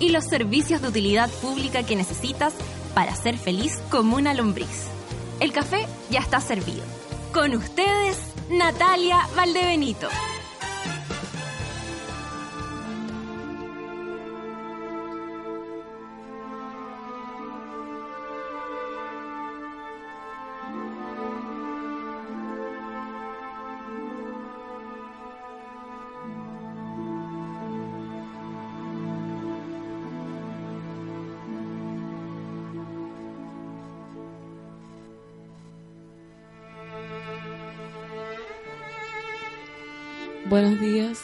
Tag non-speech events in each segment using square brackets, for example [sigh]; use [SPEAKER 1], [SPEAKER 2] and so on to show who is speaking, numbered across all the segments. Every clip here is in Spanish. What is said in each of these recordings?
[SPEAKER 1] y los servicios de utilidad pública que necesitas para ser feliz como una lombriz. El café ya está servido. Con ustedes, Natalia Valdebenito.
[SPEAKER 2] Buenos días.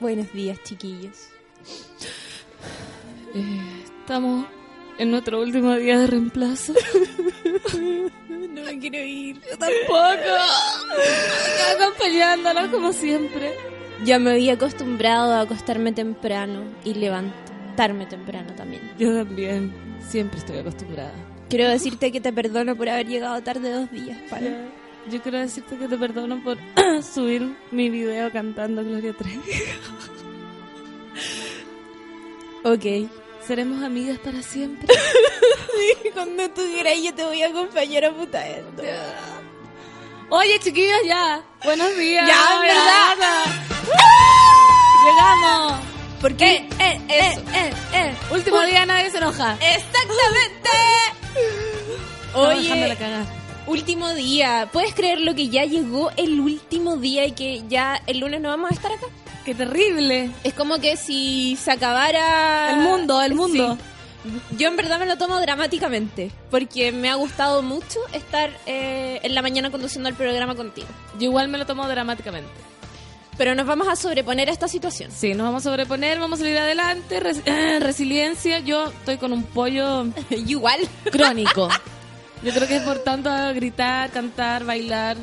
[SPEAKER 3] Buenos días, chiquillos.
[SPEAKER 2] Eh, estamos en nuestro último día de reemplazo. [laughs]
[SPEAKER 3] No me quiero ir.
[SPEAKER 2] Yo tampoco. Acompañándonos como siempre.
[SPEAKER 3] Ya me había acostumbrado a acostarme temprano y levantarme temprano también.
[SPEAKER 2] Yo también. Siempre estoy acostumbrada.
[SPEAKER 3] Quiero decirte que te perdono por haber llegado tarde dos días, pana.
[SPEAKER 2] Yo quiero decirte que te perdono por [clears throat] subir mi video cantando Gloria Trevi. [laughs]
[SPEAKER 3] Ok.
[SPEAKER 2] Seremos amigas para siempre.
[SPEAKER 3] Cuando estuviera ahí yo te voy a acompañar a puta esto.
[SPEAKER 2] Oye, chiquillos, ya. [laughs] Buenos días.
[SPEAKER 3] Ya, ¿verdad?
[SPEAKER 2] Llegamos.
[SPEAKER 3] ¿Por
[SPEAKER 2] Eh,
[SPEAKER 3] qué?
[SPEAKER 2] eh, eh, eh, eh. Último día, nadie se enoja.
[SPEAKER 3] ¡Exactamente!
[SPEAKER 2] Estamos dejando la
[SPEAKER 3] Oye,
[SPEAKER 2] cagada.
[SPEAKER 3] último día. ¿Puedes creer lo que ya llegó el último día y que ya el lunes no vamos a estar acá?
[SPEAKER 2] Qué terrible.
[SPEAKER 3] Es como que si se acabara...
[SPEAKER 2] El mundo, el mundo.
[SPEAKER 3] Sí. Yo en verdad me lo tomo dramáticamente, porque me ha gustado mucho estar eh, en la mañana conduciendo el programa contigo.
[SPEAKER 2] Yo igual me lo tomo dramáticamente.
[SPEAKER 3] Pero nos vamos a sobreponer a esta situación.
[SPEAKER 2] Sí, nos vamos a sobreponer, vamos a salir adelante. res- [clears throat] resiliencia. Yo estoy con un pollo
[SPEAKER 3] [laughs] Igual.
[SPEAKER 2] crónico. Yo creo que es por tanto gritar, cantar, bailar.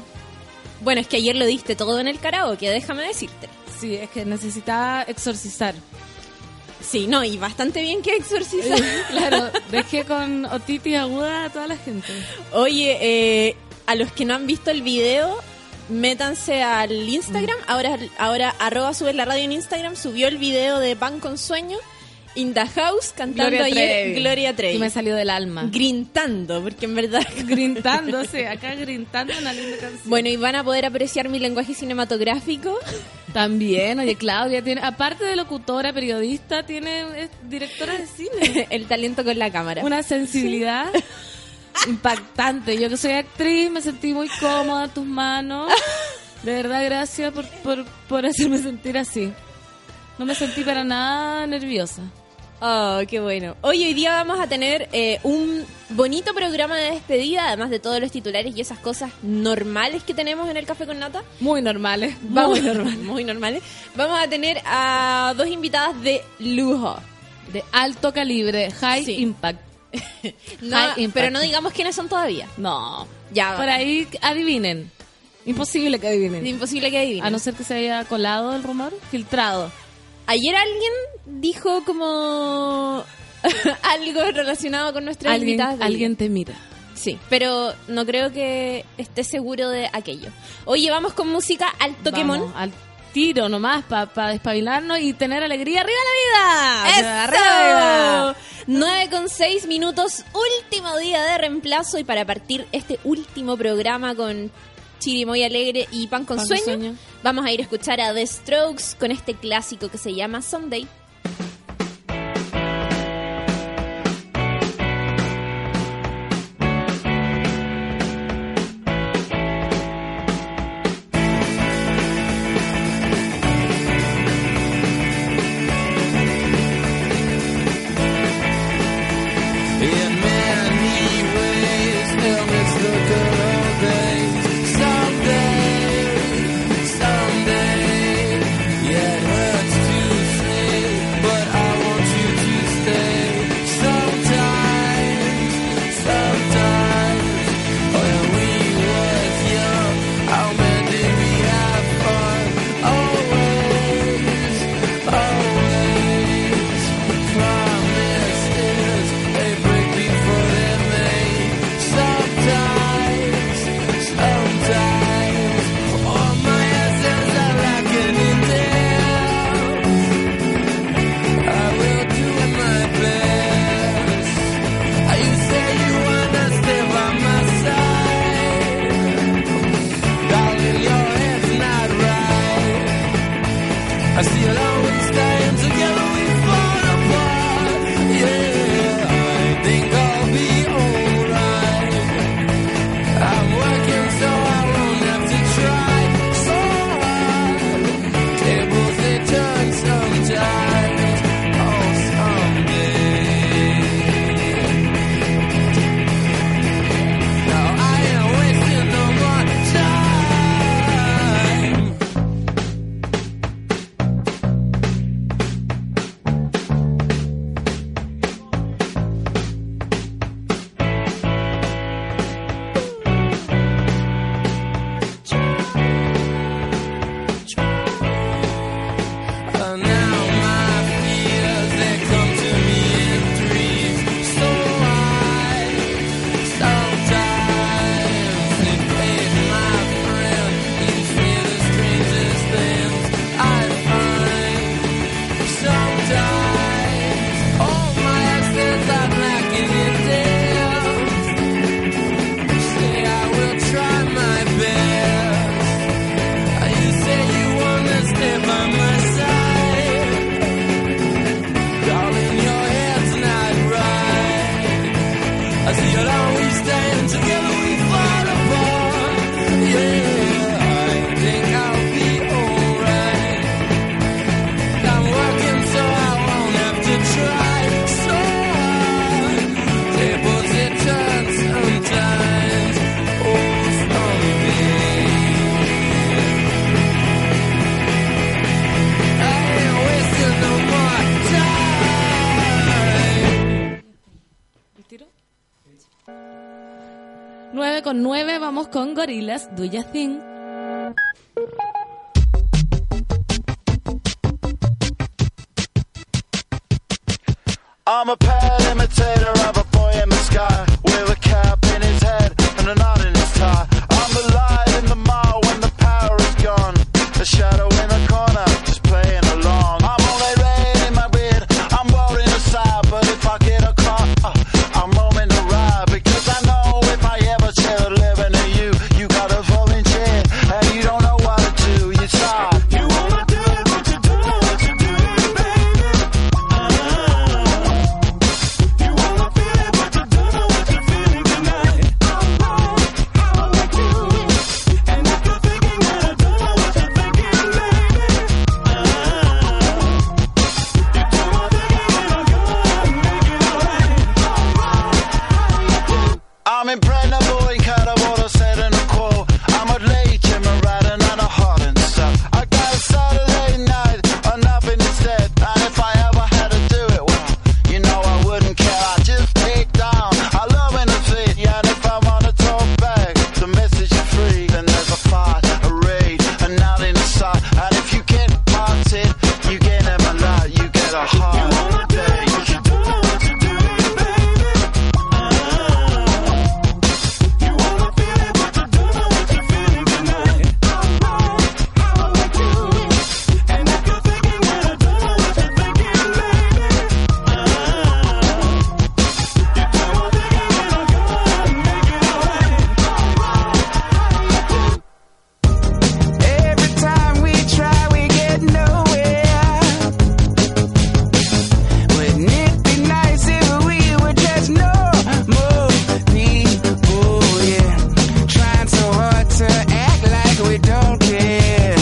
[SPEAKER 3] Bueno, es que ayer lo diste todo en el karaoke, déjame decirte.
[SPEAKER 2] Sí, es que necesitaba [laughs] exorcizar.
[SPEAKER 3] Sí, no, y bastante bien que exorciza.
[SPEAKER 2] Claro, dejé con otitis aguda a toda la gente.
[SPEAKER 3] Oye, eh, a los que no han visto el video, métanse al Instagram.
[SPEAKER 2] Mm.
[SPEAKER 3] Ahora, ahora arroba sube la radio en Instagram. Subió el video de Pan con Sueño, In the House, cantando
[SPEAKER 2] Gloria
[SPEAKER 3] ayer
[SPEAKER 2] Trevi.
[SPEAKER 3] Gloria Trevi.
[SPEAKER 2] Y me salió del alma.
[SPEAKER 3] Grintando, porque en verdad... [laughs]
[SPEAKER 2] [laughs] Grintándose, acá grintando una linda canción.
[SPEAKER 3] Bueno, y van a poder apreciar mi lenguaje cinematográfico. [laughs]
[SPEAKER 2] También, oye, Claudia tiene, aparte de locutora, periodista, tiene es directora de cine.
[SPEAKER 3] el talento con la cámara.
[SPEAKER 2] Una sensibilidad [laughs] impactante. Yo que soy actriz, me sentí muy cómoda en tus manos. De verdad, gracias por, por, por hacerme sentir así. No me sentí para nada nerviosa.
[SPEAKER 3] Oh, qué bueno. Hoy, hoy día vamos a tener eh, un bonito programa de despedida, además de todos los titulares y esas cosas normales que tenemos en el Café con Nata.
[SPEAKER 2] Muy normales.
[SPEAKER 3] Vamos,
[SPEAKER 2] Muy normales.
[SPEAKER 3] [laughs] muy normales. Vamos a tener a dos invitadas de lujo.
[SPEAKER 2] De alto calibre, high
[SPEAKER 3] Sí.
[SPEAKER 2] impact.
[SPEAKER 3] No,
[SPEAKER 2] High impact.
[SPEAKER 3] pero no digamos quiénes son todavía.
[SPEAKER 2] No.
[SPEAKER 3] Ya,
[SPEAKER 2] Por ahí adivinen. Imposible que adivinen.
[SPEAKER 3] es imposible que
[SPEAKER 2] A
[SPEAKER 3] adivinen.
[SPEAKER 2] Ah, no ser que se haya colado el rumor, filtrado.
[SPEAKER 3] Ayer alguien dijo como [laughs] algo relacionado con nuestras
[SPEAKER 2] Alguien,
[SPEAKER 3] invitadas. de
[SPEAKER 2] alguien te mira.
[SPEAKER 3] lujo. Sí, pero no creo que esté seguro de aquello. Oye, vamos con música al Pokémon.
[SPEAKER 2] Vamos, al tiro nomás para despabilarnos y tener alegría. ¡Arriba la vida! ¡Arriba la vida!
[SPEAKER 3] 9 con 6 minutos, último día de reemplazo y para partir este último programa con Chiri muy alegre y Pan con,
[SPEAKER 2] Pan con
[SPEAKER 3] sueño,
[SPEAKER 2] Sueño.
[SPEAKER 3] vamos a ir a escuchar a The Strokes con este clásico que se llama Sunday.
[SPEAKER 4] In many ways, they'll miss the good old days. Someday, someday, yeah, it hurts to say
[SPEAKER 5] Oh,
[SPEAKER 2] con 9 vamos con Gorilas, Do Ya Thing.
[SPEAKER 4] I'm a pad imitator of a boy in the sky with a cap in his head and a knot in his tie. I'm alive in the mall when the power is gone. The shadow in the corner, just playing along. I'm only red in my beard, I'm rolling aside, but if I get a car, uh, I'm roaming the ride because I know if I ever tell living to you, you got a volunteer and you don't know what to do. You try. You wanna do what you do, what you do, baby. I'm impregnable, incredible, I said in a call. I'm a late Jim and riding on a heart and stuff. I got a Saturday night, and nothing is dead. And if I ever had to do it, well, you know I wouldn't care. I just take down, I love in the feet. Yeah, and if I want to talk back, the message is free. Then there's a fight, a raid, and not in the sight. And if you get parked it, you get in a lot, you get a heart.
[SPEAKER 6] Every time we try, we get nowhere. Wouldn't it be nice if we were just no more people? Yeah, trying so hard to act like we don't care.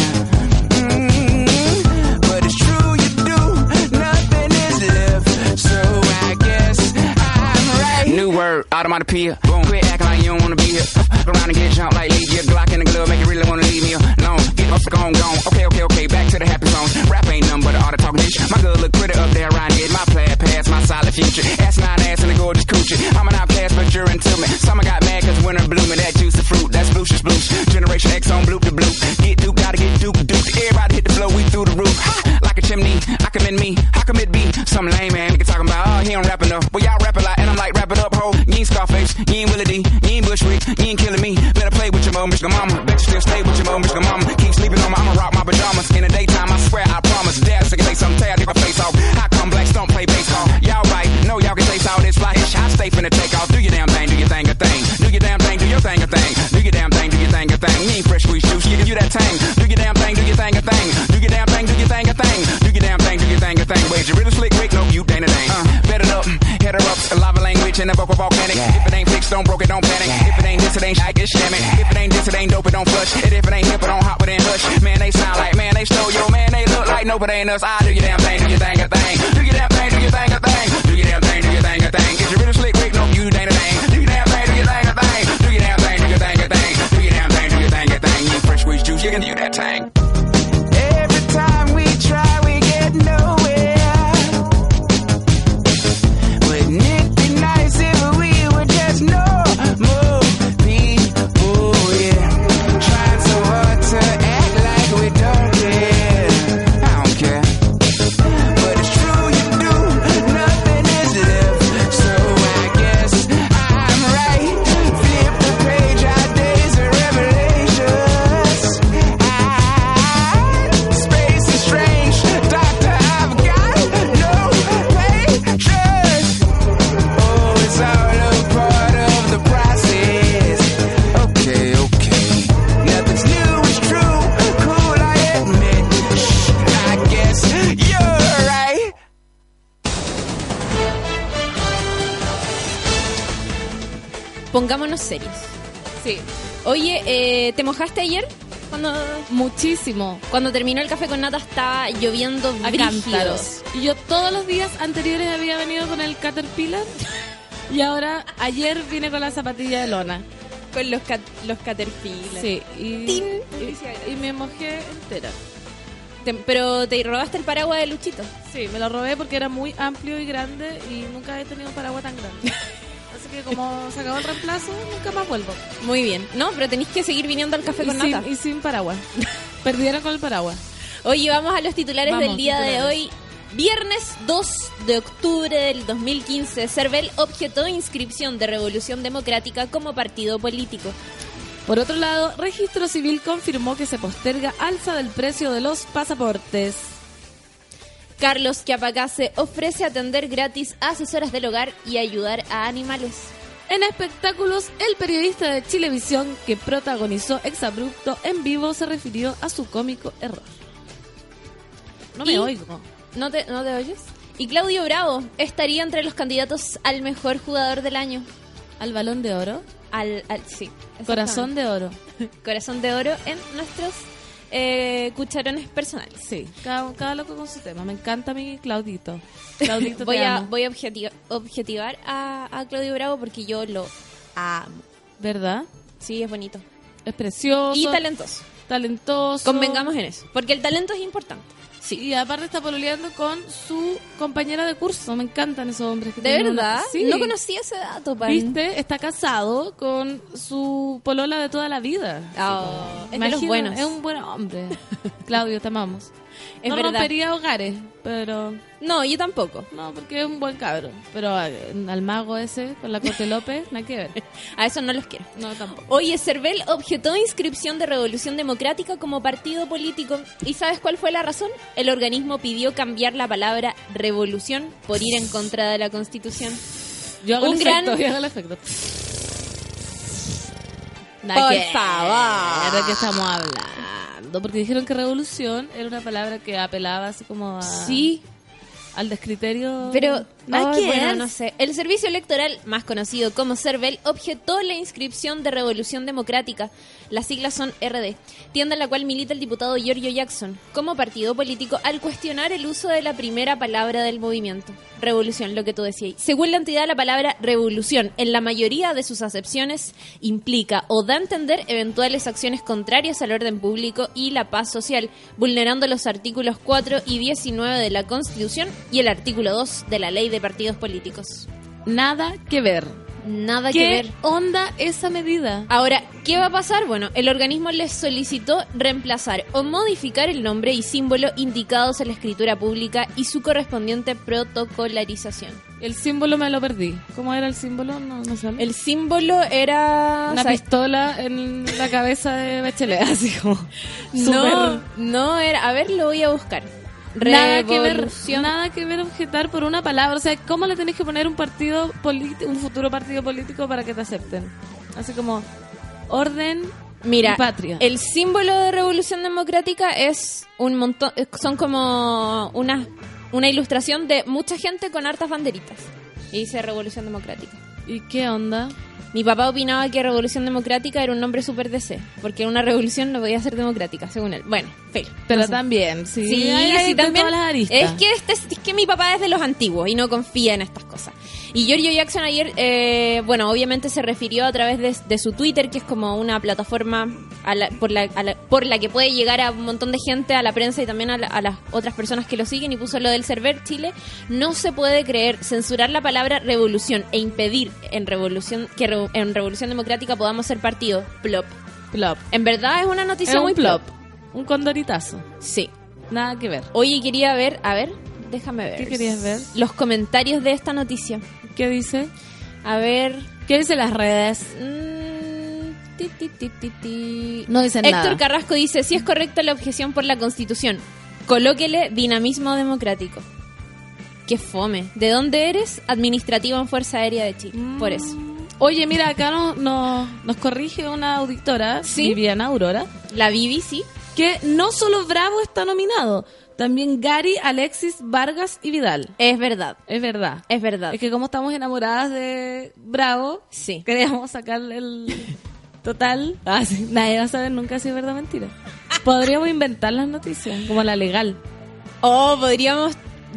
[SPEAKER 6] But it's true, you do. Nothing is left, so I guess I'm right.
[SPEAKER 7] New word, automatopoeia. Boom. Quit acting like you don't wanna be here. Fuck around and get jumped like leave your Glock in the glove, make you really wanna leave me alone. Get off the gone, gone. Okay, okay, okay, back to the happy zone. Rap ain't nothing but an auto talk dish. My good look critter up there, Ryan did my plaid pass, my solid future. Ass nine ass and a gorgeous coochie. I'm an outcast, but you're into me. Summer got mad cause winter blooming. That juicy fruit, that's blucious blues. Generation X on bloop the bloop. Get duke, gotta get duke, duke. Everybody hit the flow, we through the roof. Ha! Like a chimney, I commend me. How come it be? Some lame man nigga talking about, oh, he don't rap enough. Well, y'all rap a lot, and I'm like, rap it up, ho. You ain't Scarface, you ain't Willie D, you ain't Bushwick, you ain't killing me. Better play with your mom, Michigan mama. Bet you still stay with your mom, Michigan mama. Keep sleeping on my, I'ma rock my pajamas. In the daytime, I swear, I promise. Dad, sick say something, tear my face off. How come blacks don't play baseball? Y'all right, no, y'all can taste all this fly ish. I stay finna take off. Do your damn thing, do your thing a thing. Do your damn thing, do your thing a thing. Do your damn thing, do your thing a thing. You ain't fresh squeezed juice, you, you that tang. Do your damn thing, do your thing a thing. Do your damn thing, do your thing a thing. Do your damn thing, do your thing a thing. Wait, you really slick, Rick? No, you dang a dang. Uh, bet it up,
[SPEAKER 6] Mm.
[SPEAKER 7] head her up. Lava language in the vocal volcanic. If it ain't fixed, don't broke it, don't panic. If it ain't this, it ain't shag, it's shamming. If it ain't this, it ain't dope, it don't flush. And if it ain't hip, it don't hop, it ain't hush. Man, they sound like, man, they stole yo, man, they look like, no, but ain't us. I do your damn thing, do your thing a thing. Do your damn thing, do your thing a thing. Do your damn thing, do your thing a thing. Get you really slick, Rick? No, you dang a dang. Do your damn thing, do your thing a thing. Do your damn thing, do your thing a thing. Do your damn thing, do your thing a thing. You ain't fresh squeezed juice, you can do that thing.
[SPEAKER 6] Every time we try, we get nowhere. Wouldn't it be nice if we were just normal people? Yeah, trying so hard to act like we don't care. I don't care, but it's true you do. Nothing is left, so I guess I'm right. Flip the page, our days are revelations. I Space is strange, doctor. I've got no patience. Oh, it's all a part of the process.
[SPEAKER 4] Okay, okay.
[SPEAKER 6] Nothing's new, it's true. Cool, I admit. Shh, I guess you're right.
[SPEAKER 3] Pongámonos serios.
[SPEAKER 2] Sí,
[SPEAKER 3] Oye, eh, ¿te mojaste ayer? Cuando,
[SPEAKER 2] muchísimo.
[SPEAKER 3] cuando terminó el café con nata estaba lloviendo
[SPEAKER 2] A
[SPEAKER 3] brígidos.
[SPEAKER 2] cántaros. Y yo todos los días anteriores había venido con el Caterpillar. [laughs] Y ahora, ayer vine con la zapatilla de lona.
[SPEAKER 3] Con los, cat- los caterpillars.
[SPEAKER 2] Sí, y,
[SPEAKER 3] Tin.
[SPEAKER 2] y- y me mojé entera.
[SPEAKER 3] Te- pero te robaste el paraguas de Luchito.
[SPEAKER 2] [laughs] Sí, me lo robé porque era muy amplio y grande y nunca he tenido un paraguas tan grande. Así que como se acabó el reemplazo, nunca más vuelvo.
[SPEAKER 3] Muy bien. No, pero tenéis que seguir viniendo al café
[SPEAKER 2] Y
[SPEAKER 3] con nata.
[SPEAKER 2] sin, y sin paraguas. [laughs] Perdieron con el paraguas.
[SPEAKER 3] Oye, vamos a los titulares
[SPEAKER 2] Vamos,
[SPEAKER 3] del día de
[SPEAKER 2] titulares.
[SPEAKER 3] hoy. Viernes 2 de octubre del 2015, Cervel objetó inscripción de Revolución Democrática como partido político.
[SPEAKER 2] Por otro lado, Registro Civil confirmó que se posterga alza del precio de los pasaportes.
[SPEAKER 3] Carlos Chiapacase ofrece atender gratis a asesoras del hogar y ayudar a animales.
[SPEAKER 2] En espectáculos, el periodista de Chilevisión que protagonizó Exabrupto en vivo se refirió a su cómico error. No me
[SPEAKER 3] Y-
[SPEAKER 2] oigo.
[SPEAKER 3] ¿No te, ¿No te oyes? Y Claudio Bravo estaría entre los candidatos al mejor jugador del año.
[SPEAKER 2] Al balón de oro,
[SPEAKER 3] Al, al- sí. exactamente.
[SPEAKER 2] corazón de oro.
[SPEAKER 3] Corazón de oro en nuestros eh, cucharones personales.
[SPEAKER 2] Sí, cada, cada loco con su tema. Me encanta mi
[SPEAKER 3] [laughs]
[SPEAKER 2] Claudito. Claudito, te
[SPEAKER 3] Voy a,
[SPEAKER 2] amo.
[SPEAKER 3] voy a objeti- objetivar a, a Claudio Bravo porque yo lo amo.
[SPEAKER 2] ¿Verdad?
[SPEAKER 3] Sí, es bonito.
[SPEAKER 2] Es precioso.
[SPEAKER 3] Y talentoso.
[SPEAKER 2] talentoso.
[SPEAKER 3] Convengamos en eso. Porque el talento es importante.
[SPEAKER 2] Sí. Y aparte está pololeando con su compañera de curso. Me encantan esos hombres. Que
[SPEAKER 3] ¿De
[SPEAKER 2] tienen una-
[SPEAKER 3] verdad?
[SPEAKER 2] Sí.
[SPEAKER 3] No conocía ese dato, Pan.
[SPEAKER 2] ¿Viste? Está casado con su polola de toda la vida.
[SPEAKER 3] Oh, es de los
[SPEAKER 2] Imagina,
[SPEAKER 3] buenos.
[SPEAKER 2] Es un buen
[SPEAKER 3] [laughs]
[SPEAKER 2] hombre. Claudio, te amamos.
[SPEAKER 3] Es
[SPEAKER 2] no
[SPEAKER 3] verdad.
[SPEAKER 2] rompería hogares, pero...
[SPEAKER 3] No, yo tampoco. [laughs]
[SPEAKER 2] No, porque es un buen cabro. Pero eh, al mago ese, con la Corte López, nada que
[SPEAKER 3] [laughs]
[SPEAKER 2] ver.
[SPEAKER 3] A eso no los quiero.
[SPEAKER 2] No, tampoco.
[SPEAKER 3] Oye, Cervel objetó inscripción de Revolución Democrática como partido político. ¿Y sabes cuál fue la razón? El organismo pidió cambiar la palabra revolución por ir en contra de la Constitución.
[SPEAKER 2] Yo hago
[SPEAKER 3] Un
[SPEAKER 2] el
[SPEAKER 3] gran-
[SPEAKER 2] efecto, yo hago el [laughs] efecto.
[SPEAKER 3] Por
[SPEAKER 2] que ver
[SPEAKER 3] favor.
[SPEAKER 2] ¿De qué estamos hablando? Porque dijeron que revolución era una palabra que apelaba así como a...
[SPEAKER 3] Sí.
[SPEAKER 2] Al descriterio...
[SPEAKER 3] Pero,
[SPEAKER 2] Ay,
[SPEAKER 3] Ay,
[SPEAKER 2] bueno,
[SPEAKER 3] no sé. El servicio electoral, más conocido como CERVEL, objetó la inscripción de Revolución Democrática. Las siglas son RD, tienda en la cual milita el diputado Giorgio Jackson, como partido político, al cuestionar el uso de la primera palabra del movimiento. Revolución, lo que tú decías. Según la entidad, la palabra revolución, en la mayoría de sus acepciones, implica o da a entender eventuales acciones contrarias al orden público y la paz social, vulnerando los artículos 4 y 19 de la Constitución y el artículo 2 de la Ley de Partidos Políticos.
[SPEAKER 2] Nada que ver.
[SPEAKER 3] Nada
[SPEAKER 2] ¿Qué
[SPEAKER 3] que ver.
[SPEAKER 2] onda esa medida?
[SPEAKER 3] Ahora, ¿qué va a pasar? Bueno, el organismo les solicitó reemplazar o modificar el nombre y símbolo indicados en la escritura pública y su correspondiente protocolarización.
[SPEAKER 2] El símbolo me lo perdí. ¿Cómo era el símbolo? No, no sé.
[SPEAKER 3] El símbolo era...
[SPEAKER 2] una
[SPEAKER 3] o sea,
[SPEAKER 2] pistola en la cabeza de Bachelet, [laughs] así como...
[SPEAKER 3] no, no era... A ver, lo voy a buscar.
[SPEAKER 2] súper- Nada que, ver,
[SPEAKER 3] Revolución-
[SPEAKER 2] nada que ver objetar por una palabra. O sea, ¿cómo le tenés que poner un partido político, un futuro partido político para que te acepten? Así como orden
[SPEAKER 3] Mira,
[SPEAKER 2] y patria.
[SPEAKER 3] el símbolo de Revolución Democrática es un montón, eh, son como una, una ilustración de mucha gente con hartas banderitas. Y dice Revolución Democrática.
[SPEAKER 2] ¿Y qué onda?
[SPEAKER 3] Mi papá opinaba que Revolución Democrática era un nombre súper DC, porque una revolución no podía ser democrática, según él. Bueno, filo.
[SPEAKER 2] Pero también, sí,
[SPEAKER 3] Sí,
[SPEAKER 2] hay- hay
[SPEAKER 3] sí,
[SPEAKER 2] de
[SPEAKER 3] también.
[SPEAKER 2] todas las aristas.
[SPEAKER 3] Es que, este, es que mi papá es de los antiguos y no confía en estas cosas. Y Giorgio Jackson ayer, eh, bueno, obviamente se refirió a través de, de su Twitter, que es como una plataforma a la- por, la, a la- por la que puede llegar a un montón de gente, a la prensa y también a, la- a las otras personas que lo siguen, y puso lo del server Chile. No se puede creer censurar la palabra revolución e impedir en revolución que Revo- en Revolución Democrática podamos ser partido. Plop.
[SPEAKER 2] Plop.
[SPEAKER 3] En verdad es una
[SPEAKER 2] Es
[SPEAKER 3] noticia
[SPEAKER 2] un
[SPEAKER 3] muy
[SPEAKER 2] plop.
[SPEAKER 3] plop.
[SPEAKER 2] Un condoritazo.
[SPEAKER 3] Sí.
[SPEAKER 2] Nada que ver.
[SPEAKER 3] Oye, quería ver, a ver, déjame ver.
[SPEAKER 2] ¿Qué querías ver?
[SPEAKER 3] Los comentarios de esta noticia.
[SPEAKER 2] ¿Qué dice?
[SPEAKER 3] A ver.
[SPEAKER 2] ¿Qué dice las redes?
[SPEAKER 3] mm, ti, ti, ti, ti, ti.
[SPEAKER 2] No dicen
[SPEAKER 3] Héctor
[SPEAKER 2] nada.
[SPEAKER 3] Carrasco dice: Si es correcta la objeción por la Constitución, colóquele dinamismo democrático. Qué fome. ¿De dónde eres? Administrativo en Fuerza Aérea de Chile.
[SPEAKER 2] Mm.
[SPEAKER 3] Por eso.
[SPEAKER 2] Oye, mira, acá no, no- nos corrige una auditora,
[SPEAKER 3] Sí.
[SPEAKER 2] Viviana Aurora,
[SPEAKER 3] La Bibi sí.
[SPEAKER 2] que no solo Bravo está nominado, también Gary, Alexis, Vargas y Vidal.
[SPEAKER 3] Es verdad.
[SPEAKER 2] Es verdad.
[SPEAKER 3] Es verdad.
[SPEAKER 2] Es que como estamos enamoradas de Bravo,
[SPEAKER 3] Sí.
[SPEAKER 2] queríamos sacarle el total. Ah, sí. Nadie va a saber nunca si es verdad o mentira. Podríamos inventar las noticias, como la legal.
[SPEAKER 3] Oh, podríamos.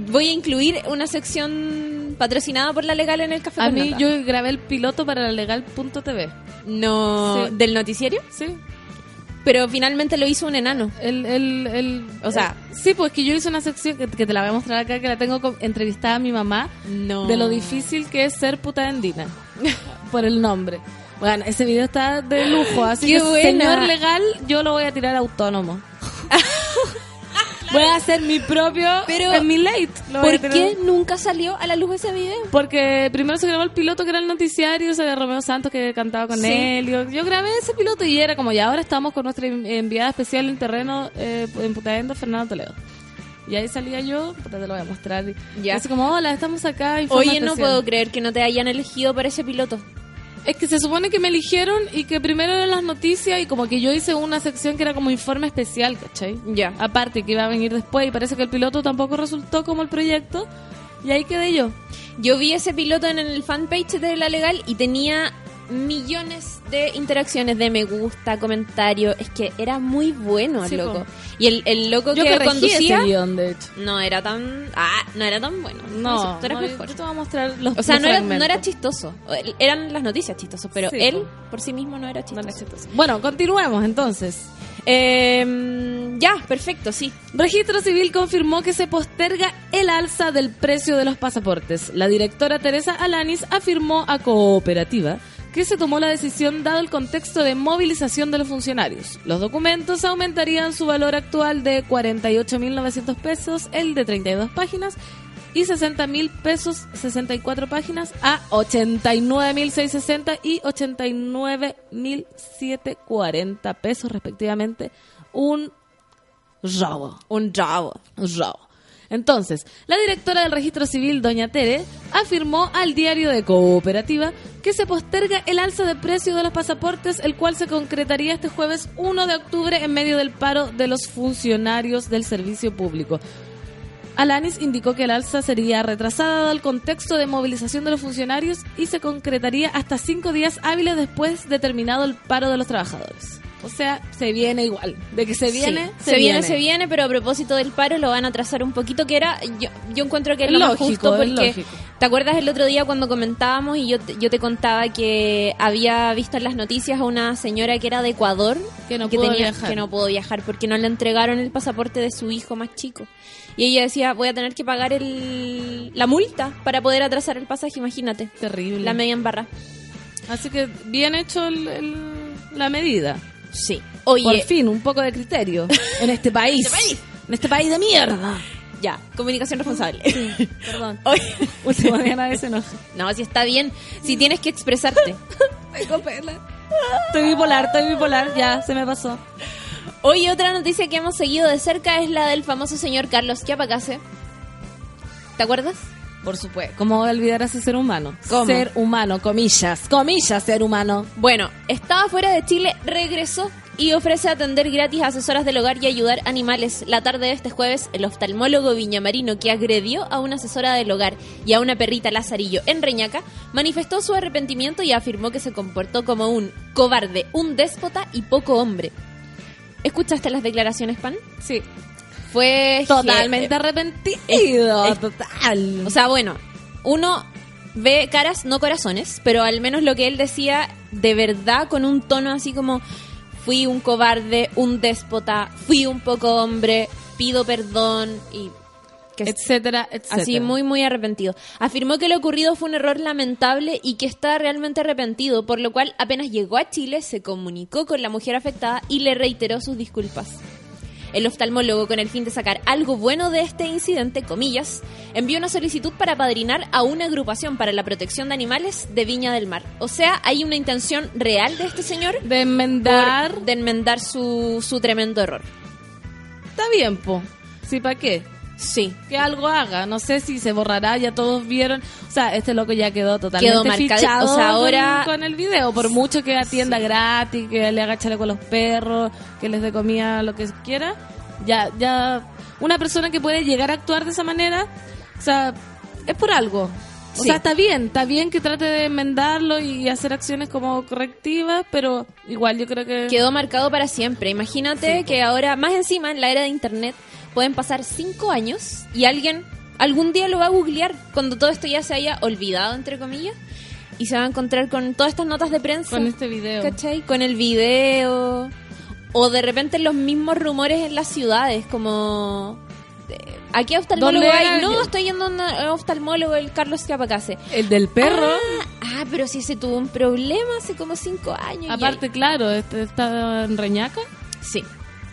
[SPEAKER 3] Voy a incluir una sección patrocinada por la legal en el café.
[SPEAKER 2] A
[SPEAKER 3] con
[SPEAKER 2] mí
[SPEAKER 3] Nata.
[SPEAKER 2] yo grabé el piloto para la legal.tv.
[SPEAKER 3] No.
[SPEAKER 2] Sí.
[SPEAKER 3] ¿Del noticiero?
[SPEAKER 2] Sí,
[SPEAKER 3] Pero finalmente lo hizo un enano.
[SPEAKER 2] El, el, el,
[SPEAKER 3] O sea-
[SPEAKER 2] eh, sí, pues que yo hice una sección que, que te la voy a mostrar acá, que la tengo con- entrevistada a mi mamá,
[SPEAKER 3] No.
[SPEAKER 2] de lo difícil que es ser puta andina. [laughs] por el nombre. Bueno, ese video está de lujo, así
[SPEAKER 3] Qué
[SPEAKER 2] que
[SPEAKER 3] buena.
[SPEAKER 2] señor legal, yo lo voy a tirar autónomo. voy a hacer mi propio
[SPEAKER 3] Pero,
[SPEAKER 2] en mi late. lo voy a
[SPEAKER 3] ¿Por
[SPEAKER 2] tirar-
[SPEAKER 3] qué nunca salió a la luz ese video?
[SPEAKER 2] Porque primero se grabó el piloto que era el noticiario, se Romeo Santos que cantaba con
[SPEAKER 3] Sí.
[SPEAKER 2] él. Yo, yo grabé ese piloto y era como, y ahora estamos con nuestra en- enviada especial en terreno eh, en Putaendo, Fernando Toledo. Y ahí salía yo, puta, te lo voy a mostrar. Y
[SPEAKER 3] Ya.
[SPEAKER 2] así como, hola, estamos acá.
[SPEAKER 3] Oye, no
[SPEAKER 2] información".
[SPEAKER 3] puedo creer que no te hayan elegido para ese piloto.
[SPEAKER 2] Es que se supone que me eligieron y que primero eran las noticias y como que yo hice una sección que era como informe especial, ¿cachai?
[SPEAKER 3] Ya.
[SPEAKER 2] Aparte, que iba a venir después y parece que el piloto tampoco resultó como el proyecto. Y ahí quedé yo.
[SPEAKER 3] Yo vi ese piloto en el fanpage de La Legal y tenía millones de interacciones de me gusta, comentario. Es que era muy bueno el
[SPEAKER 2] Sí, po.
[SPEAKER 3] loco. Y el, el loco
[SPEAKER 2] Yo
[SPEAKER 3] que
[SPEAKER 2] corregí
[SPEAKER 3] conducía
[SPEAKER 2] ese guión, de hecho.
[SPEAKER 3] no era tan... Ah, no era tan bueno.
[SPEAKER 2] No,
[SPEAKER 3] Tú eras
[SPEAKER 2] no,
[SPEAKER 3] mejor.
[SPEAKER 2] yo te voy a mostrar los
[SPEAKER 3] O sea,
[SPEAKER 2] los
[SPEAKER 3] no era,
[SPEAKER 2] fragmentos.
[SPEAKER 3] no era chistoso. El- Eran las noticias chistosas, pero
[SPEAKER 2] Sí,
[SPEAKER 3] él por sí mismo no era chistoso.
[SPEAKER 2] No era chistoso. Bueno, continuemos entonces.
[SPEAKER 3] Eh, ya, perfecto, sí.
[SPEAKER 2] Registro Civil confirmó que se posterga el alza del precio de los pasaportes. La directora Teresa Alanis afirmó a Cooperativa que se tomó la decisión dado el contexto de movilización de los funcionarios. Los documentos aumentarían su valor actual de 48.900 pesos, el de 32 páginas, y 60.000 pesos, 64 páginas, a 89.660 y 89.740 pesos respectivamente. Un robo.
[SPEAKER 3] Un rabo.
[SPEAKER 2] Rao. Entonces, la directora del registro civil, doña Tere, afirmó al diario de Cooperativa que se posterga el alza de precio de los pasaportes, el cual se concretaría este jueves 1 de octubre en medio del paro de los funcionarios del servicio público. Alanis indicó que el alza sería retrasada dado el contexto de movilización de los funcionarios y se concretaría hasta cinco días hábiles después de terminado el paro de los trabajadores. O sea, se viene igual. De que se viene,
[SPEAKER 3] Sí, se, viene, se viene, pero a propósito del paro lo van a trazar un poquito, que era, yo, yo encuentro que es
[SPEAKER 2] Es
[SPEAKER 3] lo más
[SPEAKER 2] lógico,
[SPEAKER 3] justo
[SPEAKER 2] es
[SPEAKER 3] porque,
[SPEAKER 2] lógico.
[SPEAKER 3] ¿te acuerdas el otro día cuando comentábamos y yo, te- yo te contaba que había visto en las noticias a una señora que era de Ecuador
[SPEAKER 2] Que no
[SPEAKER 3] que,
[SPEAKER 2] pudo
[SPEAKER 3] tenía,
[SPEAKER 2] viajar.
[SPEAKER 3] que no pudo viajar porque no le entregaron el pasaporte de su hijo más chico? Y ella decía, voy a tener que pagar el, la multa para poder atrasar el pasaje, imagínate.
[SPEAKER 2] Terrible.
[SPEAKER 3] La media en barra.
[SPEAKER 2] Así que bien hecho el- el- la medida.
[SPEAKER 3] Sí. Oye,
[SPEAKER 2] Por fin, un poco de
[SPEAKER 3] [laughs]
[SPEAKER 2] criterio en este país.
[SPEAKER 3] Este país.
[SPEAKER 2] En este país de
[SPEAKER 3] [laughs]
[SPEAKER 2] mierda.
[SPEAKER 3] ya, comunicación responsable.
[SPEAKER 2] Perdón.
[SPEAKER 3] [laughs] Oye,
[SPEAKER 2] Últimamente nadie se enoja.
[SPEAKER 3] no, si está bien, si tienes que expresarte.
[SPEAKER 2] Estoy bipolar, estoy bipolar. Ya, se me pasó.
[SPEAKER 3] Hoy otra noticia que hemos seguido de cerca es la del famoso señor Carlos Chiapacase. ¿Te acuerdas?
[SPEAKER 2] Por supuesto. ¿Cómo voy a olvidar a ese ser humano?
[SPEAKER 3] ¿Cómo?
[SPEAKER 2] Ser humano, comillas. Comillas, ser humano.
[SPEAKER 3] Bueno, estaba fuera de Chile, regresó y ofrece atender gratis a asesoras del hogar y ayudar animales. La tarde de este jueves, el oftalmólogo viñamarino que agredió a una asesora del hogar y a una perrita Lazarillo en Reñaca manifestó su arrepentimiento y afirmó que se comportó como un cobarde, un déspota y poco hombre. ¿Escuchaste las declaraciones, Pan?
[SPEAKER 2] Sí. eh,
[SPEAKER 3] Fue
[SPEAKER 2] Totalmente arrepentido.
[SPEAKER 3] es-
[SPEAKER 2] total.
[SPEAKER 3] O sea, bueno, uno ve caras, no corazones, pero al menos lo que él decía de verdad con un tono así como fui un cobarde, un déspota, fui un poco hombre, pido perdón y que
[SPEAKER 2] etcétera, etcétera.
[SPEAKER 3] Así muy muy arrepentido. Afirmó que lo ocurrido fue un error lamentable y que está realmente arrepentido, por lo cual apenas llegó a Chile se comunicó con la mujer afectada y le reiteró sus disculpas. El oftalmólogo, con el fin de sacar algo bueno de este incidente, comillas, envió una solicitud para padrinar a una agrupación para la protección de animales de Viña del Mar. O sea, hay una intención real de este señor por-
[SPEAKER 2] De enmendar.
[SPEAKER 3] de enmendar su, su tremendo error.
[SPEAKER 2] Está bien, po. Sí, ¿para qué?
[SPEAKER 3] Sí.
[SPEAKER 2] que algo haga. No sé si se borrará, ya todos vieron. O sea, este loco ya quedó totalmente
[SPEAKER 3] Quedó marcado.
[SPEAKER 2] fichado
[SPEAKER 3] O sea, ahora-
[SPEAKER 2] con, con el video. Por mucho que atienda gratis, que le haga chaleco a los perros, que les dé comida, lo que quiera. Ya, ya... Una persona que puede llegar a actuar de esa manera, o sea, es por algo. O
[SPEAKER 3] Sí.
[SPEAKER 2] sea, está bien, está bien que trate de enmendarlo y hacer acciones como correctivas, pero igual yo creo que...
[SPEAKER 3] quedó marcado para siempre. Imagínate que ahora, más encima, en la era de internet, pueden pasar cinco años y alguien algún día lo va a googlear cuando todo esto ya se haya olvidado, entre comillas, y se va a encontrar con todas estas notas de prensa,
[SPEAKER 2] Con este video.
[SPEAKER 3] ¿cachai? Con el video, o de repente los mismos rumores en las ciudades, como eh, aquí a oftalmólogo
[SPEAKER 2] ¿Dónde
[SPEAKER 3] hay?
[SPEAKER 2] era?
[SPEAKER 3] No, estoy yendo a un a un oftalmólogo, el Carlos Capacase.
[SPEAKER 2] El del perro.
[SPEAKER 3] Ah, ah, pero sí se tuvo un problema hace como cinco años. y
[SPEAKER 2] Ah, aparte, claro, este está en Reñaca.
[SPEAKER 3] ahí- sí,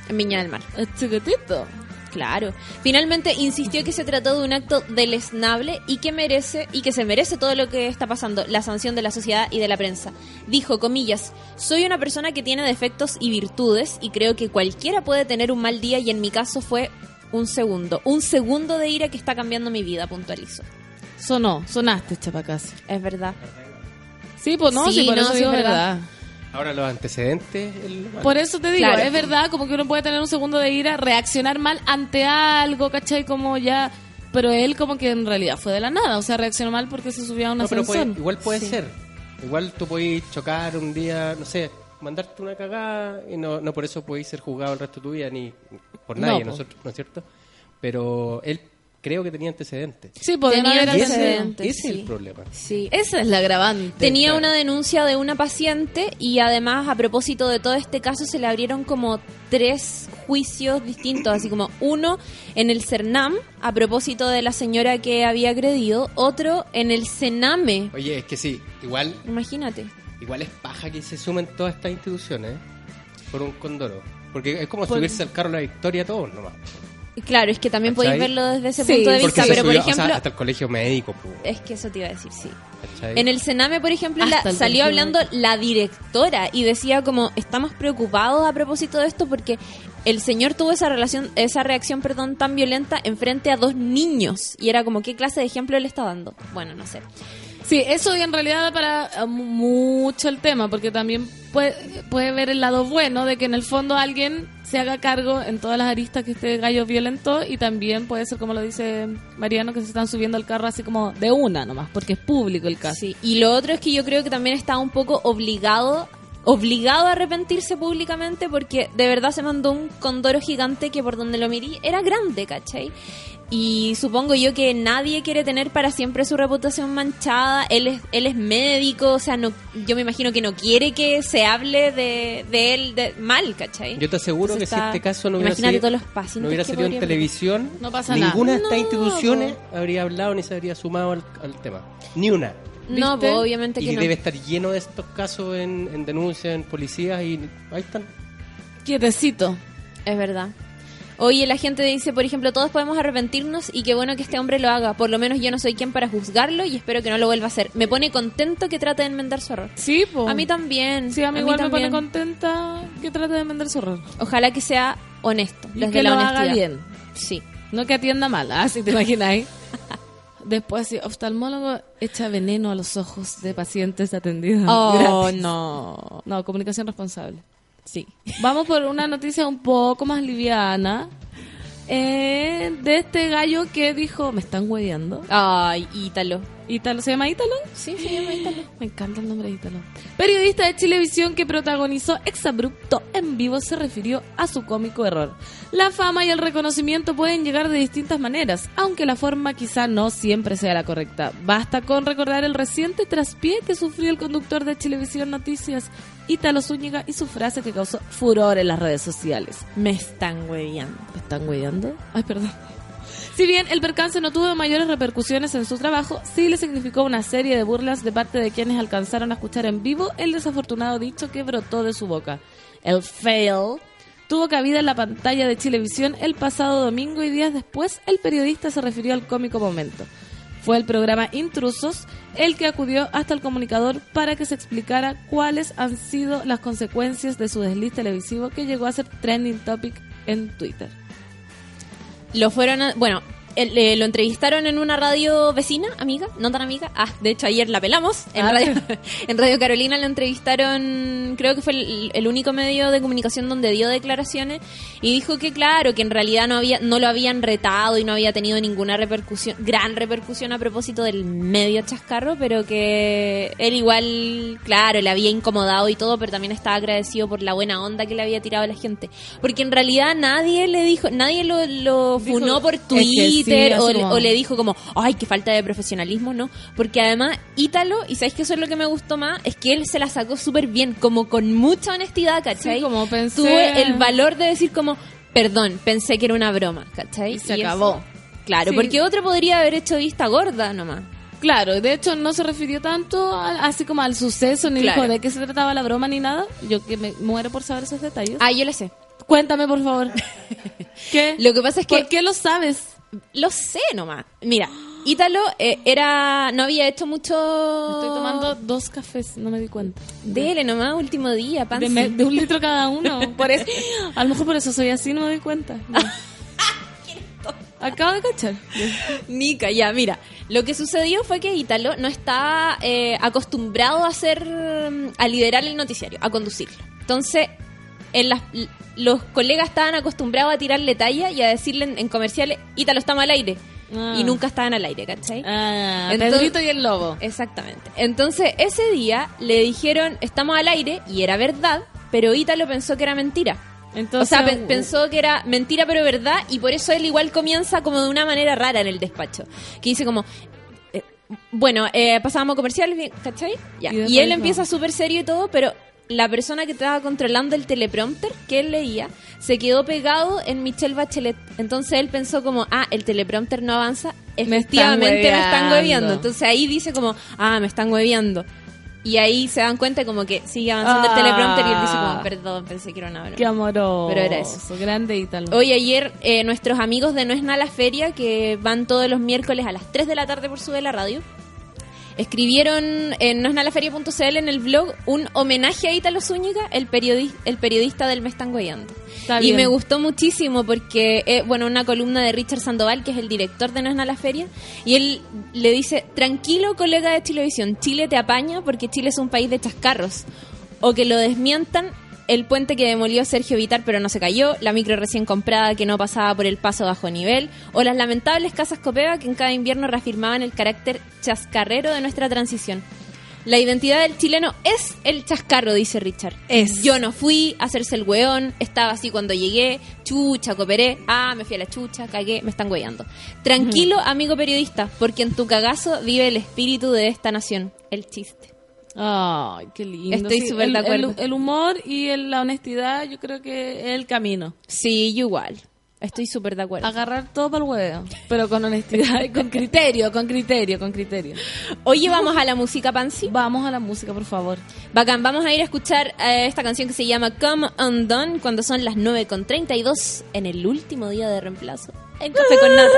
[SPEAKER 3] en Viña del Mar.
[SPEAKER 2] Es chiquitito.
[SPEAKER 3] Claro. Finalmente insistió que se trató de un acto deleznable y que merece y que se merece todo lo que está pasando, la sanción de la sociedad y de la prensa. Dijo, comillas, soy una persona que tiene defectos y virtudes y creo que cualquiera puede tener un mal día y en mi caso fue un segundo, un segundo de ira que está cambiando mi vida, puntualizo.
[SPEAKER 2] Sonó, sonaste, chapacase.
[SPEAKER 3] Es verdad.
[SPEAKER 2] Sí, pues no,
[SPEAKER 3] Sí,
[SPEAKER 2] sí, por
[SPEAKER 3] no,
[SPEAKER 2] eso
[SPEAKER 3] sí,
[SPEAKER 2] digo
[SPEAKER 3] es verdad.
[SPEAKER 2] verdad.
[SPEAKER 8] Ahora los antecedentes. el-
[SPEAKER 2] Por eso te digo,
[SPEAKER 3] Claro.
[SPEAKER 2] es verdad, como que uno puede tener un segundo de ira, reaccionar mal ante algo, ¿cachai? Como ya... Pero él como que en realidad fue de la nada, o sea, reaccionó mal porque se subió a una
[SPEAKER 8] No, pero puede-
[SPEAKER 2] ascensor.
[SPEAKER 8] igual puede
[SPEAKER 2] Sí.
[SPEAKER 8] ser. Igual tú podés chocar un día, no sé, mandarte una cagada y no, no por eso podés ser juzgado el resto de tu vida ni por
[SPEAKER 2] No,
[SPEAKER 8] nadie,
[SPEAKER 2] po.
[SPEAKER 8] nosotros, ¿no es cierto? Pero él creo que tenía antecedentes.
[SPEAKER 2] Sí, podía
[SPEAKER 3] Tenía
[SPEAKER 2] haber
[SPEAKER 8] Y ese,
[SPEAKER 2] antecedentes.
[SPEAKER 8] ese es
[SPEAKER 3] sí.
[SPEAKER 8] el problema.
[SPEAKER 3] Sí.
[SPEAKER 2] Esa es la agravante.
[SPEAKER 3] Tenía una denuncia de una paciente y además a propósito de todo este caso se le abrieron como tres juicios distintos, así como uno en el CERNAM a propósito de la señora que había agredido, otro en el CENAME,
[SPEAKER 8] Oye, es que sí, igual,
[SPEAKER 3] imagínate.
[SPEAKER 8] igual es paja que se sumen todas estas instituciones ¿eh? por un condoro. Porque es como
[SPEAKER 2] Por-
[SPEAKER 8] subirse al carro de la victoria a todos nomás.
[SPEAKER 3] Claro, es que también podéis
[SPEAKER 8] ¿Cachai?
[SPEAKER 3] verlo desde ese
[SPEAKER 2] Sí.
[SPEAKER 3] punto de
[SPEAKER 2] Porque
[SPEAKER 3] vista,
[SPEAKER 8] se
[SPEAKER 3] pero por
[SPEAKER 8] subió, o sea,
[SPEAKER 3] ejemplo,
[SPEAKER 8] hasta el colegio médico. po,
[SPEAKER 3] es que eso te iba a decir, sí.
[SPEAKER 8] ¿cachai?
[SPEAKER 3] En el Sename, por ejemplo,
[SPEAKER 2] Hasta
[SPEAKER 3] la-
[SPEAKER 2] el
[SPEAKER 3] salió
[SPEAKER 2] 21.
[SPEAKER 3] hablando la directora y decía como estamos preocupados a propósito de esto porque el señor tuvo esa relación, esa reacción, perdón, tan violenta enfrente a dos niños y era como qué clase de ejemplo le está dando. Bueno, no sé.
[SPEAKER 2] Sí, eso en realidad da para eh, mu- mucho el tema, porque también puede, puede ver el lado bueno de que en el fondo alguien se haga cargo en todas las aristas que este gallo violentó y también puede ser como lo dice Mariano, que se están subiendo al carro así como de una nomás, porque es público el caso.
[SPEAKER 3] Sí. Y lo otro es que yo creo que también está un poco obligado obligado a arrepentirse públicamente porque de verdad se mandó un condoro gigante que por donde lo mirí era grande, ¿cachai? Y supongo yo que nadie quiere tener para siempre su reputación manchada, él es, él es médico, o sea, no, yo me imagino que no quiere que se hable de, de él de- mal, ¿cachai?
[SPEAKER 8] Yo te aseguro
[SPEAKER 3] Entonces
[SPEAKER 8] que
[SPEAKER 3] está-
[SPEAKER 8] si este caso no hubiera
[SPEAKER 3] imagínate
[SPEAKER 8] salido,
[SPEAKER 3] todos los pacientes
[SPEAKER 8] no hubiera
[SPEAKER 3] que
[SPEAKER 8] salido en
[SPEAKER 3] podrían-
[SPEAKER 8] televisión,
[SPEAKER 2] No pasa nada.
[SPEAKER 8] ninguna de estas
[SPEAKER 3] No,
[SPEAKER 8] instituciones habría hablado ni se habría sumado al, al tema. Ni una.
[SPEAKER 3] No,
[SPEAKER 2] ¿viste?
[SPEAKER 3] pues, obviamente que
[SPEAKER 8] Y
[SPEAKER 3] no.
[SPEAKER 8] debe estar lleno de estos casos en, en denuncias, en policías y ahí están.
[SPEAKER 2] Quietecito.
[SPEAKER 3] Es verdad. Oye, la gente dice, por ejemplo, todos podemos arrepentirnos y qué bueno que este hombre lo haga. Por lo menos yo no soy quien para juzgarlo y espero que no lo vuelva a hacer. Me pone contento que trate de enmendar su error.
[SPEAKER 2] Sí, po.
[SPEAKER 3] A mí también.
[SPEAKER 2] Oh. Sí, a mí igual me pone
[SPEAKER 3] también.
[SPEAKER 2] contenta que trate de vender su error.
[SPEAKER 3] Ojalá que sea honesto,
[SPEAKER 2] Y
[SPEAKER 3] desde
[SPEAKER 2] que
[SPEAKER 3] la
[SPEAKER 2] lo
[SPEAKER 3] honestidad.
[SPEAKER 2] haga bien.
[SPEAKER 3] Sí.
[SPEAKER 2] No que atienda mal, así te imagináis. [laughs] Después, sí, oftalmólogo echa veneno a los ojos de pacientes atendidos.
[SPEAKER 3] Oh,
[SPEAKER 2] Gratis.
[SPEAKER 3] no.
[SPEAKER 2] [laughs] No, comunicación responsable.
[SPEAKER 3] Sí.
[SPEAKER 2] Vamos por una noticia un poco más liviana. eh, de este gallo que dijo, me están hueveando.
[SPEAKER 3] Ay, Ítalo.
[SPEAKER 2] Ítalo, ¿se llama Ítalo?
[SPEAKER 3] Sí, se llama Ítalo.
[SPEAKER 2] Me encanta el nombre de Ítalo. Periodista de Chilevisión que protagonizó Exabrupto en vivo se refirió a su cómico error. La fama y el reconocimiento pueden llegar de distintas maneras, aunque la forma quizá no siempre sea la correcta. Basta con recordar el reciente traspié que sufrió el conductor de Chilevisión Noticias, Ítalo Zúñiga, y su frase que causó furor en las redes sociales.
[SPEAKER 3] Me están hueviando.
[SPEAKER 2] ¿Me están hueveando? Ay, perdón. Si bien el percance no tuvo mayores repercusiones en su trabajo, sí le significó una serie de burlas de parte de quienes alcanzaron a escuchar en vivo el desafortunado dicho que brotó de su boca. El fail tuvo cabida en la pantalla de Chilevisión el pasado domingo y días después el periodista se refirió al cómico momento. Fue el programa Intrusos el que acudió hasta el comunicador para que se explicara cuáles han sido las consecuencias de su desliz televisivo que llegó a ser trending topic en Twitter.
[SPEAKER 3] Lo fueron a- Bueno, el- eh, lo entrevistaron en una radio vecina, amiga, no tan amiga. Ah, de hecho ayer la pelamos. En,
[SPEAKER 2] Ah.
[SPEAKER 3] radio, [laughs] en Radio Carolina lo entrevistaron, creo que fue el, el único medio de comunicación donde dio declaraciones y dijo que claro, que en realidad no, había, no lo habían retado y no había tenido ninguna repercusión, gran repercusión a propósito del medio chascarro, pero que él igual, claro, le había incomodado y todo, pero también estaba agradecido por la buena onda que le había tirado a la gente. Porque en realidad nadie le dijo, nadie lo, lo
[SPEAKER 2] Dijo-
[SPEAKER 3] funó por
[SPEAKER 2] Es que sí,
[SPEAKER 3] Twitter o,
[SPEAKER 2] así
[SPEAKER 3] le-
[SPEAKER 2] como-
[SPEAKER 3] o le dijo como, ay, qué falta de profesionalismo, ¿no? Porque además Ítalo, y sabes que eso es lo que me gustó más, es que él se la sacó súper bien, como con mucha honestidad, ¿cachai?
[SPEAKER 2] Sí, como pensé-
[SPEAKER 3] Tuvo el valor de decir como, perdón, pensé que era una broma, ¿cachai?
[SPEAKER 2] Y se
[SPEAKER 3] eso.
[SPEAKER 2] acabó.
[SPEAKER 3] Claro,
[SPEAKER 2] Sí.
[SPEAKER 3] porque otro podría haber hecho vista gorda nomás.
[SPEAKER 2] Claro, de hecho no se refirió tanto al- así como al suceso, ni
[SPEAKER 3] Claro.
[SPEAKER 2] dijo de qué se trataba la broma ni nada. Yo que me muero por saber esos detalles.
[SPEAKER 3] Ah, yo le sé.
[SPEAKER 2] Cuéntame, por
[SPEAKER 3] [laughs]
[SPEAKER 2] favor. ¿Qué?
[SPEAKER 3] Lo que pasa es que
[SPEAKER 2] ¿Por qué lo sabes?
[SPEAKER 3] lo sé nomás. Mira, Ítalo eh, era no había hecho mucho
[SPEAKER 2] Estoy
[SPEAKER 3] Oh.
[SPEAKER 2] tomando dos cafés, no me di cuenta.
[SPEAKER 3] Dele nomás, último día, pan.
[SPEAKER 2] De, me- de un litro cada uno.
[SPEAKER 3] [laughs]
[SPEAKER 2] Por eso, a lo mejor por eso soy así, no me doy cuenta. No. Acabo de cachar.
[SPEAKER 3] Nica, ya, mira. Lo que sucedió fue que Ítalo no estaba eh, acostumbrado a hacer, mm, a liderar el noticiario, a conducirlo. Entonces, en las, l- los colegas estaban acostumbrados a tirarle talla y a decirle en, en comerciales, Ítalo estamos al aire.
[SPEAKER 2] Ah.
[SPEAKER 3] Y nunca estaban al aire, ¿cachai?
[SPEAKER 2] Ah,
[SPEAKER 3] Entonces-
[SPEAKER 2] Pedrito y el lobo.
[SPEAKER 3] Exactamente. Entonces, ese día le dijeron, estamos al aire, y era verdad, pero Ítalo pensó que era mentira.
[SPEAKER 2] Entonces, uh.
[SPEAKER 3] o sea, pe- pensó que era mentira pero verdad y por eso él igual comienza como de una manera rara en el despacho. Que dice como, eh, bueno, eh, pasábamos comerciales, bien, ¿cachai? Ya.
[SPEAKER 2] Y
[SPEAKER 3] Y,
[SPEAKER 2] después
[SPEAKER 3] él
[SPEAKER 2] no.
[SPEAKER 3] empieza súper serio y todo, pero la persona que estaba controlando el teleprompter que él leía se quedó pegado en Michelle Bachelet. Entonces él pensó como, ah, el teleprompter no avanza,
[SPEAKER 2] están
[SPEAKER 3] efectivamente me están
[SPEAKER 2] hueveando.
[SPEAKER 3] hueveando. Entonces ahí dice como, ah, me están hueveando. Y ahí se dan cuenta como que sigue avanzando
[SPEAKER 2] Ah.
[SPEAKER 3] el teleprompter y él dice como, perdón, pensé que era una broma.
[SPEAKER 2] Qué amoroso.
[SPEAKER 3] Pero era eso.
[SPEAKER 2] Grande Ítalo.
[SPEAKER 3] Hoy ayer eh, nuestros amigos de No es nada la feria, que van todos los miércoles a las 3 de la tarde por sube la radio, escribieron en noesnalaferia.cl en el blog un homenaje a Ítalo Zúñiga, el, periodi- el periodista del Me Están Guayando.
[SPEAKER 2] Está
[SPEAKER 3] Y
[SPEAKER 2] bien.
[SPEAKER 3] me gustó muchísimo porque, eh, bueno, una columna de Richard Sandoval, que es el director de No es nada la feria, y él le dice, tranquilo colega de Chilevisión, Chile te apaña porque Chile es un país de chascarros. O que lo desmientan el puente que demolió Sergio Vitar pero no se cayó, la micro recién comprada que no pasaba por el paso bajo nivel, o las lamentables casas Copeva que en cada invierno reafirmaban el carácter chascarrero de nuestra transición. La identidad del chileno es el chascarro, dice Richard.
[SPEAKER 2] Es.
[SPEAKER 3] Yo no fui a hacerse el weón, estaba así cuando llegué, chucha, cooperé, ah, me fui a la chucha, cagué, me están weyando. Tranquilo, amigo periodista, porque en tu cagazo vive el espíritu de esta nación, el chiste.
[SPEAKER 2] Ay, qué lindo.
[SPEAKER 3] Estoy súper
[SPEAKER 2] el-
[SPEAKER 3] de acuerdo.
[SPEAKER 2] El, el humor y el- la honestidad, yo creo que es el camino.
[SPEAKER 3] Sí, yo igual. Estoy súper de acuerdo.
[SPEAKER 2] Agarrar todo para el huevo, pero con honestidad y con criterio, con criterio, con criterio.
[SPEAKER 3] Oye, vamos a la música, Pansy.
[SPEAKER 2] Vamos a la música, por favor.
[SPEAKER 3] Bacán, vamos a ir a escuchar eh, esta canción que se llama Come Undone cuando son las 9.32 en el último día de reemplazo. En Café con Nata.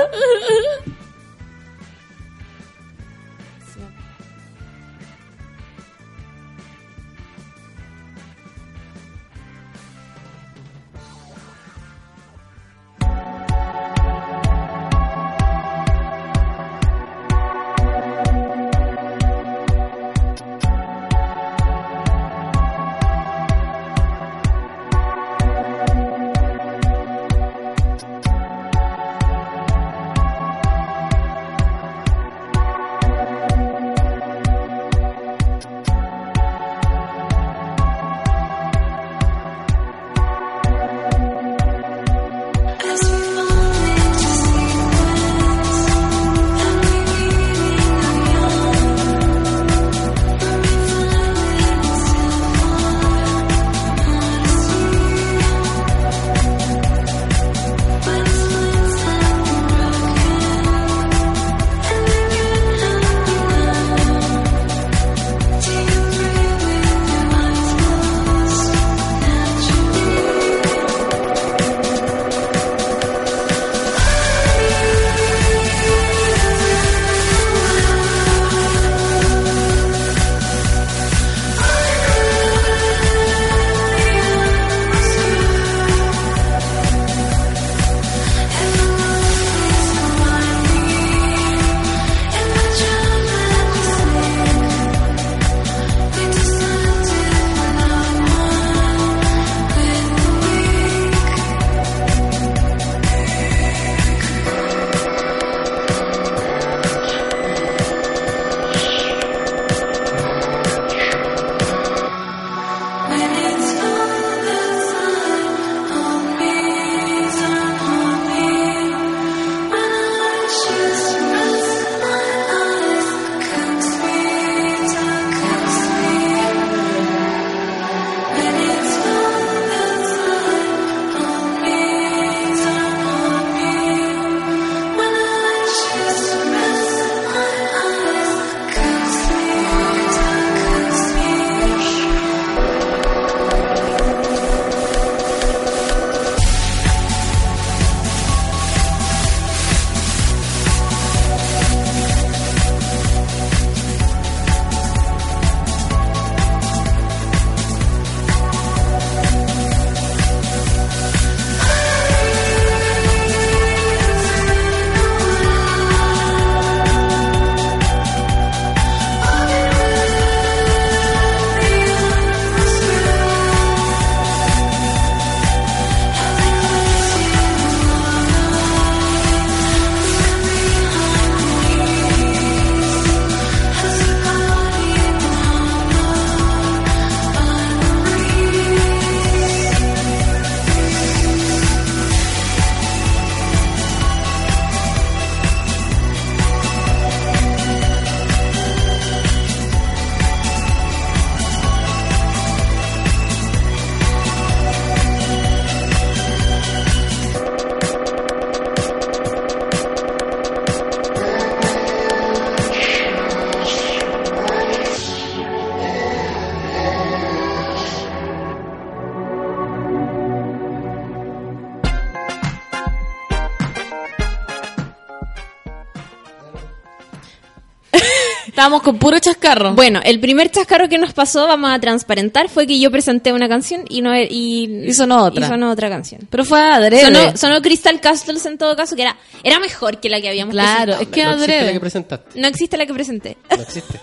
[SPEAKER 2] Estábamos con puro chascarro.
[SPEAKER 3] Bueno, el primer chascarro que nos pasó, vamos a transparentar, fue que yo presenté una canción y no y,
[SPEAKER 2] Y sonó otra.
[SPEAKER 3] y sonó otra canción.
[SPEAKER 2] pero fue adrede.
[SPEAKER 3] Sonó, sonó Crystal Castles en todo caso, que era, era mejor que la que habíamos
[SPEAKER 2] claro,
[SPEAKER 3] presentado.
[SPEAKER 2] es que
[SPEAKER 8] no existe la
[SPEAKER 2] adrede.
[SPEAKER 8] que presentaste.
[SPEAKER 3] No existe la que presenté.
[SPEAKER 8] No existe.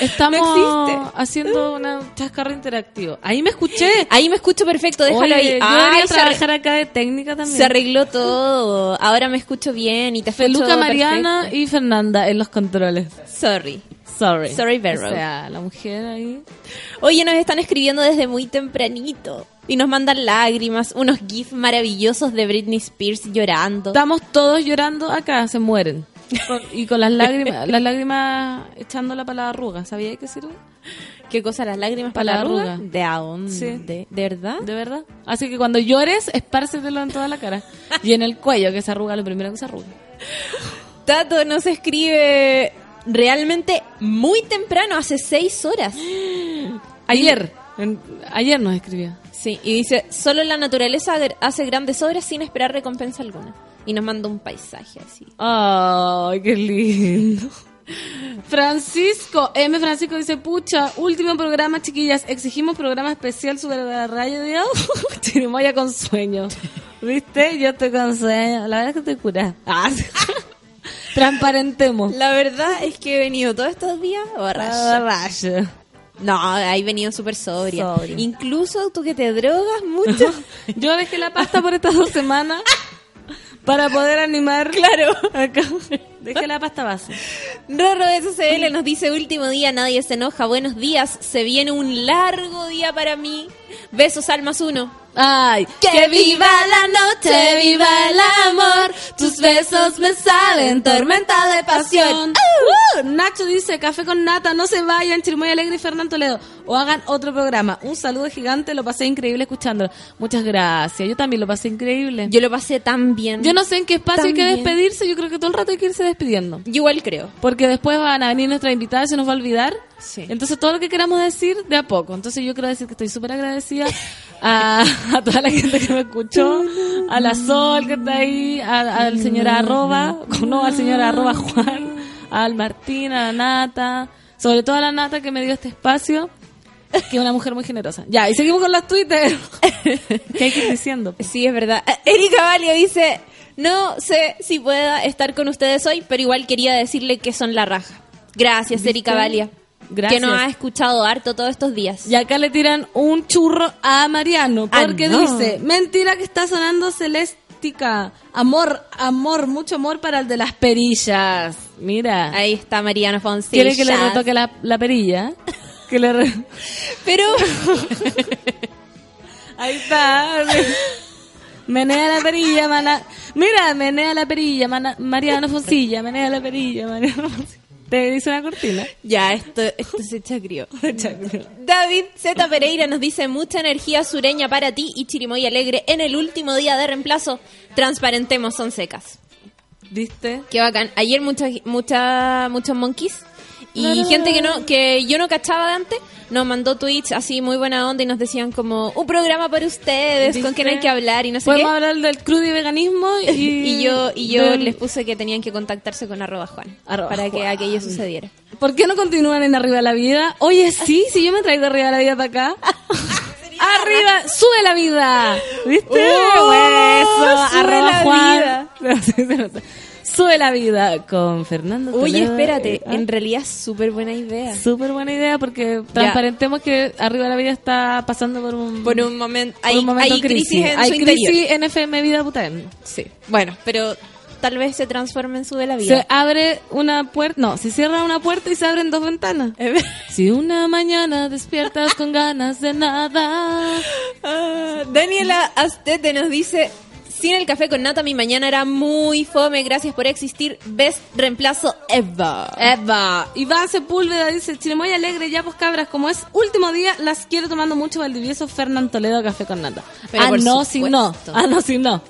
[SPEAKER 2] Estamos
[SPEAKER 3] No existe.
[SPEAKER 2] haciendo un chascarro interactivo. Ahí me escuché.
[SPEAKER 3] Ahí me escucho perfecto, déjalo
[SPEAKER 2] Oye,
[SPEAKER 3] ahí.
[SPEAKER 2] Yo
[SPEAKER 3] Ay,
[SPEAKER 2] debería
[SPEAKER 3] se, arre-
[SPEAKER 2] trabajar acá de técnica también.
[SPEAKER 3] se arregló todo. Ahora me escucho bien y te escucho
[SPEAKER 2] Feluca, Mariana
[SPEAKER 3] perfecto.
[SPEAKER 2] y Fernanda en los controles.
[SPEAKER 3] Sorry.
[SPEAKER 2] Sorry.
[SPEAKER 3] Sorry, Vero.
[SPEAKER 2] O sea, la mujer ahí.
[SPEAKER 3] Oye, nos están escribiendo desde muy tempranito. Y nos mandan lágrimas, unos gifs maravillosos de Britney Spears llorando.
[SPEAKER 2] Estamos todos llorando acá, se mueren. Con- y con las lágrimas, las lágrimas echándola para la arruga. ¿Sabía que sirve?
[SPEAKER 3] ¿Qué cosa? ¿Las lágrimas
[SPEAKER 2] Para
[SPEAKER 3] para la
[SPEAKER 2] la
[SPEAKER 3] arruga?
[SPEAKER 2] arruga.
[SPEAKER 3] ¿De a dónde?
[SPEAKER 2] Sí.
[SPEAKER 3] ¿De verdad?
[SPEAKER 2] De verdad. Así que cuando llores, espárcetelo en toda la cara. Y en el cuello, que se arruga lo primero que se arruga.
[SPEAKER 3] Tato nos escribe realmente muy temprano, hace seis horas.
[SPEAKER 2] Ayer. en- ayer nos escribió.
[SPEAKER 3] Sí, y dice, solo la naturaleza gr- hace grandes obras sin esperar recompensa alguna. Y nos manda un paisaje así.
[SPEAKER 2] Ay, qué lindo. Francisco, M. Francisco dice, pucha, último programa, chiquillas, exigimos programa especial sobre la raya de agua. [laughs] Chirimoya con sueño. ¿Viste? Yo estoy con sueño. La verdad es que estoy curada. Ah, sí. [laughs] Transparentemos.
[SPEAKER 3] La verdad es que he venido todos estos días borracha.
[SPEAKER 2] Raya.
[SPEAKER 3] Ah. No, ahí he venido súper sobria.
[SPEAKER 2] Sobria.
[SPEAKER 3] Incluso tú que te drogas mucho.
[SPEAKER 2] Yo dejé la pasta por estas dos semanas para poder animar.
[SPEAKER 3] [laughs] claro.
[SPEAKER 2] Acá. Dejé la pasta base.
[SPEAKER 3] Rorro SCL nos dice último día, nadie se enoja, buenos días, se viene un largo día para mí. Besos, almas uno.
[SPEAKER 2] Ay,
[SPEAKER 3] Que viva la noche, viva el amor. Tus besos me saben, tormenta de pasión.
[SPEAKER 2] ¡Ah! ¡Uh! Nacho dice, café con nata, no se vayan, Chirimoy Alegre y Fernando Toledo. O hagan otro programa. Un saludo gigante, lo pasé increíble escuchándolo. Muchas gracias, yo también lo pasé increíble. Yo,
[SPEAKER 3] Yo lo pasé tan bien.
[SPEAKER 2] no sé en qué espacio hay que
[SPEAKER 3] También.
[SPEAKER 2] despedirse, yo creo que todo el rato hay que irse despidiendo.
[SPEAKER 3] Yo igual creo.
[SPEAKER 2] Porque después van a venir nuestras invitadas, se nos va a olvidar.
[SPEAKER 3] Sí.
[SPEAKER 2] Entonces todo lo que queramos decir, de a poco. Entonces yo quiero decir que estoy súper agradecida a, a toda la gente que me escuchó, a la Sol que está ahí, a- al señor arroba, no, al señor arroba Juan, al Martín, a la Nata, sobre todo a la Nata que me dio este espacio, que es una mujer muy generosa. Ya, y seguimos con los Twitter. [laughs] ¿Qué hay que ir diciendo?
[SPEAKER 3] Sí, es verdad. Eh, Erika Valio dice, no sé si pueda estar con ustedes hoy, pero igual quería decirle que son la raja. Gracias, Erika Valia.
[SPEAKER 2] Gracias.
[SPEAKER 3] Que nos ha escuchado harto todos estos días.
[SPEAKER 2] Y acá le tiran un churro a Mariano
[SPEAKER 3] Ah,
[SPEAKER 2] porque
[SPEAKER 3] no.
[SPEAKER 2] dice, mentira que está sonando celéstica. Amor, amor, mucho amor para el de las perillas. Mira.
[SPEAKER 3] Ahí está Mariano Fonseca.
[SPEAKER 2] ¿Quiere que le retoque la, la perilla? Que le re-
[SPEAKER 3] [laughs] Pero
[SPEAKER 2] Ahí está. Menea la perilla, mana. Mira, menea la perilla, mana. Mariano Fonsilla, menea la perilla, Mariano Fonsilla. Te dice una
[SPEAKER 3] [laughs]
[SPEAKER 2] cortina.
[SPEAKER 3] ya, esto, esto se chacrió. David Z. Pereira nos dice mucha energía sureña para ti y Chirimoy Alegre en el último día de reemplazo. Transparentemos, son secas.
[SPEAKER 2] ¿Viste?
[SPEAKER 3] Qué bacán. Ayer mucha, mucha, muchos monkeys y
[SPEAKER 2] Ah.
[SPEAKER 3] gente que no que yo no cachaba de antes nos mandó tweets así muy buena onda y nos decían como un programa para ustedes con
[SPEAKER 2] ¿Viste?
[SPEAKER 3] quién hay que hablar y no sé
[SPEAKER 2] Podemos
[SPEAKER 3] qué.
[SPEAKER 2] hablar del crudo y veganismo y,
[SPEAKER 3] [laughs] Y yo y yo
[SPEAKER 2] del-
[SPEAKER 3] les puse que tenían que contactarse con arroba Juan
[SPEAKER 2] Arroba
[SPEAKER 3] para que
[SPEAKER 2] Juan.
[SPEAKER 3] aquello sucediera.
[SPEAKER 2] ¿Por qué no continúan en Arriba la Vida? Oye, sí, si yo me traigo Arriba la Vida para
[SPEAKER 3] [laughs]
[SPEAKER 2] acá. Arriba, sube la vida. ¿Viste?
[SPEAKER 3] ¡Oh!
[SPEAKER 2] Eso,
[SPEAKER 3] Sube
[SPEAKER 2] arroba
[SPEAKER 3] la
[SPEAKER 2] Juan.
[SPEAKER 3] vida.
[SPEAKER 2] [laughs] No, sí, se nota. sube la vida con Fernando.
[SPEAKER 3] Oye,
[SPEAKER 2] Toledo.
[SPEAKER 3] espérate,
[SPEAKER 2] Eh, ah,
[SPEAKER 3] en realidad es súper buena idea.
[SPEAKER 2] Súper buena idea porque transparentemos que Arriba la Vida está pasando por un,
[SPEAKER 3] Por un momento
[SPEAKER 2] por
[SPEAKER 3] hay,
[SPEAKER 2] un momento
[SPEAKER 3] hay crisis, en
[SPEAKER 2] hay
[SPEAKER 3] su
[SPEAKER 2] crisis
[SPEAKER 3] interior.
[SPEAKER 2] en FM Vida Butén.
[SPEAKER 3] Sí. Bueno, pero tal vez se transforme en su de la vida.
[SPEAKER 2] Se abre una puerta, no, se cierra una puerta y se abren dos ventanas. Si una mañana despiertas con ganas de nada.
[SPEAKER 3] Ah, [laughs] Daniela Astete nos dice: Sin el café con nata, mi mañana era muy fome. Gracias por existir. Best reemplazo ever.
[SPEAKER 2] Eva. Iván Sepúlveda dice, Chirimoy alegre, ya pues cabras, como es último día, las quiero tomando mucho Valdivieso, Fernán Toledo, café con nata.
[SPEAKER 3] Pero
[SPEAKER 2] ah,
[SPEAKER 3] por
[SPEAKER 2] no,
[SPEAKER 3] supuesto.
[SPEAKER 2] si no. Ah, no, si
[SPEAKER 3] [laughs]
[SPEAKER 2] no.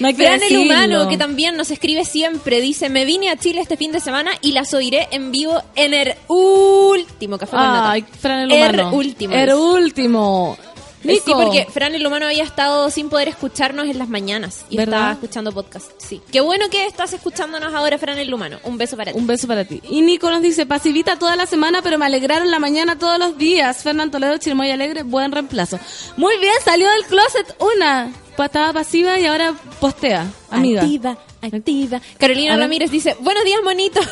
[SPEAKER 2] No hay que
[SPEAKER 3] Fran el
[SPEAKER 2] decirlo.
[SPEAKER 3] humano, que también nos escribe siempre, dice: Me vine a Chile este fin de semana y las oiré en vivo en el último café con nata.
[SPEAKER 2] Ay, Fran el
[SPEAKER 3] Er
[SPEAKER 2] humano.
[SPEAKER 3] último,
[SPEAKER 2] Er
[SPEAKER 3] dice.
[SPEAKER 2] último. Nico.
[SPEAKER 3] Sí, porque Fran el humano había estado sin poder escucharnos en las mañanas y
[SPEAKER 2] ¿Verdad?
[SPEAKER 3] estaba escuchando podcast. Sí. Qué bueno que estás escuchándonos ahora, Fran el humano. Un beso para ti.
[SPEAKER 2] Un beso para ti. Y Nico nos dice, pasivita toda la semana, pero me alegraron la mañana todos los días. Fernando Toledo, Chirmoy Alegre, buen reemplazo. Muy bien, salió del closet una. Estaba pasiva y ahora postea, amiga.
[SPEAKER 3] Activa, activa. Carolina
[SPEAKER 2] A ver.
[SPEAKER 3] Ramírez dice, buenos días,
[SPEAKER 2] [laughs]
[SPEAKER 3] monitos.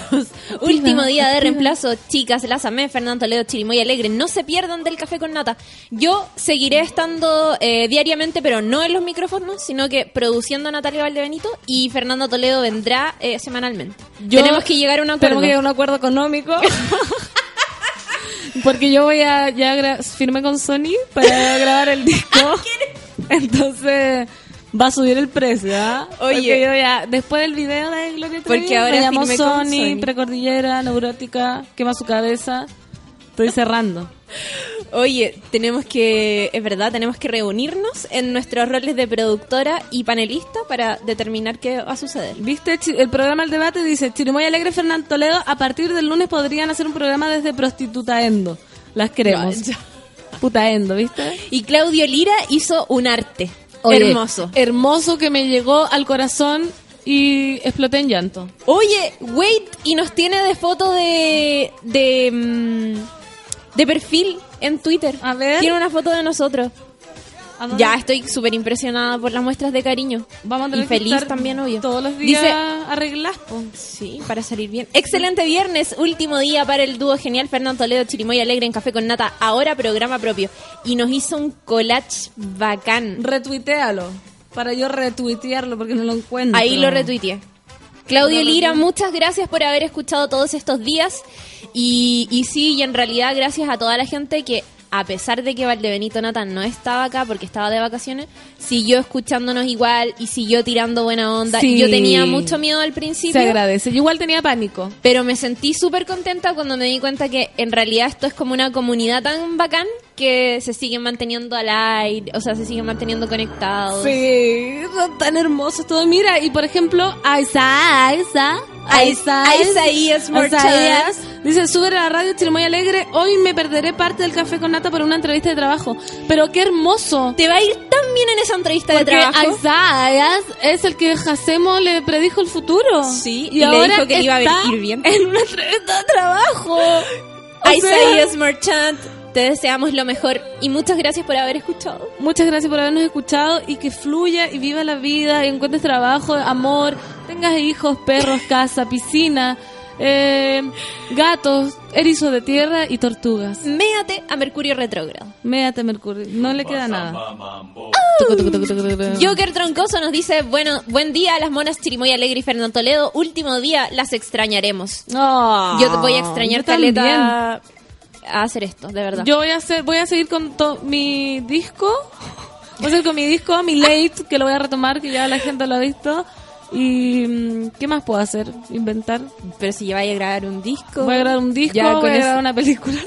[SPEAKER 3] Último día de reemplazo, chicas. Las amé, Fernando Toledo, Chirimoy Alegre. No se pierdan del café con nata. Yo seguiré estando eh, diariamente, pero no en los micrófonos, sino que produciendo a Natalia Valdebenito y Fernando Toledo vendrá eh, semanalmente.
[SPEAKER 2] Yo-
[SPEAKER 3] tenemos que llegar a un acuerdo.
[SPEAKER 2] Tenemos que llegar a un acuerdo económico. [laughs] Porque yo voy a ya gra- firmé con Sony [laughs] para grabar el disco. Entonces va a subir el precio, ¿ah?
[SPEAKER 3] Oye.
[SPEAKER 2] Porque yo ya- después del video de Gloria Trevi,
[SPEAKER 3] Porque ahora
[SPEAKER 2] me llamó
[SPEAKER 3] firmé
[SPEAKER 2] Sony,
[SPEAKER 3] con Sony.
[SPEAKER 2] precordillera, neurótica, quema su cabeza. Estoy cerrando.
[SPEAKER 3] Oye, tenemos que, es verdad, tenemos que reunirnos en nuestros roles de productora y panelista para determinar qué va a suceder.
[SPEAKER 2] ¿Viste Chi- el programa El Debate? Dice, Chirimoy Alegre, Fernando Toledo, a partir del lunes podrían hacer un programa desde Prostitutaendo. Las queremos.
[SPEAKER 3] Ya, ya.
[SPEAKER 2] Putaendo, ¿viste?
[SPEAKER 3] Y Claudio Lira hizo un arte
[SPEAKER 2] Oye,
[SPEAKER 3] hermoso.
[SPEAKER 2] Hermoso que me llegó al corazón y exploté en llanto.
[SPEAKER 3] Oye, wait, y nos tiene de foto de de mm, de perfil en Twitter.
[SPEAKER 2] A ver.
[SPEAKER 3] Tiene una foto de nosotros.
[SPEAKER 2] ¿A dónde?
[SPEAKER 3] Ya estoy súper impresionada por las muestras de cariño.
[SPEAKER 2] Vamos a
[SPEAKER 3] y
[SPEAKER 2] tener que
[SPEAKER 3] feliz
[SPEAKER 2] estar
[SPEAKER 3] también, obvio.
[SPEAKER 2] Todos los días
[SPEAKER 3] Dice,
[SPEAKER 2] arreglas. po.
[SPEAKER 3] Sí, para salir bien. Excelente viernes, último día para el dúo genial Fernando Toledo Chirimoy Alegre en Café con Nata, ahora programa propio. Y nos hizo un collage bacán.
[SPEAKER 2] Retuitealo. Para yo retuitearlo porque no lo encuentro.
[SPEAKER 3] Ahí lo retuiteé. Claudio Lira, muchas gracias por haber escuchado todos estos días. Y, y sí, y en realidad gracias a toda la gente que, a pesar de que Valdebenito Nata no estaba acá porque estaba de vacaciones, siguió escuchándonos igual y siguió tirando buena onda.
[SPEAKER 2] Sí.
[SPEAKER 3] Yo tenía mucho miedo al principio.
[SPEAKER 2] Se agradece. Yo igual tenía pánico.
[SPEAKER 3] Pero me sentí súper contenta cuando me di cuenta que en realidad esto es como una comunidad tan bacán que se siguen manteniendo al aire, o sea, se siguen manteniendo conectados.
[SPEAKER 2] Sí, son tan hermosos todo. Mira, y por ejemplo, Aiza, Aiza, Aiza,
[SPEAKER 3] Isaías Morchallas.
[SPEAKER 2] Dice, sube a la radio Chirimoy Alegre, hoy me perderé parte del café con nata por una entrevista de trabajo. Pero qué hermoso.
[SPEAKER 3] Te va a ir tan bien en esa entrevista
[SPEAKER 2] Porque
[SPEAKER 3] de trabajo.
[SPEAKER 2] Isaias es el que Jacemo le predijo el futuro.
[SPEAKER 3] Sí, y le dijo que le iba a
[SPEAKER 2] está
[SPEAKER 3] ir bien.
[SPEAKER 2] En una entrevista de trabajo. O sea,
[SPEAKER 3] Isaías Merchant, te deseamos lo mejor y muchas gracias por haber escuchado.
[SPEAKER 2] Muchas gracias por habernos escuchado y que fluya y viva la vida y encuentres trabajo, amor, tengas hijos,
[SPEAKER 3] [laughs]
[SPEAKER 2] perros, casa, piscina, eh, gatos, erizos de tierra y tortugas.
[SPEAKER 3] Méate a Mercurio retrógrado.
[SPEAKER 2] Médate, Mercurio, no le queda nada.
[SPEAKER 3] Joker Troncoso nos dice, bueno, buen día a las monas Chirimoy Alegre y Fernando Toledo. Último día, las extrañaremos.
[SPEAKER 2] Ah,
[SPEAKER 3] Yo te voy a extrañar
[SPEAKER 2] yo también.
[SPEAKER 3] caleta a hacer esto, de verdad.
[SPEAKER 2] Yo voy a hacer, voy a seguir con to- mi disco. Voy a seguir con mi disco, mi late, que lo voy a retomar, que ya la gente lo ha visto. Y mm, ¿qué más puedo hacer? Inventar.
[SPEAKER 3] pero si ya vaya a grabar un disco,
[SPEAKER 2] Voy a grabar un disco,
[SPEAKER 3] Ya,
[SPEAKER 2] voy
[SPEAKER 3] con
[SPEAKER 2] a
[SPEAKER 3] eso.
[SPEAKER 2] grabar una película. [laughs]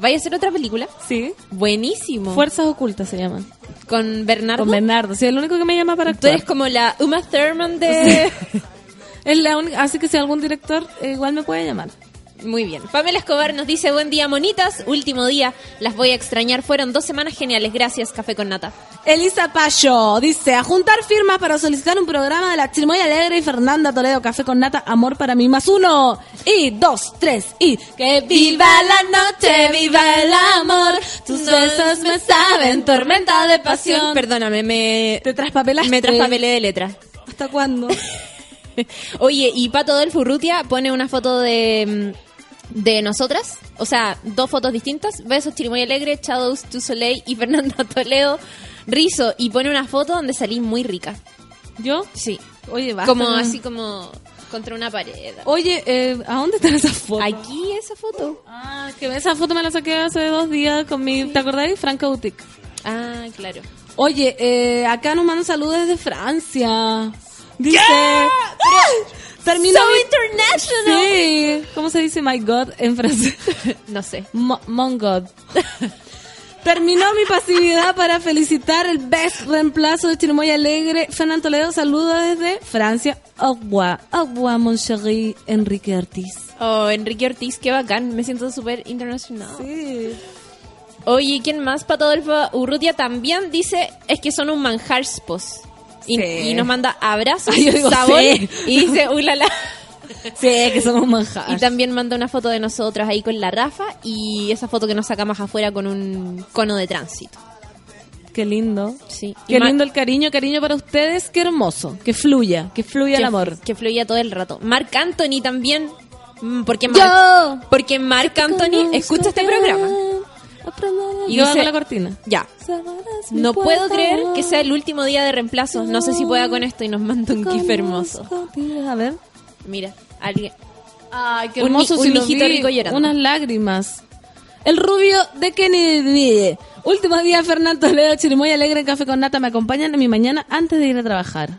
[SPEAKER 3] vaya a hacer otra película.
[SPEAKER 2] Sí.
[SPEAKER 3] Buenísimo.
[SPEAKER 2] Fuerzas ocultas se llaman.
[SPEAKER 3] con Bernardo.
[SPEAKER 2] Con Bernardo. Sí, el único que me llama para
[SPEAKER 3] Tú
[SPEAKER 2] actuar.
[SPEAKER 3] eres como la Uma Thurman de
[SPEAKER 2] Es la única- así que si algún director eh, igual me puede llamar.
[SPEAKER 3] [laughs] Muy bien. Pamela Escobar nos dice, "Buen día, monitas. Último día. Las voy a extrañar. Fueron dos semanas geniales. Gracias, café con nata."
[SPEAKER 2] Elisa Payo dice, a juntar firmas para solicitar un programa de la Chirimoya Alegre y Fernanda Toledo, Café con Nata, Amor para mí, más uno, y dos, tres, y que viva la noche, viva el amor, tus besos me saben, tormenta de pasión.
[SPEAKER 3] Perdóname, me
[SPEAKER 2] Te traspapelaste.
[SPEAKER 3] me traspapelé de letra.
[SPEAKER 2] ¿Hasta [laughs] cuándo?
[SPEAKER 3] Oye, y Pato Adolfo Urrutia pone una foto de, mm, de nosotras, o sea, dos fotos distintas. Besos, Chirimoy Alegre, Shadows, Tu Soleil y [laughs] Fernanda Toledo. Rizo, y pone una foto donde salí muy rica.
[SPEAKER 2] ¿Yo?
[SPEAKER 3] Sí.
[SPEAKER 2] Oye, basta.
[SPEAKER 3] Como
[SPEAKER 2] no.
[SPEAKER 3] así como contra una pared.
[SPEAKER 2] Oye, eh, ¿a dónde están esas fotos?
[SPEAKER 3] Aquí esa foto.
[SPEAKER 2] Ah, que esa foto me la saqué hace dos días con mi, ¿te acordáis? Franca Boutique.
[SPEAKER 3] Ah, claro.
[SPEAKER 2] Oye, eh, acá nos mandan saludos desde Francia. Dice. Terminó
[SPEAKER 3] So
[SPEAKER 2] mi-
[SPEAKER 3] international.
[SPEAKER 2] Sí. ¿Cómo se dice my God en [laughs] francés?
[SPEAKER 3] [laughs] No sé.
[SPEAKER 2] Mo- Mon God. Terminó mi pasividad para felicitar el best reemplazo de Chirimoya Alegre. Fernando Toledo, saludos desde Francia. Au revoir, au revoir, mon chéri Enrique Ortiz.
[SPEAKER 3] Oh, Enrique Ortiz, qué bacán. Me siento súper internacional.
[SPEAKER 2] Sí.
[SPEAKER 3] Oye, ¿quién más? Pato Adolfo Urrutia también dice, es que son un manjar spos. Y,
[SPEAKER 2] Sí.
[SPEAKER 3] y nos manda abrazos,
[SPEAKER 2] Ay, yo digo,
[SPEAKER 3] sabor,
[SPEAKER 2] sí.
[SPEAKER 3] y dice, ulala.
[SPEAKER 2] Sí, que somos manjar.
[SPEAKER 3] Y también manda una foto de nosotros ahí con la Rafa y esa foto que nos sacamos afuera con un cono de tránsito.
[SPEAKER 2] Qué lindo.
[SPEAKER 3] Sí.
[SPEAKER 2] Qué lindo el cariño, cariño para ustedes. Qué hermoso. Que fluya, que fluya el amor.
[SPEAKER 3] Que fluía todo el rato. Marc Anthony también. mm, Porque
[SPEAKER 2] Yo.
[SPEAKER 3] Marc, porque Marc Anthony escucha este programa.
[SPEAKER 2] Y
[SPEAKER 3] Y
[SPEAKER 2] yo
[SPEAKER 3] dice-
[SPEAKER 2] hago la cortina.
[SPEAKER 3] Ya. No puedo creer que sea el último día de reemplazo. No sé si pueda con esto y nos manda un gif hermoso.
[SPEAKER 2] A ver.
[SPEAKER 3] Mira, alguien.
[SPEAKER 2] Ay, qué
[SPEAKER 3] Un
[SPEAKER 2] hermoso
[SPEAKER 3] ni-
[SPEAKER 2] si
[SPEAKER 3] un
[SPEAKER 2] lo
[SPEAKER 3] hijito
[SPEAKER 2] vi.
[SPEAKER 3] rico llorando.
[SPEAKER 2] Unas lágrimas. El rubio de Kennedy. Últimos días, Fernando Toledo, Chirimoya Alegre, en Café con Nata. Me acompañan en mi mañana antes de ir a trabajar.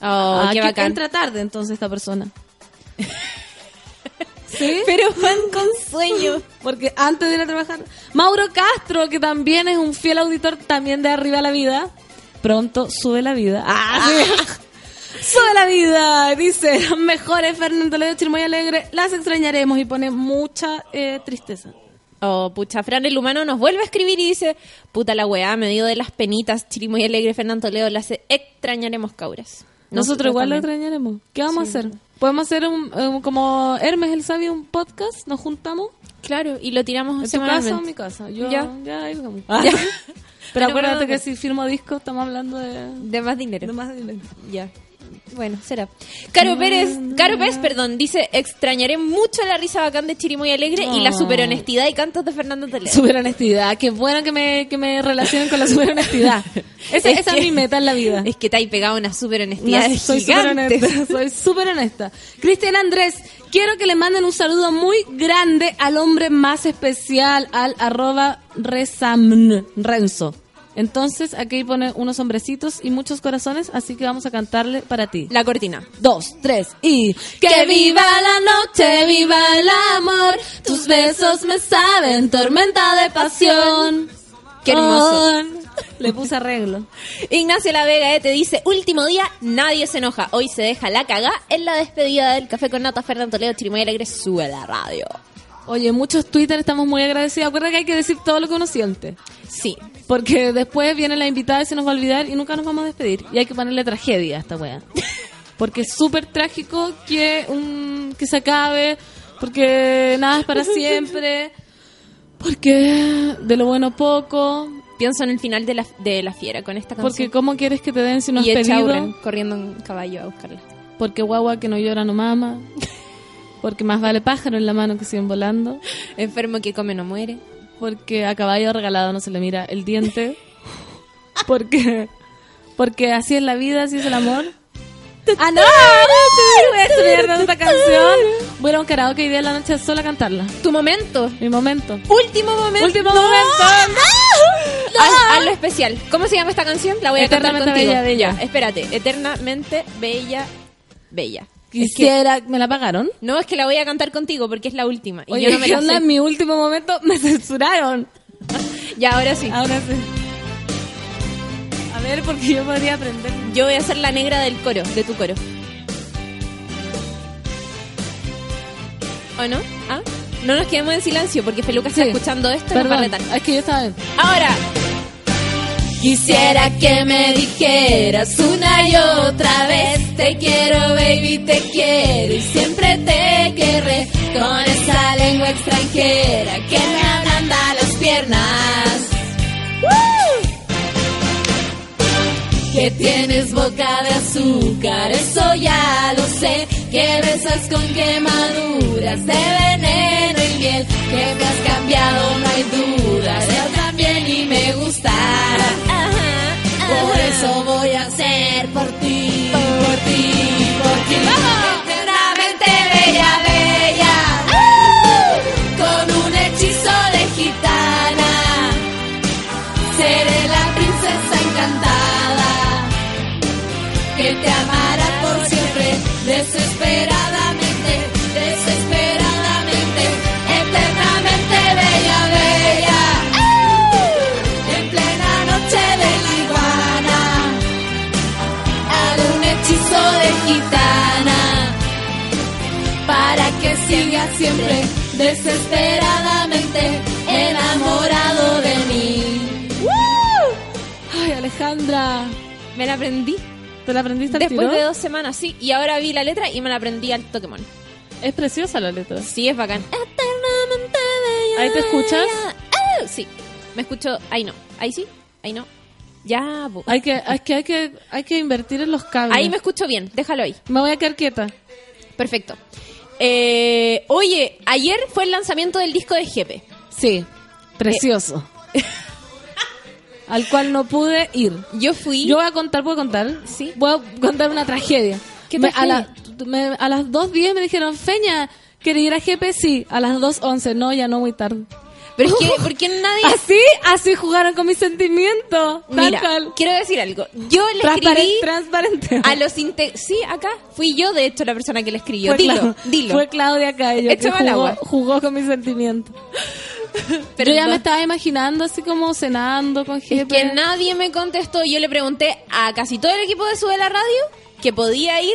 [SPEAKER 3] Oh,
[SPEAKER 2] Ah,
[SPEAKER 3] qué
[SPEAKER 2] que
[SPEAKER 3] bacán.
[SPEAKER 2] Entra tarde entonces esta
[SPEAKER 3] [laughs]
[SPEAKER 2] persona. ¿Sí?
[SPEAKER 3] Pero fan con sueño.
[SPEAKER 2] Porque antes de ir a trabajar. Mauro Castro, que también es un fiel auditor, también de Arriba la Vida. Pronto sube la vida. ¡Ah! sí. [laughs] Sube la vida, dice. "Los Mejores Fernando Ledo, Chirmoy Alegre. Las extrañaremos y pone mucha eh, tristeza.
[SPEAKER 3] Oh, pucha, Fran el humano nos vuelve a escribir y dice: Puta la weá, me dio de las penitas. Chiri muy alegre, Fernando Toledo la hace. Extrañaremos cabras.
[SPEAKER 2] Nosotros igual lo
[SPEAKER 3] también.
[SPEAKER 2] extrañaremos. ¿Qué vamos a hacer? ¿Podemos hacer un, un- como Hermes el Sabio un podcast? ¿Nos juntamos?
[SPEAKER 3] Claro, y lo tiramos
[SPEAKER 2] ¿En tu casa o en
[SPEAKER 3] semanalmente.
[SPEAKER 2] mi casa? Yo, ya,
[SPEAKER 3] Ya.
[SPEAKER 2] ahí vamos. [laughs]
[SPEAKER 3] Ya.
[SPEAKER 2] Pero
[SPEAKER 3] Pero
[SPEAKER 2] acuérdate
[SPEAKER 3] bueno,
[SPEAKER 2] que si firmo disco estamos hablando de...
[SPEAKER 3] De más dinero.
[SPEAKER 2] de más dinero.
[SPEAKER 3] Ya. Bueno, será. Caro Pérez, Caro Pérez, perdón, dice, extrañaré mucho la risa bacán de Chirimoy Alegre y la
[SPEAKER 2] Oh.
[SPEAKER 3] super honestidad y cantos de Fernando Toledo.
[SPEAKER 2] Super honestidad, qué bueno que me, que me relacionen con la super
[SPEAKER 3] [laughs]
[SPEAKER 2] honestidad. Esa
[SPEAKER 3] Es
[SPEAKER 2] esa es
[SPEAKER 3] que-
[SPEAKER 2] mi meta en la vida.
[SPEAKER 3] Es que te hay pegado una super
[SPEAKER 2] Una-
[SPEAKER 3] honestidad
[SPEAKER 2] soy súper honesta, [laughs] soy súper honesta. Cristian Andrés, quiero que le manden un saludo muy grande al hombre más especial, al arroba resamn, Renzo. Entonces, aquí pone unos hombrecitos y muchos corazones, así que vamos a cantarle para ti.
[SPEAKER 3] La cortina.
[SPEAKER 2] Dos, tres y... Que viva la noche, viva el amor, tus besos me saben tormenta de pasión.
[SPEAKER 3] Qué hermoso.
[SPEAKER 2] Le puse arreglo.
[SPEAKER 3] Ignacio La Vega eh, te dice, último día, nadie se enoja. Hoy se deja la cagá en la despedida del Café con Nata Fernando Toledo, Chirimoy Alegre, sube a la radio.
[SPEAKER 2] Oye, muchos Twitter estamos muy agradecidos. Acuerda que hay que decir todo lo que uno siente.
[SPEAKER 3] Sí.
[SPEAKER 2] Porque después viene la invitada y se nos va a olvidar y nunca nos vamos a despedir. Y hay que ponerle tragedia a esta wea. Porque es súper trágico que, un, que se acabe, porque nada es para siempre, porque de lo bueno poco,
[SPEAKER 3] Pienso en el final de la, de la fiera con esta
[SPEAKER 2] porque
[SPEAKER 3] canción.
[SPEAKER 2] cómo quieres que te den si no has
[SPEAKER 3] y echa a Urren
[SPEAKER 2] pedido,
[SPEAKER 3] corriendo en caballo a buscarla.
[SPEAKER 2] porque guagua que no llora no mama, porque más vale pájaro en la mano que siguen volando.
[SPEAKER 3] Enfermo que come no muere.
[SPEAKER 2] Porque a caballo regalado no se le mira el diente. Porque, porque así es la vida, así es el amor. ¡Ah, no! Voy a estudiar otra canción. Voy a ir a un karaoke y día en la noche sola a cantarla.
[SPEAKER 3] Tu momento.
[SPEAKER 2] Mi momento.
[SPEAKER 3] Último momento.
[SPEAKER 2] Último momento.
[SPEAKER 3] Haz, hazlo especial. ¿Cómo se llama esta canción? La voy a cantar
[SPEAKER 2] Eternamente
[SPEAKER 3] contigo.
[SPEAKER 2] bella, bella.
[SPEAKER 3] Ya, espérate. Eternamente bella, bella.
[SPEAKER 2] Quisiera... ¿Me la pagaron?
[SPEAKER 3] No, es que la voy a cantar contigo porque es la última. Y
[SPEAKER 2] Oye,
[SPEAKER 3] yo no me
[SPEAKER 2] ¿qué
[SPEAKER 3] la
[SPEAKER 2] onda?
[SPEAKER 3] sé.
[SPEAKER 2] En mi último momento me censuraron.
[SPEAKER 3] Ya, ahora sí.
[SPEAKER 2] Ahora sí. A ver, porque yo podría aprender.
[SPEAKER 3] Yo voy a ser la negra del coro, de tu coro. ¿O no? ¿Ah? No nos quedemos en silencio porque Feluca está
[SPEAKER 2] Sí.
[SPEAKER 3] escuchando esto y nos va a
[SPEAKER 2] Perdón,
[SPEAKER 3] retar.
[SPEAKER 2] es que yo estaba...
[SPEAKER 3] Ahora. Quisiera que me dijeras una y otra vez Te quiero baby, te quiero y siempre te querré Con esa lengua extranjera que me ablanda las piernas Que tienes boca de azúcar, eso ya lo sé Que besas con quemaduras de veneno y miel Que me has cambiado, no hay duda, yo también y me gusta Por eso voy a hacer por ti, por ti, por ti Eternamente bella, bella Con un hechizo de gitana Seré la princesa encantada que te amará por siempre, desesperadamente, desesperadamente, eternamente bella, bella. En plena noche de la iguana, haré un hechizo de gitana para que siga siempre, desesperadamente, enamorado de mí.
[SPEAKER 2] letra.
[SPEAKER 3] Me la aprendí.
[SPEAKER 2] ¿Te la aprendiste al
[SPEAKER 3] Después
[SPEAKER 2] tiro?
[SPEAKER 3] de dos semanas, sí. Y ahora vi la letra y me la aprendí al Pokémon.
[SPEAKER 2] Es preciosa la letra.
[SPEAKER 3] Sí, es bacán.
[SPEAKER 2] ¿Ahí te escuchas?
[SPEAKER 3] Ah, Sí. Me escucho. Ahí no. Ahí sí. Ahí no. Ya. po.
[SPEAKER 2] Hay que, hay que, hay que, hay que invertir en los cables.
[SPEAKER 3] Ahí me escucho bien. Déjalo ahí.
[SPEAKER 2] Me voy a quedar quieta.
[SPEAKER 3] Perfecto. Eh, oye, ayer fue el lanzamiento del disco de Jepe.
[SPEAKER 2] Sí, precioso. [laughs] Al cual no pude ir.
[SPEAKER 3] Yo fui.
[SPEAKER 2] Yo voy a contar, ¿puedo contar?
[SPEAKER 3] Sí.
[SPEAKER 2] Voy a contar una tragedia.
[SPEAKER 3] ¿Qué
[SPEAKER 2] Me- a,
[SPEAKER 3] tragedia?
[SPEAKER 2] la- me- a las 2.10 me dijeron, Feña, ¿quería ir a GP? Sí. A las 2.11, no, ya no, muy tarde. [laughs]
[SPEAKER 3] Pero es que, ¿por qué nadie.?
[SPEAKER 2] Así, así jugaron con mis sentimientos. Tal
[SPEAKER 3] Mira,
[SPEAKER 2] cual.
[SPEAKER 3] quiero decir algo. Yo le
[SPEAKER 2] Transparen-
[SPEAKER 3] escribí
[SPEAKER 2] transparente.
[SPEAKER 3] a los inte- Sí, acá. Fui yo, de hecho, la persona que le escribió.
[SPEAKER 2] Fue
[SPEAKER 3] dilo,
[SPEAKER 2] Clau-
[SPEAKER 3] dilo.
[SPEAKER 2] Fue Claudia Cayo que
[SPEAKER 3] Échame al
[SPEAKER 2] jugó,
[SPEAKER 3] agua.
[SPEAKER 2] jugó con mis sentimientos.
[SPEAKER 3] Pero
[SPEAKER 2] Yo ya
[SPEAKER 3] no-
[SPEAKER 2] me estaba imaginando así como cenando con
[SPEAKER 3] Es
[SPEAKER 2] jefe.
[SPEAKER 3] que nadie me contestó. Yo le pregunté a casi todo el equipo de Sube la Radio que podía ir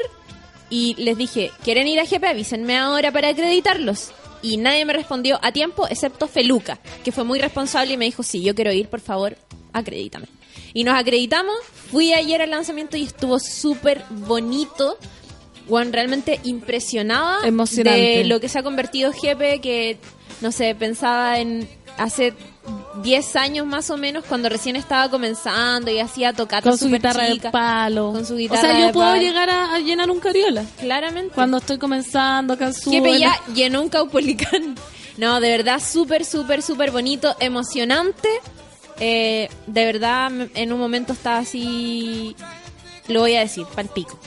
[SPEAKER 3] y les dije, ¿quieren ir a GP? Avísenme ahora para acreditarlos. Y nadie me respondió a tiempo, excepto Feluca, que fue muy responsable y me dijo, sí, yo quiero ir, por favor, acredítame. Y nos acreditamos, fui ayer al lanzamiento y estuvo súper bonito. Juan realmente impresionaba
[SPEAKER 2] Emocionante.
[SPEAKER 3] de lo que se ha convertido GP, que no sé, pensaba en hace 10 años más o menos, cuando recién estaba comenzando y hacía tocar
[SPEAKER 2] con su guitarra de palo.
[SPEAKER 3] Con su guitarra
[SPEAKER 2] O sea, yo
[SPEAKER 3] de
[SPEAKER 2] puedo
[SPEAKER 3] palo.
[SPEAKER 2] llegar a, a llenar un cariola.
[SPEAKER 3] Claramente.
[SPEAKER 2] Cuando estoy comenzando, acá
[SPEAKER 3] Jepe
[SPEAKER 2] suben.
[SPEAKER 3] ya llenó un caupolicán. No, de verdad, súper, súper, súper bonito, emocionante. Eh, de verdad, m- en un momento estaba así, lo voy a decir, pal pico,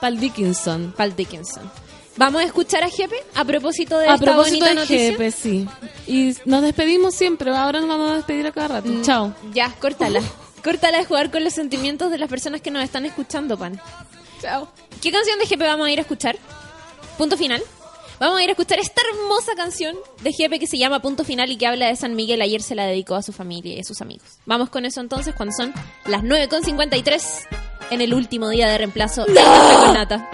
[SPEAKER 2] Pal Dickinson.
[SPEAKER 3] pal Dickinson. Vamos a escuchar a Jepe a propósito de
[SPEAKER 2] A
[SPEAKER 3] esta
[SPEAKER 2] propósito
[SPEAKER 3] bonita
[SPEAKER 2] de
[SPEAKER 3] noticia.
[SPEAKER 2] jefe, sí. Y nos despedimos siempre. Ahora nos vamos a despedir a cada rato.
[SPEAKER 3] Mm,
[SPEAKER 2] Chao.
[SPEAKER 3] Ya, córtala. [laughs] Córtala de jugar con los sentimientos de las personas que nos están escuchando, pan.
[SPEAKER 2] Chao.
[SPEAKER 3] ¿Qué canción de Jepe vamos a ir a escuchar? Punto final. Vamos a ir a escuchar esta hermosa canción de Jepe que se llama Punto Final y que habla de San Miguel. Ayer se la dedicó a su familia y a sus amigos. Vamos con eso entonces cuando son las 9.53 en el último día de reemplazo de Café con Nata.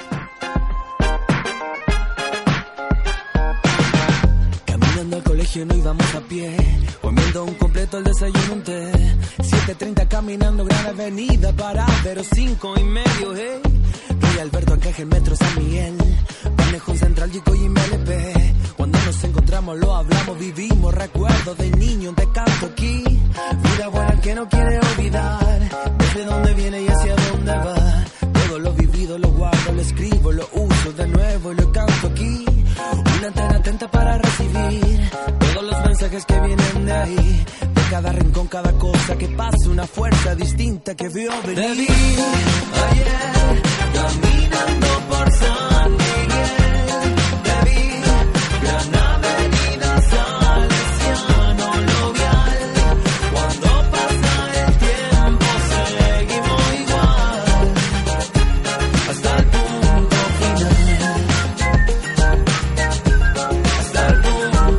[SPEAKER 5] Caminando al colegio no íbamos a pie. Comiendo un completo al desayuno un té. 7.30 caminando gran avenida para pero cinco y medio, hey. Rey Alberto Ancaje, Metro San Miguel. Manejo Central, Yico y MLP. Cuando nos encontramos lo hablamos, vivimos recuerdos de niño, te canto aquí. Vida buena que no quiere olvidar. Desde dónde viene y hacia dónde va. Todo lo vivido lo guardo, lo escribo, lo uso de nuevo y lo canto aquí. Una antena atenta para recibir todos los mensajes que vienen de ahí. De cada rincón, cada cosa que pasa, una fuerza distinta que vio venir. Te vi ayer caminando por San Miguel. Te vi gran avenida Salesiano Novial. Cuando pasa el tiempo seguimos igual hasta el punto final. Hasta el punto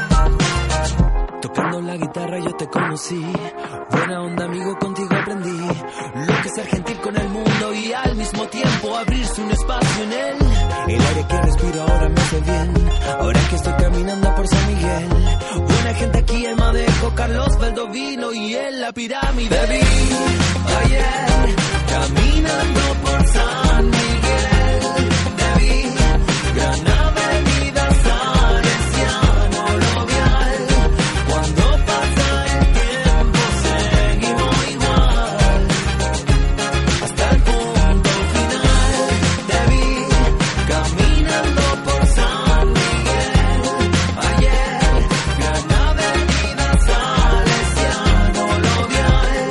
[SPEAKER 5] final. Tocando la guitarra yo te conocí. Buena onda, amigo, contigo aprendí. Lo que es ser gentil con el mundo y al mismo tiempo abrirse un espacio en él. El aire que respiro ahora me hace bien. Ahora que estoy caminando por San Miguel. Buena gente aquí, el Madejo, Carlos Valdovino y en la pirámide. Te vi ayer caminando por San Miguel. Te vi gran avenida Salesiano Lovial. Cuando pasa el tiempo seguimos igual. Hasta el punto final. Te vi caminando por San Miguel. Ayer gran avenida Salesiano Lovial.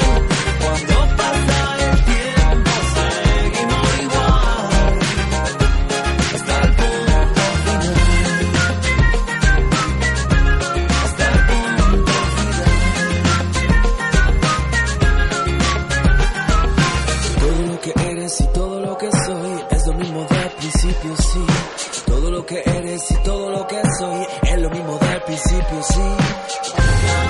[SPEAKER 5] Cuando pasa el tiempo seguimos igual. Hasta el punto final. Hasta el punto final. Todo lo que eres y todo lo que soy es lo mismo del principio, sí. Todo lo que eres y todo lo que soy es lo mismo del principio, sí.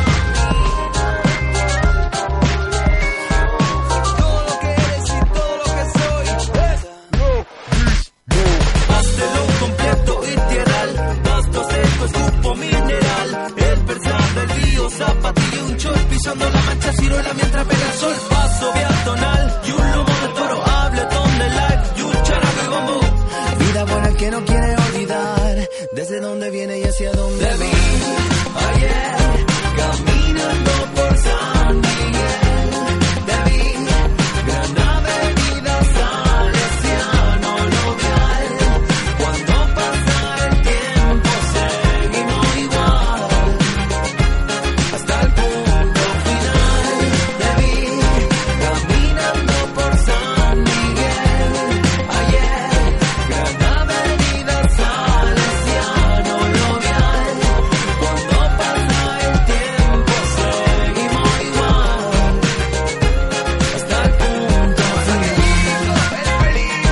[SPEAKER 5] todo lo que eres y todo lo que soy. Pastelón completo integral, más seco, es grupo mineral, el verdad del río Zapal.
[SPEAKER 9] la ciruela mientras pega el sol. Paso peatonal y un lomo de toro. Habletón de live y un charabe bambú. Vida buena que no quiere olvidar. Desde dónde viene y hacia dónde va. ayer caminando por San Miguel. Te vi, gran avenida Salesiano local. Cuando pasa el tiempo seguimos igual. Hasta el punto final. Te vi, caminando por San Miguel. Ayer, gran avenida Salesiano local. Cuando pasa el tiempo seguimos igual. Hasta el punto final. Hasta el punto final. Hasta el punto final. Hasta el punto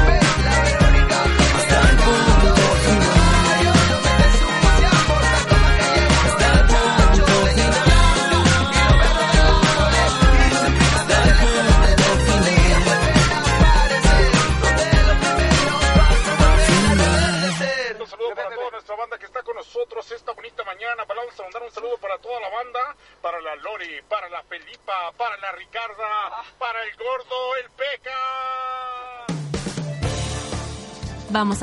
[SPEAKER 9] final.
[SPEAKER 4] Un saludo para toda nuestra banda que está con nosotros esta bonita mañana. Para- Vamos a mandar un saludo para toda la banda, para la Lori, para la Felipa, para la Ricarda, para el Gordo, el Peca.
[SPEAKER 3] Vamos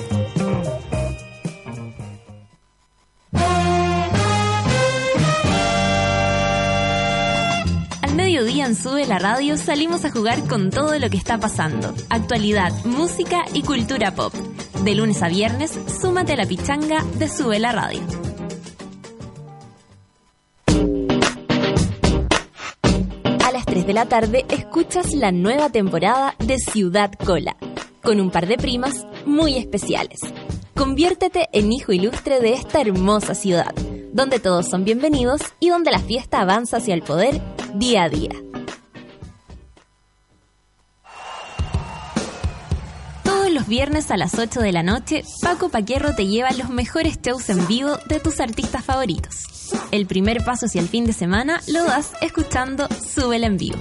[SPEAKER 3] Al mediodía en Sube la Radio salimos a jugar con todo lo que está pasando. Actualidad, música y cultura pop. De lunes a viernes, súmate a la pichanga de Sube la Radio. A las 3 de la tarde escuchas la nueva temporada de Ciudad Cola, con un par de primas muy especiales. Conviértete en hijo ilustre de esta hermosa ciudad, donde todos son bienvenidos y donde la fiesta avanza hacia el poder día a día. Todos los viernes a las 8 de la noche, Paco Paquierro te lleva los mejores shows en vivo de tus artistas favoritos. El primer paso hacia el fin de semana lo das escuchando Súbela en vivo.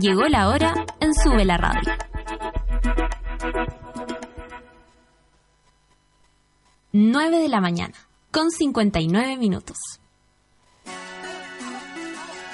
[SPEAKER 3] Llegó la hora en Sube la Radio. Nueve de la mañana, con 59 minutos.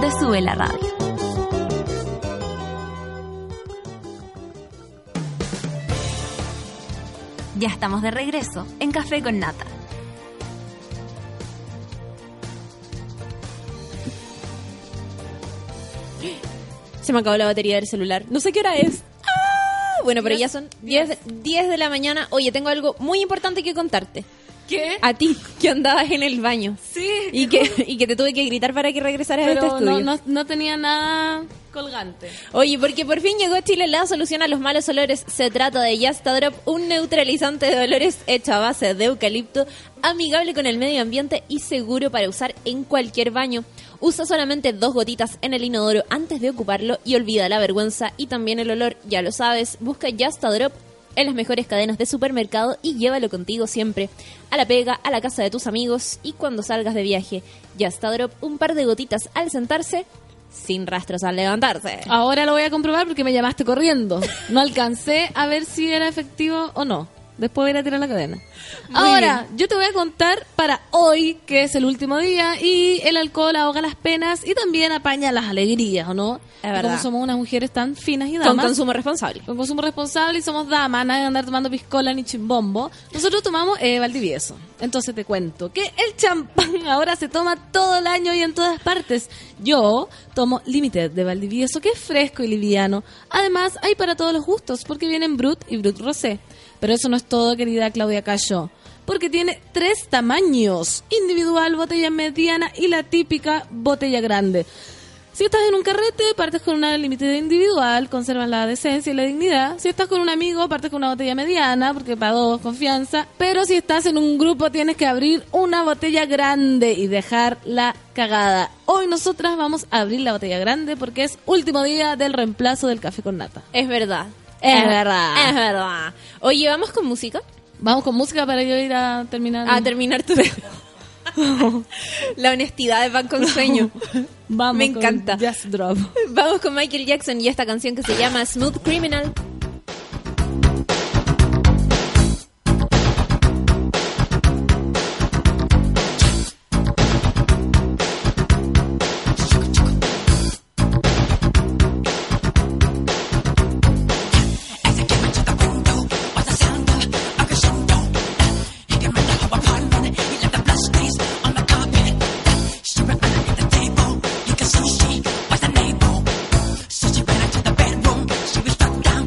[SPEAKER 3] de Sube la Radio. Ya estamos de regreso en Café con Nata.
[SPEAKER 10] Se me acabó la batería del celular. No sé qué hora es. ¡Ah! Bueno, pero ya son 10, 10 de la mañana. Oye, tengo algo muy importante que contarte.
[SPEAKER 2] ¿Qué?
[SPEAKER 10] A ti, que andabas en el baño.
[SPEAKER 2] Sí.
[SPEAKER 10] Y que, y que te tuve que gritar para que regresaras a este
[SPEAKER 2] Pero
[SPEAKER 10] estudio.
[SPEAKER 2] no, no, no tenía nada colgante.
[SPEAKER 10] Oye, porque por fin llegó a Chile la solución a los malos olores. Se trata de Yastadrop, un neutralizante de olores hecho a base de eucalipto, amigable con el medio ambiente y seguro para usar en cualquier baño. Usa solamente dos gotitas en el inodoro antes de ocuparlo y olvida la vergüenza y también el olor. Ya lo sabes, busca Yastadrop en las mejores cadenas de supermercado y llévalo contigo siempre. A la pega, a la casa de tus amigos y cuando salgas de viaje. Yastadrop, un par de gotitas al sentarse
[SPEAKER 3] sin rastros al levantarse.
[SPEAKER 2] Ahora lo voy a comprobar porque me llamaste corriendo. No alcancé a ver si era efectivo o no. Después voy a ir a tirar la cadena. Ahora, yo te voy a contar para hoy, que es el último día, y el alcohol ahoga las penas y también apaña las alegrías, ¿o no?
[SPEAKER 3] Es
[SPEAKER 2] Y Como
[SPEAKER 3] verdad.
[SPEAKER 2] somos unas mujeres tan finas y
[SPEAKER 3] Con
[SPEAKER 2] damas.
[SPEAKER 3] consumo responsable.
[SPEAKER 2] con consumo responsable y somos damas, nadie va a andar tomando piscola ni chimbombo. Nosotros tomamos eh, Valdivieso. Entonces te cuento que el champán [laughs] ahora se toma todo el año y en todas partes. Yo tomo Limited de Valdivieso, que es fresco y liviano. Además, hay para todos los gustos, porque vienen Brut y Brut Rosé. Pero eso no es todo, querida Claudia Cayo. Porque tiene tres tamaños: individual, botella mediana y la típica botella grande. Si estás en un carrete, partes con una límite individual, conservas la decencia y la dignidad. Si estás con un amigo, partes con una botella mediana, porque para dos, confianza. Pero si estás en un grupo, tienes que abrir una botella grande y dejar la cagada. Hoy nosotras vamos a abrir la botella grande porque es último día del reemplazo del café con nata.
[SPEAKER 3] Es verdad.
[SPEAKER 2] Es verdad.
[SPEAKER 3] Es verdad. Oye, vamos con música.
[SPEAKER 2] Vamos con música para yo ir a terminar.
[SPEAKER 3] A
[SPEAKER 2] [laughs]
[SPEAKER 3] terminar tu. La honestidad de Pan con Sueño.
[SPEAKER 2] Vamos
[SPEAKER 3] me
[SPEAKER 2] con
[SPEAKER 3] encanta.
[SPEAKER 2] Just Drop.
[SPEAKER 3] Vamos con Michael Jackson y esta canción que se llama Smooth Criminal.
[SPEAKER 11] She was struck down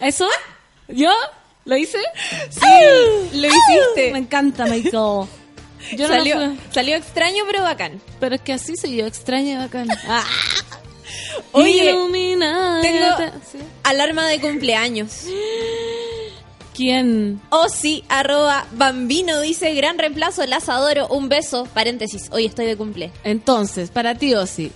[SPEAKER 2] ¿Eso? ¿Yo? ¿Lo hice? ¡Ah!
[SPEAKER 3] Sí,
[SPEAKER 2] Me
[SPEAKER 3] lo hiciste.
[SPEAKER 2] encanta, Michael. Yo no
[SPEAKER 3] Salió,
[SPEAKER 2] lo fui-
[SPEAKER 3] salió extraño, pero bacán.
[SPEAKER 2] Pero es que así soy yo, extraña y [laughs] bacana.
[SPEAKER 3] Oye,
[SPEAKER 2] Ilumina-
[SPEAKER 3] tengo-
[SPEAKER 2] Sí.
[SPEAKER 3] alarma de cumpleaños.
[SPEAKER 2] ¿Quién?
[SPEAKER 3] O sí, arroba bambino dice gran reemplazo, las adoro, un beso, paréntesis, hoy estoy de cumple.
[SPEAKER 2] Entonces, para ti, Osi.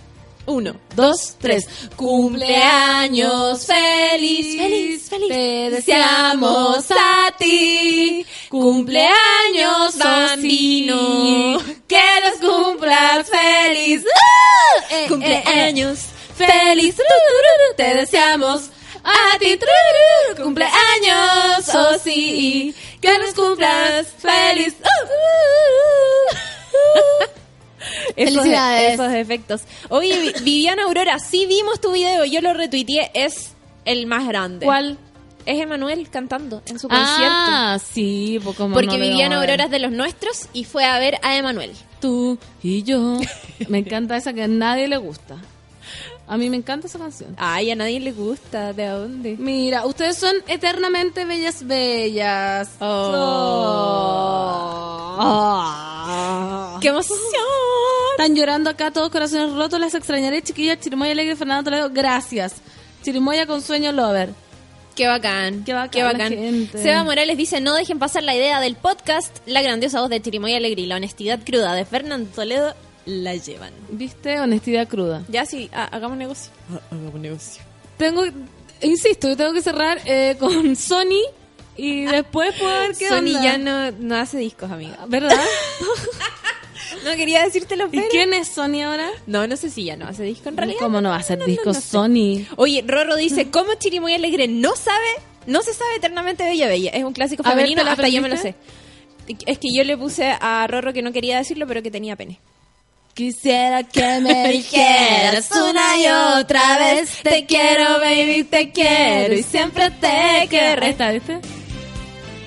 [SPEAKER 3] Uno.
[SPEAKER 2] Dos, tres.
[SPEAKER 3] Cumpleaños feliz, feliz, feliz. Te deseamos a ti. Cumpleaños bambino. Que los cumplas feliz. ¡Ah! Eh, eh, Cumpleaños feliz. Tururú. Te deseamos a ti. Tururú. Cumpleaños, oh sí. Que los cumplas feliz. ¡Ah! [laughs] Esos-
[SPEAKER 2] Felicidades.
[SPEAKER 3] Esos, efectos. Oye, Vi- Viviana Aurora, sí vimos tu video, yo lo retuiteé, es el más grande.
[SPEAKER 2] ¿Cuál?
[SPEAKER 3] Es Emanuel cantando en su concierto.
[SPEAKER 2] Ah, sí, pues como
[SPEAKER 3] Porque
[SPEAKER 2] no lo
[SPEAKER 3] Viviana
[SPEAKER 2] iba a ver.
[SPEAKER 3] Aurora es de los nuestros y fue a ver a Emanuel.
[SPEAKER 2] Tú y [laughs] yo. Me encanta esa que a nadie le gusta. A mí me encanta esa canción.
[SPEAKER 3] Ay, a nadie le gusta, ¿de dónde?
[SPEAKER 2] Mira, ustedes son eternamente bellas, bellas. Oh.
[SPEAKER 3] Oh. ¡Qué emoción!
[SPEAKER 2] Están llorando acá todos corazones rotos, las extrañaré, chiquillas. Chirimoya Alegre, Fernando Toledo, gracias. Chirimoya con sueño lover.
[SPEAKER 3] ¡Qué bacán!
[SPEAKER 2] Qué bacán la gente.
[SPEAKER 3] Seba Morales dice, no dejen pasar la idea del podcast, la grandiosa voz de Chirimoya Alegre y la honestidad cruda de Fernando Toledo la llevan.
[SPEAKER 2] ¿Viste? Honestidad cruda.
[SPEAKER 3] Ya sí, ha- hagamos negocio. hagamos negocio.
[SPEAKER 2] Tengo, insisto, yo tengo que cerrar eh, con [laughs] Sony y después puedo ver qué
[SPEAKER 3] Sony
[SPEAKER 2] onda.
[SPEAKER 3] ya no, no hace discos, amiga. [laughs]
[SPEAKER 2] ¿Verdad?
[SPEAKER 3] No quería decírtelo,
[SPEAKER 2] ¿Y
[SPEAKER 3] pero...
[SPEAKER 2] quién es Sony ahora?
[SPEAKER 3] No, no sé si ya no hace disco en realidad.
[SPEAKER 2] ¿Cómo no va a ser
[SPEAKER 3] No, no,
[SPEAKER 2] disco
[SPEAKER 3] no sé.
[SPEAKER 2] Sony?
[SPEAKER 3] Oye, Rorro dice, ¿cómo Chirimoy Alegre no sabe, no se sabe eternamente Bella Bella? Es un clásico
[SPEAKER 2] A ver,
[SPEAKER 3] femenino,
[SPEAKER 2] ¿te la
[SPEAKER 3] hasta yo me lo sé.
[SPEAKER 2] aprendiste?
[SPEAKER 3] Es que yo le puse a Rorro que no quería decirlo, pero que tenía pene.
[SPEAKER 2] Quisiera
[SPEAKER 3] [laughs]
[SPEAKER 2] que me
[SPEAKER 3] dijeras una y otra vez, te quiero, baby, te quiero, y siempre [laughs] te querré.
[SPEAKER 2] Esta, ¿viste?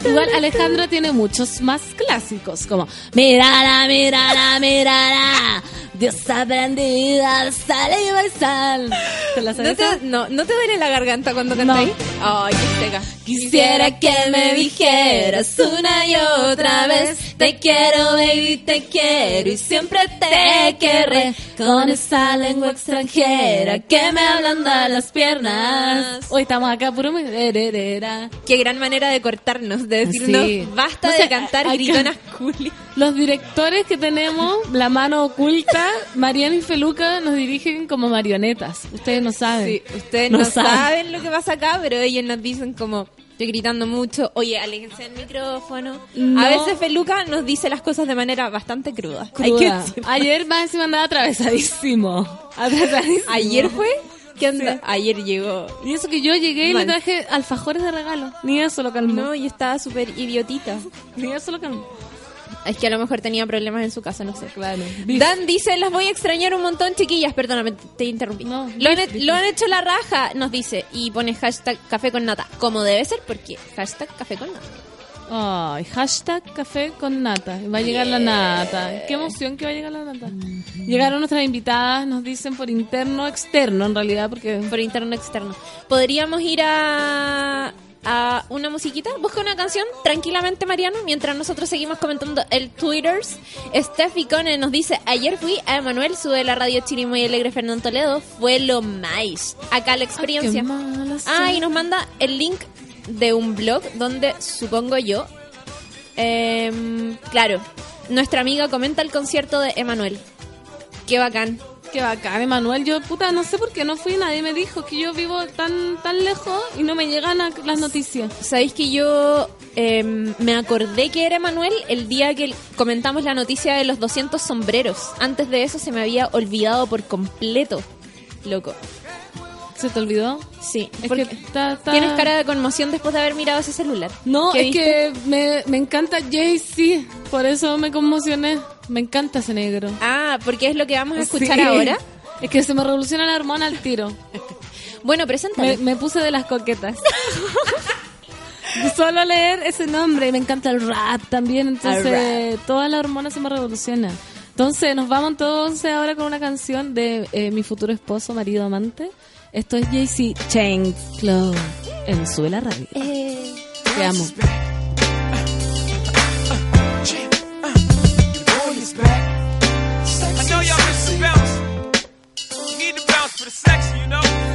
[SPEAKER 2] Igual Alejandro tiene muchos más clásicos, como Mirala, mirala, mirala, diosa prendida, sal y universal. ¿Te la
[SPEAKER 3] ¿No
[SPEAKER 2] sabes?
[SPEAKER 3] te,
[SPEAKER 2] esa?
[SPEAKER 3] no, ¿No te duele la garganta cuando cantáis? Ay, qué seca.
[SPEAKER 2] Quisiera que me dijeras una y otra vez, te
[SPEAKER 3] quiero, baby, te quiero, y siempre
[SPEAKER 2] te querré, con esa lengua extranjera que me ablanda las piernas. Hoy estamos acá puro... eh, mi- ererera.
[SPEAKER 3] Qué gran manera de cortarnos, de decirnos,
[SPEAKER 2] Sí.
[SPEAKER 3] basta
[SPEAKER 2] No
[SPEAKER 3] de
[SPEAKER 2] sé,
[SPEAKER 3] cantar
[SPEAKER 2] acá-
[SPEAKER 3] gritonas culi.
[SPEAKER 2] Los directores que tenemos, la mano oculta, Mariana y Feluca nos dirigen como marionetas. Ustedes no saben.
[SPEAKER 3] Sí, ustedes no,
[SPEAKER 2] No
[SPEAKER 3] saben.
[SPEAKER 2] saben.
[SPEAKER 3] lo que pasa acá, pero ellos nos dicen como, estoy gritando mucho, oye, aléjense del micrófono. A
[SPEAKER 2] No.
[SPEAKER 3] veces Feluca nos dice las cosas de manera bastante cruda.
[SPEAKER 2] Cruda.
[SPEAKER 3] Hay que decirlo.
[SPEAKER 2] Ayer más encima andaba atravesadísimo.
[SPEAKER 3] [laughs]
[SPEAKER 2] Atravesadísimo.
[SPEAKER 3] Ayer fue, ¿qué onda? Ayer llegó.
[SPEAKER 2] Y eso que yo llegué y
[SPEAKER 3] Mal.
[SPEAKER 2] le traje alfajores de regalo. Ni eso lo calmó.
[SPEAKER 3] No, y estaba súper idiotita.
[SPEAKER 2] Ni eso lo calmó.
[SPEAKER 3] Es que a lo mejor tenía problemas en su casa, no sé.
[SPEAKER 2] Claro.
[SPEAKER 3] Dan dice, las voy a extrañar un montón, chiquillas. Perdóname, te- te interrumpí.
[SPEAKER 2] No,
[SPEAKER 3] lo, han, he- lo han hecho la raja, nos dice. Y pone hashtag café con nata. Como debe ser, porque hashtag café con nata.
[SPEAKER 2] Ay, hashtag café con nata. Va a llegar la nata. Qué emoción que va a llegar la nata. Llegaron nuestras invitadas, nos dicen por interno, externo en realidad, porque
[SPEAKER 3] Por interno externo. Podríamos ir a, a una musiquita. Busca una canción tranquilamente, Mariano, mientras nosotros seguimos comentando el Twitters. Steffi Cone nos dice: Ayer fui a Emanuel, sube la radio Chirimo y Alegre Fernando Toledo. Fue lo más. Acá la experiencia.
[SPEAKER 2] Ay, qué mala
[SPEAKER 3] Ah, y
[SPEAKER 2] suerte.
[SPEAKER 3] nos manda el link de un blog donde supongo yo. em, claro, nuestra amiga comenta el concierto de Emanuel. Qué bacán.
[SPEAKER 2] Qué bacán, Emanuel. Yo, puta, no sé por qué no fui. Nadie me dijo que yo vivo tan tan lejos y no me llegan a- las noticias.
[SPEAKER 3] Sabéis que yo em, me acordé que era Manuel el día que comentamos la noticia de los 200 sombreros. Antes de eso se me había olvidado por completo, loco.
[SPEAKER 2] ¿Se te olvidó?
[SPEAKER 3] Sí,
[SPEAKER 2] Es
[SPEAKER 3] porque
[SPEAKER 2] que está- está-
[SPEAKER 3] tienes cara de conmoción después de haber mirado ese celular.
[SPEAKER 2] No,
[SPEAKER 3] ¿Qué
[SPEAKER 2] es
[SPEAKER 3] viste?
[SPEAKER 2] que me, me encanta Jay-Z. Por eso me conmocioné. Me encanta ese negro.
[SPEAKER 3] Ah, porque es lo que vamos a escuchar
[SPEAKER 2] Sí.
[SPEAKER 3] ahora.
[SPEAKER 2] Es que se me revoluciona la hormona al tiro.
[SPEAKER 3] Bueno,
[SPEAKER 2] Me,
[SPEAKER 3] preséntame.
[SPEAKER 2] me puse de las coquetas. Solo leer ese nombre y me encanta el rap también, entonces toda la hormona se me revoluciona. Entonces nos vamos entonces ahora con una canción de eh, mi futuro esposo, marido, amante. Esto es Jay-Z, Chains Club. en Sube la Radio.
[SPEAKER 3] Eh,
[SPEAKER 2] Te amo.
[SPEAKER 11] I know y'all miss the bounce. You need the bounce for the section, you know? [laughs]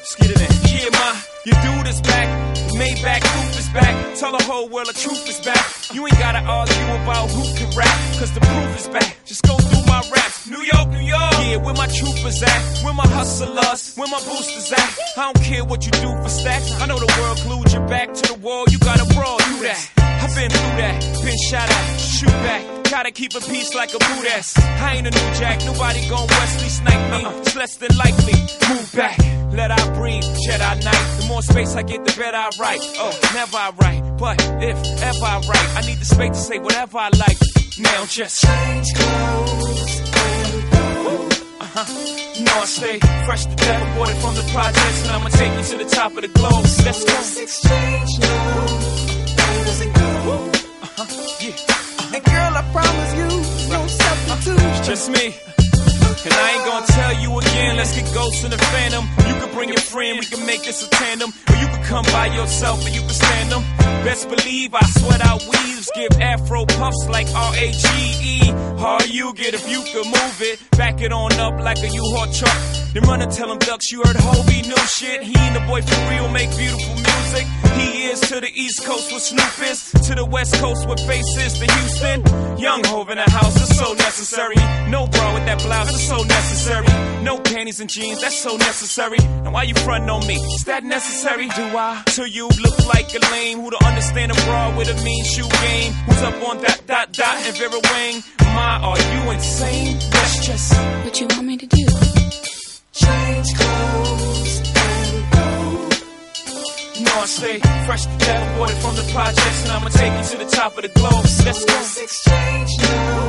[SPEAKER 11] Just get it in. Yeah, ma, your dude is back. Maybach roof is back. Tell the whole world the truth is back. You ain't gotta argue about who can rap, cause the proof is back. Just go through my raps. New York, New York. Yeah, where my troopers at? Where my hustlers? Where my boosters at? I don't care what you do for stacks. I know the world glued your back to the wall. You gotta brawl through that. I've been through that, been shot at, shoot back. Gotta keep a peace like a boot ass. I ain't a new jack, nobody gon' Wesley snipe me.
[SPEAKER 6] Uh-huh.
[SPEAKER 11] It's less than likely. Move back, let I breathe, Jedi night. The more space I get, the better I write. Oh, never I write, but if ever I write, I need the space to say whatever I like. Now just change clothes. Uh-huh. You know I stay fresh to death, aborted from the projects, and I'ma take you to the top of the globe. Let's go. exchange Uh-huh,
[SPEAKER 6] And girl, I promise you, no substitute.
[SPEAKER 11] Just me. And I ain't gonna tell you again, let's get ghosts in the phantom. You can bring your friend, we can make this a tandem. Or you can come by yourself and you can stand them. Best believe I sweat out weaves, give afro puffs like R-A-G-E. How E. you get if you can move it? Back it on up like a U-Haul truck. Then run and tell him ducks, you heard Hobie, new shit. He and the boy for real make beautiful music. He is to the East Coast with Snoop is, to the West Coast with faces to Houston. Young Hov in the house is so necessary. No bra with that blouse is so necessary. No panties and jeans, that's so necessary. Now why you frontin' on me? Is that necessary? Do I? To you look like a lame who don't understand a bra with a mean shoe game. Who's up on that dot dot and Vera Wang? My, are you insane? That's just
[SPEAKER 12] What you want me to do?
[SPEAKER 11] change clothes and go. You know I stay fresh to death, water from the projects, and I'ma take you to the top of the globe. So let's go.
[SPEAKER 6] Exchange now.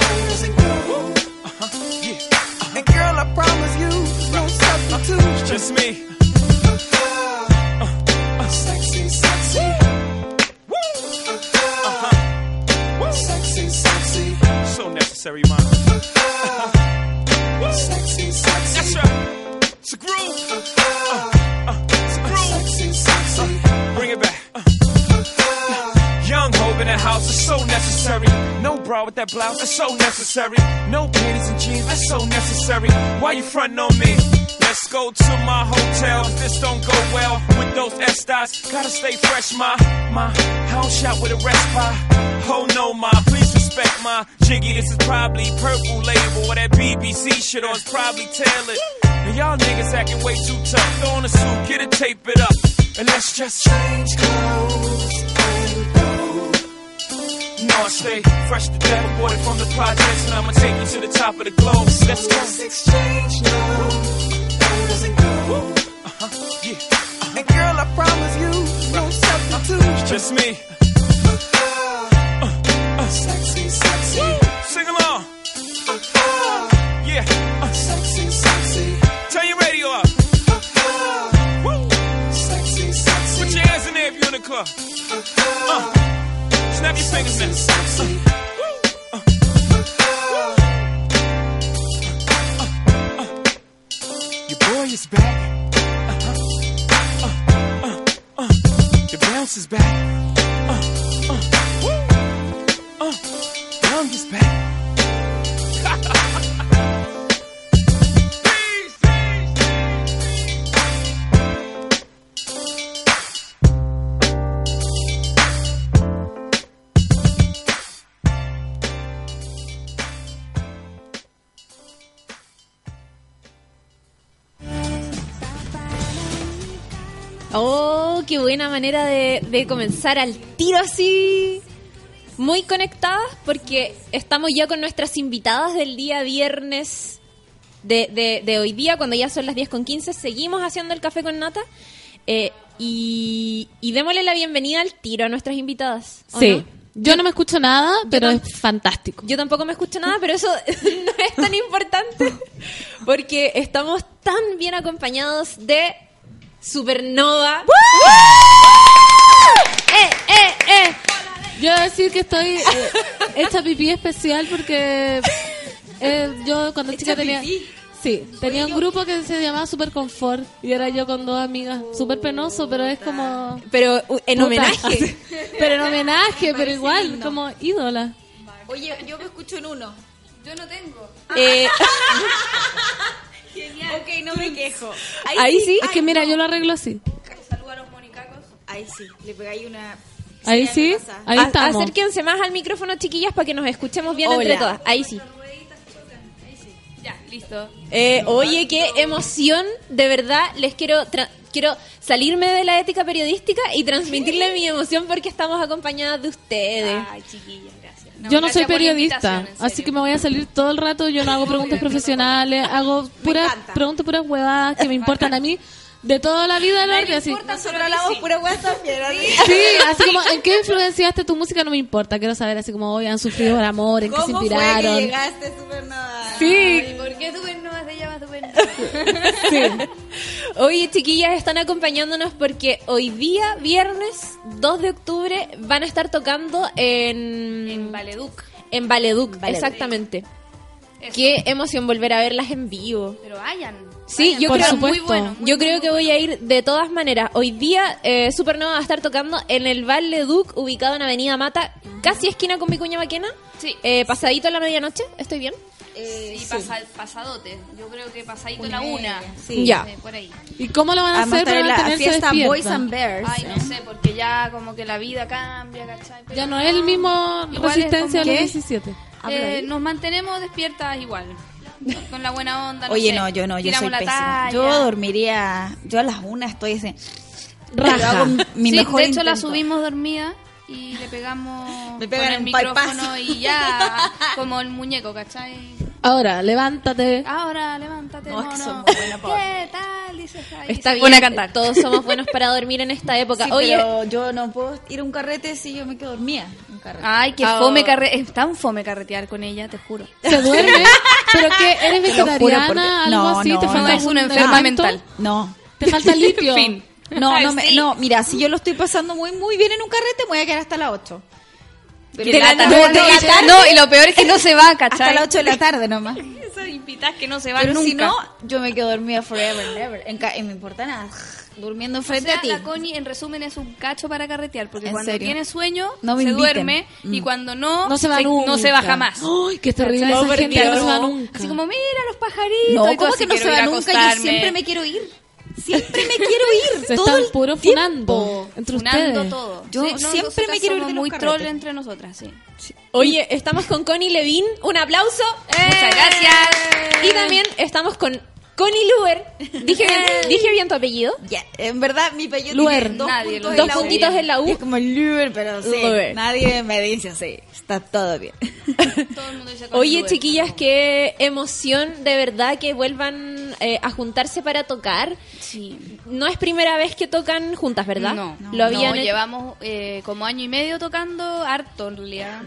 [SPEAKER 6] Where's it go?
[SPEAKER 11] Uh-huh.
[SPEAKER 6] And girl, I promise you, no substitute.
[SPEAKER 11] Just me.
[SPEAKER 6] Sexy, sexy. Uh-huh. Sexy, sexy.
[SPEAKER 11] So necessary, man.
[SPEAKER 6] Uh-huh. Sexy, sexy.
[SPEAKER 11] That's right. It's a groove. Uh, uh, it's a groove.
[SPEAKER 6] Sexy, sexy.
[SPEAKER 11] Bring it back. Uh. Young hope in the house is so necessary. No bra with that blouse, that's so necessary. No panties and jeans, that's so necessary. Why you frontin' on me? Let's go to my hotel. If This don't go well with those Estes. Gotta stay fresh, my my. I don't shop with a respite. Oh no, my. Please respect my jiggy. This is probably purple label or that BBC shit, or it's probably tailored. Now y'all niggas acting way too tough. Throw on a suit, get it, tape it up, and let's just change clothes and go. You know I stay fresh to death, aborted from the projects, and I'ma take you to the top of the globe. So let's go.
[SPEAKER 6] Exchange now. Where's it go?
[SPEAKER 11] Uh-huh. Yeah,
[SPEAKER 6] And girl, I promise you, no substitute.
[SPEAKER 11] just me.
[SPEAKER 6] Sexy, sexy.
[SPEAKER 11] Sing along. Yeah, uh,
[SPEAKER 6] Sexy, sexy.
[SPEAKER 11] turn your radio up. Woo.
[SPEAKER 6] Sexy, sexy.
[SPEAKER 11] Put your hands in there if you're in the club. Uh, snap your fingers now.
[SPEAKER 6] Sexy.
[SPEAKER 11] Your boy is back. Uh-huh. Uh, uh, uh. Your bounce is back. Uh, uh. Woo. Uh, Young is back. Peace, peace, peace.
[SPEAKER 3] Oh, qué buena manera de, de comenzar al tiro así. Muy conectadas porque estamos ya con nuestras invitadas del día viernes de, de- de hoy día, cuando ya son las 10 con 15. Seguimos haciendo el café con nata. eh, y, y démosle la bienvenida al tiro a nuestras invitadas. ¿o
[SPEAKER 2] Sí.
[SPEAKER 3] no?
[SPEAKER 2] Yo no me escucho nada, pero
[SPEAKER 3] tam-
[SPEAKER 2] es fantástico.
[SPEAKER 3] Yo tampoco me escucho nada, pero eso [laughs] no es tan importante porque estamos tan bien acompañados de Supernova. ¡Eh, eh, eh!
[SPEAKER 2] Yo voy a decir que estoy eh, hecha pipí especial porque eh, yo cuando
[SPEAKER 3] Hecha
[SPEAKER 2] chica tenía...
[SPEAKER 3] pipí.
[SPEAKER 2] Sí, tenía un grupo que se llamaba Super Confort y era yo con dos amigas. Súper penoso, pero es como...
[SPEAKER 12] Ah.
[SPEAKER 3] Pero u- en
[SPEAKER 2] Puta, [laughs]
[SPEAKER 3] homenaje.
[SPEAKER 12] [laughs]
[SPEAKER 2] así. Pero en homenaje, pero
[SPEAKER 12] parece
[SPEAKER 2] igual,
[SPEAKER 12] lindo.
[SPEAKER 2] como ídola.
[SPEAKER 12] Oye, yo me escucho en uno. Yo no tengo.
[SPEAKER 3] Eh,
[SPEAKER 12] [laughs]
[SPEAKER 3] [laughs]
[SPEAKER 12] Ok, no me quejo.
[SPEAKER 2] Ahí sí, es que mira, yo lo arreglo así.
[SPEAKER 12] Saluda a los monicacos. Ahí sí, le pegáis una.
[SPEAKER 2] Ahí sí, ahí
[SPEAKER 3] a-
[SPEAKER 2] estamos.
[SPEAKER 3] acérquense más al micrófono, chiquillas, para que nos escuchemos bien
[SPEAKER 12] Hola.
[SPEAKER 3] entre todas. Ahí sí.
[SPEAKER 12] Ya, listo.
[SPEAKER 3] Eh, oye, qué emoción. De verdad, les quiero tra- quiero salirme de la ética periodística y transmitirle mi emoción porque estamos acompañadas de ustedes.
[SPEAKER 12] Ay, chiquilla, gracias.
[SPEAKER 2] yo no soy
[SPEAKER 12] gracias por la
[SPEAKER 2] periodista,
[SPEAKER 12] invitación, en
[SPEAKER 2] así
[SPEAKER 12] serio.
[SPEAKER 2] que me voy a salir todo el rato. Yo no hago preguntas profesionales, hago puras
[SPEAKER 12] encanta.
[SPEAKER 2] preguntas, puras huevadas que me importan a mí de toda la vida.
[SPEAKER 12] No
[SPEAKER 2] la que
[SPEAKER 12] le
[SPEAKER 2] así.
[SPEAKER 12] importa, solo hablamos pura weá también. ¿no?
[SPEAKER 2] Sí, así como, ¿en qué influenciaste tu música? No me importa, quiero saber, así como, hoy han sufrido el amor, ¿en qué se
[SPEAKER 12] ¿Cómo fue que
[SPEAKER 2] inspiraron?
[SPEAKER 12] llegaste a Supernova?
[SPEAKER 2] Sí.
[SPEAKER 12] ¿Y por qué Supernova se llama Supernova?
[SPEAKER 3] Oye, chiquillas, están acompañándonos porque hoy día, viernes 2 de octubre, van a estar tocando en,
[SPEAKER 12] en Valeduc.
[SPEAKER 3] en Valeduc, exactamente.
[SPEAKER 12] Eso.
[SPEAKER 3] Qué emoción volver a verlas en vivo.
[SPEAKER 12] Pero vayan.
[SPEAKER 3] Sí,
[SPEAKER 12] vayan,
[SPEAKER 2] Por
[SPEAKER 3] yo
[SPEAKER 12] porque
[SPEAKER 3] creo-
[SPEAKER 12] es muy
[SPEAKER 2] supuesto.
[SPEAKER 12] bueno. muy
[SPEAKER 3] Yo
[SPEAKER 12] bueno,
[SPEAKER 3] creo que
[SPEAKER 12] muy
[SPEAKER 3] voy a ir de todas maneras. Hoy día eh, Supernova va a estar tocando en el Val Leduc, ubicado en Avenida Mata, casi esquina con Vicuña Maquena.
[SPEAKER 12] Sí.
[SPEAKER 3] Eh, pasadito a la medianoche, ¿estoy bien?
[SPEAKER 12] Eh, y pasa- pasadote. Yo creo que pasadito la
[SPEAKER 13] y
[SPEAKER 12] una.
[SPEAKER 13] media,
[SPEAKER 12] Sí,
[SPEAKER 3] Ya.
[SPEAKER 12] sí, por ahí.
[SPEAKER 2] ¿Y cómo lo van a
[SPEAKER 13] Vamos a
[SPEAKER 2] hacer
[SPEAKER 13] estar
[SPEAKER 2] para
[SPEAKER 13] en la
[SPEAKER 2] mantenerse
[SPEAKER 13] fiesta Boys
[SPEAKER 2] despierta?
[SPEAKER 13] and Bears.
[SPEAKER 12] Ay, no sé, porque ya como que la vida cambia, ¿cachai? Pero
[SPEAKER 2] Ya no es el mismo
[SPEAKER 12] Igual es
[SPEAKER 2] resistencia de
[SPEAKER 12] como
[SPEAKER 2] los
[SPEAKER 12] que-
[SPEAKER 2] 17.
[SPEAKER 12] Eh, nos mantenemos despiertas igual. Con la buena onda.
[SPEAKER 13] Oye,
[SPEAKER 12] sé.
[SPEAKER 13] no, yo no, yo
[SPEAKER 12] Tiramos
[SPEAKER 13] soy
[SPEAKER 12] la
[SPEAKER 13] pésima.
[SPEAKER 12] talla.
[SPEAKER 13] Yo dormiría, yo a las una estoy ese. Yo
[SPEAKER 2] Raja.
[SPEAKER 13] hago mi
[SPEAKER 12] Sí,
[SPEAKER 13] mejor
[SPEAKER 12] de hecho la
[SPEAKER 13] intento.
[SPEAKER 12] subimos dormida y le
[SPEAKER 13] [laughs]
[SPEAKER 12] pegamos
[SPEAKER 13] Me pegan
[SPEAKER 12] con el
[SPEAKER 13] un bypass.
[SPEAKER 12] micrófono y ya,
[SPEAKER 13] [laughs]
[SPEAKER 12] como el muñeco, ¿cachai?
[SPEAKER 2] Ahora, levántate.
[SPEAKER 12] Ahora levántate,
[SPEAKER 13] No, es que
[SPEAKER 12] mono.
[SPEAKER 13] son muy buena para
[SPEAKER 12] ¿Qué tal? Dice Javi.
[SPEAKER 3] Está bien. Todos somos buenos para dormir en esta época.
[SPEAKER 13] Sí,
[SPEAKER 3] Oye,
[SPEAKER 13] pero yo no puedo ir a un carrete si yo me quedo dormida. en Un carrete.
[SPEAKER 12] Ay, que
[SPEAKER 3] Ah.
[SPEAKER 12] fome carre... Es tan fome carretear con ella, te juro.
[SPEAKER 2] Se duerme, pero que eres
[SPEAKER 13] Te lo juro,
[SPEAKER 2] vegetariana,
[SPEAKER 13] porque-
[SPEAKER 2] algo
[SPEAKER 13] No,
[SPEAKER 2] así,
[SPEAKER 13] no,
[SPEAKER 2] te
[SPEAKER 13] no.
[SPEAKER 2] falta
[SPEAKER 12] Es una
[SPEAKER 2] algún
[SPEAKER 12] enferma
[SPEAKER 2] alimento,
[SPEAKER 12] mental.
[SPEAKER 13] No.
[SPEAKER 2] Te falta
[SPEAKER 12] [laughs]
[SPEAKER 2] litio.
[SPEAKER 12] Fin.
[SPEAKER 13] No,
[SPEAKER 12] Ay,
[SPEAKER 13] no, me-
[SPEAKER 12] sí.
[SPEAKER 13] no, mira, si yo lo estoy pasando muy muy bien en un carrete, me voy a quedar hasta las 8.
[SPEAKER 12] De la
[SPEAKER 13] lata.
[SPEAKER 12] tarde.
[SPEAKER 13] De la tarde.
[SPEAKER 12] No, y lo peor es que no se va, ¿cachai?
[SPEAKER 13] Hasta las 8 de la tarde nomás.
[SPEAKER 12] Esas invitadas que no se
[SPEAKER 13] [laughs]
[SPEAKER 12] van
[SPEAKER 13] Pero
[SPEAKER 12] nunca.
[SPEAKER 13] si no, yo me quedo dormida forever and ever. En ca- y me importa nada. [laughs] Durmiendo
[SPEAKER 12] O
[SPEAKER 13] frente
[SPEAKER 12] sea,
[SPEAKER 13] a ti.
[SPEAKER 12] la Connie, en resumen, es un cacho para carretear, porque
[SPEAKER 13] ¿En
[SPEAKER 12] cuando
[SPEAKER 13] serio?
[SPEAKER 12] tiene sueño,
[SPEAKER 13] No me
[SPEAKER 12] se
[SPEAKER 13] inviten.
[SPEAKER 12] duerme, y
[SPEAKER 13] Mm.
[SPEAKER 12] cuando no,
[SPEAKER 2] No se va nunca.
[SPEAKER 12] no se va jamás.
[SPEAKER 2] Ay, qué terrible
[SPEAKER 12] ¿Cachai?
[SPEAKER 2] esa gente que no se va nunca.
[SPEAKER 12] Así como, mira los pajaritos.
[SPEAKER 13] No,
[SPEAKER 12] y todo
[SPEAKER 13] ¿cómo
[SPEAKER 12] así,
[SPEAKER 13] que no
[SPEAKER 12] quiero
[SPEAKER 13] se
[SPEAKER 12] ir
[SPEAKER 13] va
[SPEAKER 12] a
[SPEAKER 13] nunca? Yo
[SPEAKER 12] acostarme.
[SPEAKER 13] siempre me quiero ir. Siempre me quiero ir.
[SPEAKER 2] se
[SPEAKER 13] todo
[SPEAKER 2] están
[SPEAKER 13] el
[SPEAKER 2] puro
[SPEAKER 13] tiempo.
[SPEAKER 2] funando entre
[SPEAKER 12] Funando
[SPEAKER 2] ustedes.
[SPEAKER 12] todo.
[SPEAKER 13] Yo siempre
[SPEAKER 12] nosotras
[SPEAKER 13] me quiero ir
[SPEAKER 12] somos
[SPEAKER 13] de los
[SPEAKER 12] muy
[SPEAKER 13] carretes.
[SPEAKER 12] troll entre nosotras, sí.
[SPEAKER 3] oye, estamos con Connie Levin. Un aplauso.
[SPEAKER 12] Muchas gracias.
[SPEAKER 3] Y también estamos con Connie Luber. Dije bien, dije bien tu apellido.
[SPEAKER 13] Eh. Ya, en verdad, mi pello
[SPEAKER 2] Luer.
[SPEAKER 13] tiene dos
[SPEAKER 12] Nadie lo
[SPEAKER 13] puntos en
[SPEAKER 3] Dos
[SPEAKER 13] la U.
[SPEAKER 3] puntitos en la
[SPEAKER 13] Y
[SPEAKER 3] U.
[SPEAKER 13] Es como Luer, pero sí.
[SPEAKER 3] Luer.
[SPEAKER 13] Nadie me dice así. Está todo bien.
[SPEAKER 12] [laughs] Todo el mundo dice con
[SPEAKER 3] Oye,
[SPEAKER 12] Uber.
[SPEAKER 3] chiquillas, qué emoción de verdad que vuelvan eh, a juntarse para tocar.
[SPEAKER 12] Sí.
[SPEAKER 3] No es primera vez que tocan juntas, ¿verdad?
[SPEAKER 12] No, no,
[SPEAKER 3] Lo habían hecho-
[SPEAKER 12] llevamos eh, como año y medio tocando harto en realidad.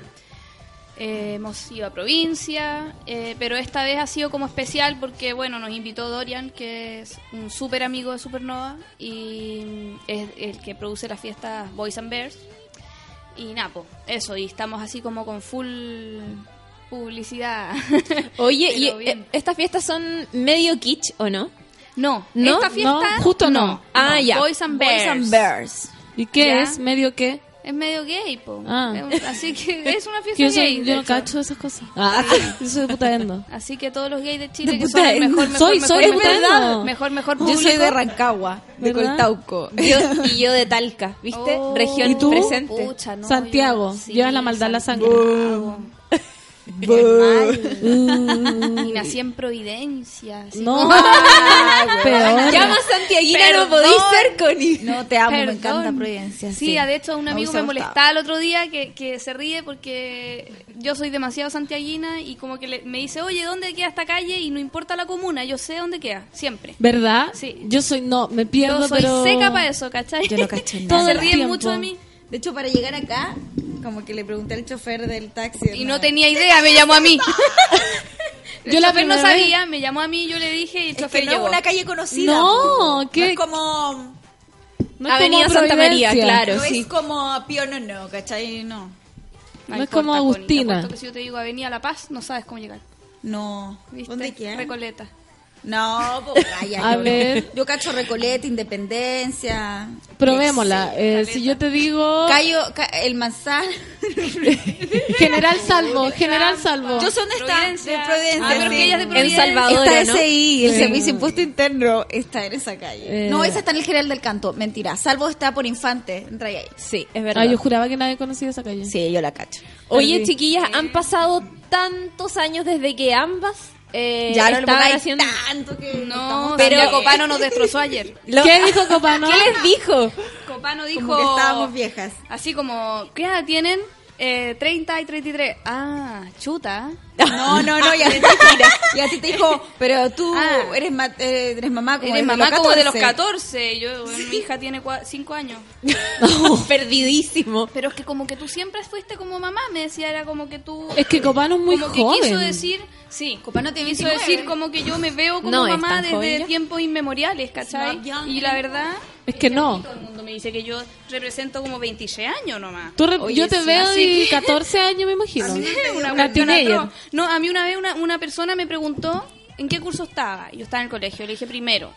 [SPEAKER 12] Eh, hemos ido a provincia, eh, pero esta vez ha sido como especial porque, bueno, nos invitó Dorian, que es un súper amigo de Supernova y es el que produce las fiestas Boys and Bears. Y Napo, eso, y estamos así como con full publicidad.
[SPEAKER 3] Oye,
[SPEAKER 12] Pero
[SPEAKER 3] y
[SPEAKER 12] bien.
[SPEAKER 3] eh, estas fiestas son medio kitsch, ¿o no?
[SPEAKER 12] no,
[SPEAKER 3] ¿No?
[SPEAKER 12] [laughs] esta fiesta.
[SPEAKER 2] No, justo no.
[SPEAKER 3] Ah, ya.
[SPEAKER 12] Boys and
[SPEAKER 13] Boys
[SPEAKER 12] Bears.
[SPEAKER 13] and Bears.
[SPEAKER 2] ¿Y qué
[SPEAKER 12] Ya.
[SPEAKER 2] es? ¿Medio qué?
[SPEAKER 12] Es medio gay, po.
[SPEAKER 2] Ah.
[SPEAKER 12] Es un- Así que
[SPEAKER 13] [laughs]
[SPEAKER 12] es una fiesta
[SPEAKER 2] Yo, soy-
[SPEAKER 12] gay. de
[SPEAKER 2] yo no
[SPEAKER 12] hecho.
[SPEAKER 2] cacho esas cosas. Ah, [laughs] yo soy de puta endo.
[SPEAKER 12] Así que todos los gays de Chile
[SPEAKER 13] De
[SPEAKER 12] que son el
[SPEAKER 13] puta-
[SPEAKER 12] mejor, mejor,
[SPEAKER 2] soy-
[SPEAKER 12] mejor,
[SPEAKER 2] soy de
[SPEAKER 12] mejor,
[SPEAKER 2] puta-
[SPEAKER 12] mejor, mejor, mejor
[SPEAKER 13] Yo soy
[SPEAKER 12] público.
[SPEAKER 13] de Rancagua, de
[SPEAKER 2] ¿Verdad?
[SPEAKER 13] Coltauco. [laughs]
[SPEAKER 3] Yo, y yo de Talca, ¿viste?
[SPEAKER 12] Oh,
[SPEAKER 3] Región
[SPEAKER 2] ¿Y tú?
[SPEAKER 3] presente.
[SPEAKER 12] Pucha, no,
[SPEAKER 2] Santiago,
[SPEAKER 12] yo- sí,
[SPEAKER 2] llevas la maldad en la sangre.
[SPEAKER 12] Santiago.
[SPEAKER 2] Uh,
[SPEAKER 12] Y nací en Providencia. así [laughs]
[SPEAKER 2] no,
[SPEAKER 12] Ah,
[SPEAKER 2] peor.
[SPEAKER 3] Llama Santiaguina, no podéis ser Connie.
[SPEAKER 13] No, te amo, me
[SPEAKER 12] Perdón.
[SPEAKER 13] encanta Providencia.
[SPEAKER 12] Sí, ah,
[SPEAKER 13] Sí,
[SPEAKER 12] de hecho un
[SPEAKER 13] Me
[SPEAKER 12] amigo
[SPEAKER 13] hubiese
[SPEAKER 12] me
[SPEAKER 13] gustado.
[SPEAKER 12] molestaba el otro día que, que se ríe porque yo soy demasiado santiaguina y como que le- me dice, oye, ¿dónde queda esta calle? Y no importa la comuna, yo sé dónde queda, siempre.
[SPEAKER 2] ¿Verdad?
[SPEAKER 12] Sí.
[SPEAKER 2] Yo soy, no, me pierdo,
[SPEAKER 12] Yo soy
[SPEAKER 2] pero...
[SPEAKER 12] seca para eso, ¿cachai?
[SPEAKER 13] Yo no cacho nada.
[SPEAKER 2] Todo
[SPEAKER 12] [laughs] se
[SPEAKER 2] el
[SPEAKER 12] ríen
[SPEAKER 2] tiempo.
[SPEAKER 12] mucho de mí.
[SPEAKER 13] De hecho, para llegar acá, como que le pregunté al chofer del taxi.
[SPEAKER 12] Y no tenía idea, me llamó a mí.
[SPEAKER 2] Yo
[SPEAKER 12] Yo
[SPEAKER 2] la
[SPEAKER 12] la no
[SPEAKER 2] primera
[SPEAKER 12] sabía, me llamó a mí, yo le dije y el
[SPEAKER 13] Es
[SPEAKER 12] chofer
[SPEAKER 13] que no es
[SPEAKER 12] llegó.
[SPEAKER 13] una calle conocida.
[SPEAKER 2] No,
[SPEAKER 13] No
[SPEAKER 2] ¿qué?
[SPEAKER 13] es como.
[SPEAKER 2] no es
[SPEAKER 3] Avenida
[SPEAKER 2] como
[SPEAKER 3] Santa María,
[SPEAKER 2] Providencia.
[SPEAKER 3] claro,
[SPEAKER 13] no
[SPEAKER 3] sí.
[SPEAKER 13] es como Pío no, no, ¿cachai? No.
[SPEAKER 2] no es como
[SPEAKER 12] importa, Connie, te
[SPEAKER 2] Agustina.
[SPEAKER 12] apuesto que si yo te digo Avenida La Paz, no sabes cómo llegar.
[SPEAKER 13] No.
[SPEAKER 12] ¿viste?
[SPEAKER 13] ¿Dónde queda?
[SPEAKER 12] Recoleta.
[SPEAKER 13] No, pues
[SPEAKER 12] [laughs]
[SPEAKER 13] vaya.
[SPEAKER 2] A
[SPEAKER 13] yo,
[SPEAKER 2] ver.
[SPEAKER 13] yo cacho Recoleta, Independencia.
[SPEAKER 2] Probémosla. Eh, si yo te digo.
[SPEAKER 13] Cayo, Ca- el manzano.
[SPEAKER 2] [laughs] General Salvo, General Salvo.
[SPEAKER 13] Yo soy de esta, de Providencia.
[SPEAKER 12] Ah,
[SPEAKER 13] sí.
[SPEAKER 12] pero que ella es de Providencia.
[SPEAKER 13] En Salvador. Está
[SPEAKER 12] ¿no?
[SPEAKER 13] SI, el
[SPEAKER 2] Sí.
[SPEAKER 13] Servicio de Impuesto Interno, está en esa calle.
[SPEAKER 2] Eh.
[SPEAKER 13] No, esa está en el General del Canto. Mentira. Salvo está por Infante. Entra ahí. Sí, es
[SPEAKER 2] Ah, yo juraba que nadie conocía esa calle.
[SPEAKER 13] Sí, yo la cacho.
[SPEAKER 3] Oye,
[SPEAKER 2] Perdí.
[SPEAKER 3] chiquillas, han pasado tantos años desde que ambas eh,
[SPEAKER 13] ya no le
[SPEAKER 3] estaban
[SPEAKER 13] pongáis
[SPEAKER 3] haciendo...
[SPEAKER 13] tanto que.
[SPEAKER 12] No,
[SPEAKER 3] Pero-
[SPEAKER 12] pero Copano nos
[SPEAKER 13] [laughs]
[SPEAKER 12] destrozó ayer.
[SPEAKER 2] ¿Qué dijo Copano?
[SPEAKER 3] ¿Qué les dijo?
[SPEAKER 12] Copano dijo...
[SPEAKER 13] Como que estábamos viejas.
[SPEAKER 12] Así como, ¿qué edad tienen? Eh, 30 y 33. Ah, chuta.
[SPEAKER 13] No, no, no,
[SPEAKER 12] [laughs]
[SPEAKER 13] ya te mentira. [laughs] Y a ti te dijo, pero tú
[SPEAKER 12] Ah.
[SPEAKER 13] eres, ma- eh, eres mamá como
[SPEAKER 12] Eres
[SPEAKER 13] de
[SPEAKER 12] mamá
[SPEAKER 13] los
[SPEAKER 12] como de los
[SPEAKER 13] 14.
[SPEAKER 12] 14. Yo, bueno, Mi hija tiene 5 años.
[SPEAKER 3] Perdidísimo.
[SPEAKER 12] Pero es que como que tú siempre fuiste como mamá, me decía, era como que tú...
[SPEAKER 2] Es que Copano es muy
[SPEAKER 12] como
[SPEAKER 2] joven.
[SPEAKER 12] que quiso decir... Sí,
[SPEAKER 13] Copano tiene
[SPEAKER 12] quiso
[SPEAKER 13] 19.
[SPEAKER 12] decir como que yo me veo como
[SPEAKER 3] No, es
[SPEAKER 12] mamá
[SPEAKER 3] tan joven
[SPEAKER 12] desde
[SPEAKER 3] ya.
[SPEAKER 12] tiempos inmemoriales, ¿cachai?
[SPEAKER 13] It's not young
[SPEAKER 12] Y la verdad...
[SPEAKER 2] Es que no.
[SPEAKER 12] Todo el mundo me dice que yo represento como 26 años nomás.
[SPEAKER 2] Tú re-
[SPEAKER 13] Oye,
[SPEAKER 2] yo te
[SPEAKER 13] sí,
[SPEAKER 2] veo
[SPEAKER 12] así
[SPEAKER 2] de 14 años, me
[SPEAKER 12] A
[SPEAKER 2] imagino.
[SPEAKER 12] mí me pegó una
[SPEAKER 2] Una
[SPEAKER 12] cuestión
[SPEAKER 2] teenager.
[SPEAKER 12] atroz. No, a mí una vez una, una persona me preguntó en qué curso estaba. Yo estaba en el colegio, le dije primero.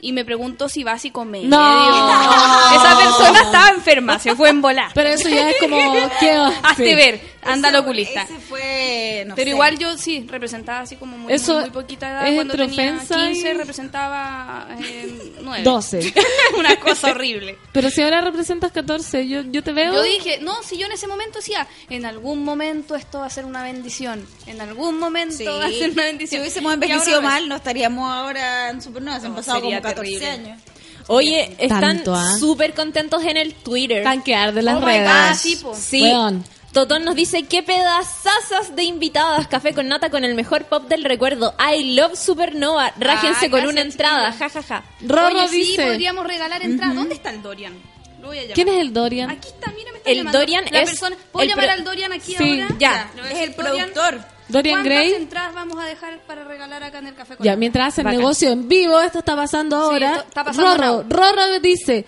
[SPEAKER 12] Y me preguntó si básico medio. Esa persona estaba enferma, se fue en volar.
[SPEAKER 2] Pero eso ya es como. ¿qué va?
[SPEAKER 12] [laughs] Hazte
[SPEAKER 2] Sí.
[SPEAKER 12] ver, anda al
[SPEAKER 13] Ese-
[SPEAKER 12] oculista.
[SPEAKER 13] ese fue, no
[SPEAKER 12] Pero
[SPEAKER 13] sé.
[SPEAKER 12] igual yo sí, representaba así como muy,
[SPEAKER 2] Eso
[SPEAKER 12] muy, muy poquita edad.
[SPEAKER 2] es
[SPEAKER 12] Cuando
[SPEAKER 2] entre
[SPEAKER 12] tenía
[SPEAKER 2] ofensa
[SPEAKER 12] 15
[SPEAKER 2] y-
[SPEAKER 12] representaba eh, 9.
[SPEAKER 2] 12.
[SPEAKER 12] [laughs] una cosa horrible.
[SPEAKER 2] Pero si ahora representas 14, yo, yo te veo.
[SPEAKER 12] Yo dije, no, si yo en ese momento decía, en algún momento esto va a ser una bendición. En algún momento
[SPEAKER 13] Sí.
[SPEAKER 12] va a ser una bendición.
[SPEAKER 13] Si hubiésemos
[SPEAKER 12] Y
[SPEAKER 13] envejecido
[SPEAKER 12] ahora ves.
[SPEAKER 13] mal, no estaríamos ahora en supernovas. Han
[SPEAKER 12] No,
[SPEAKER 13] pasado como
[SPEAKER 12] sería
[SPEAKER 13] 14
[SPEAKER 12] terrible.
[SPEAKER 13] años.
[SPEAKER 3] Oye, están
[SPEAKER 2] Tanto, ¿ah?
[SPEAKER 3] súper contentos en el Twitter.
[SPEAKER 2] Tan que arde las
[SPEAKER 12] Oh my
[SPEAKER 2] redes.
[SPEAKER 12] God, sí, po.
[SPEAKER 3] Sí.
[SPEAKER 2] Weón.
[SPEAKER 3] Totón nos dice, qué pedazazas de invitadas. Café con nata con el mejor pop del recuerdo. I love Supernova. Rájense
[SPEAKER 12] Ah,
[SPEAKER 3] con una
[SPEAKER 12] gracias,
[SPEAKER 3] entrada. Ja,
[SPEAKER 12] chiquillos.
[SPEAKER 3] ja, ja.
[SPEAKER 2] Rorro
[SPEAKER 12] Oye, sí,
[SPEAKER 2] dice-
[SPEAKER 12] podríamos regalar entrada. ¿Dónde está el Dorian? Lo voy a llamar.
[SPEAKER 2] ¿Quién es el Dorian?
[SPEAKER 12] Aquí está, mira, me está
[SPEAKER 3] El
[SPEAKER 12] llamando.
[SPEAKER 3] Dorian
[SPEAKER 12] La
[SPEAKER 3] es
[SPEAKER 12] persona- ¿Puedo
[SPEAKER 3] el
[SPEAKER 12] llamar
[SPEAKER 3] pro-
[SPEAKER 12] al Dorian aquí
[SPEAKER 2] Sí,
[SPEAKER 12] ahora?
[SPEAKER 2] ya.
[SPEAKER 12] le voy a decir,
[SPEAKER 13] Es el productor.
[SPEAKER 2] Dorian
[SPEAKER 12] ¿cuántas
[SPEAKER 2] Gray?
[SPEAKER 12] entradas vamos a dejar para regalar acá en el Café con
[SPEAKER 2] Ya,
[SPEAKER 12] Nata?
[SPEAKER 2] mientras hacen
[SPEAKER 12] Bacán.
[SPEAKER 2] negocio en vivo, esto está pasando ahora.
[SPEAKER 12] esto está pasando
[SPEAKER 2] Rorro, Rorro dice: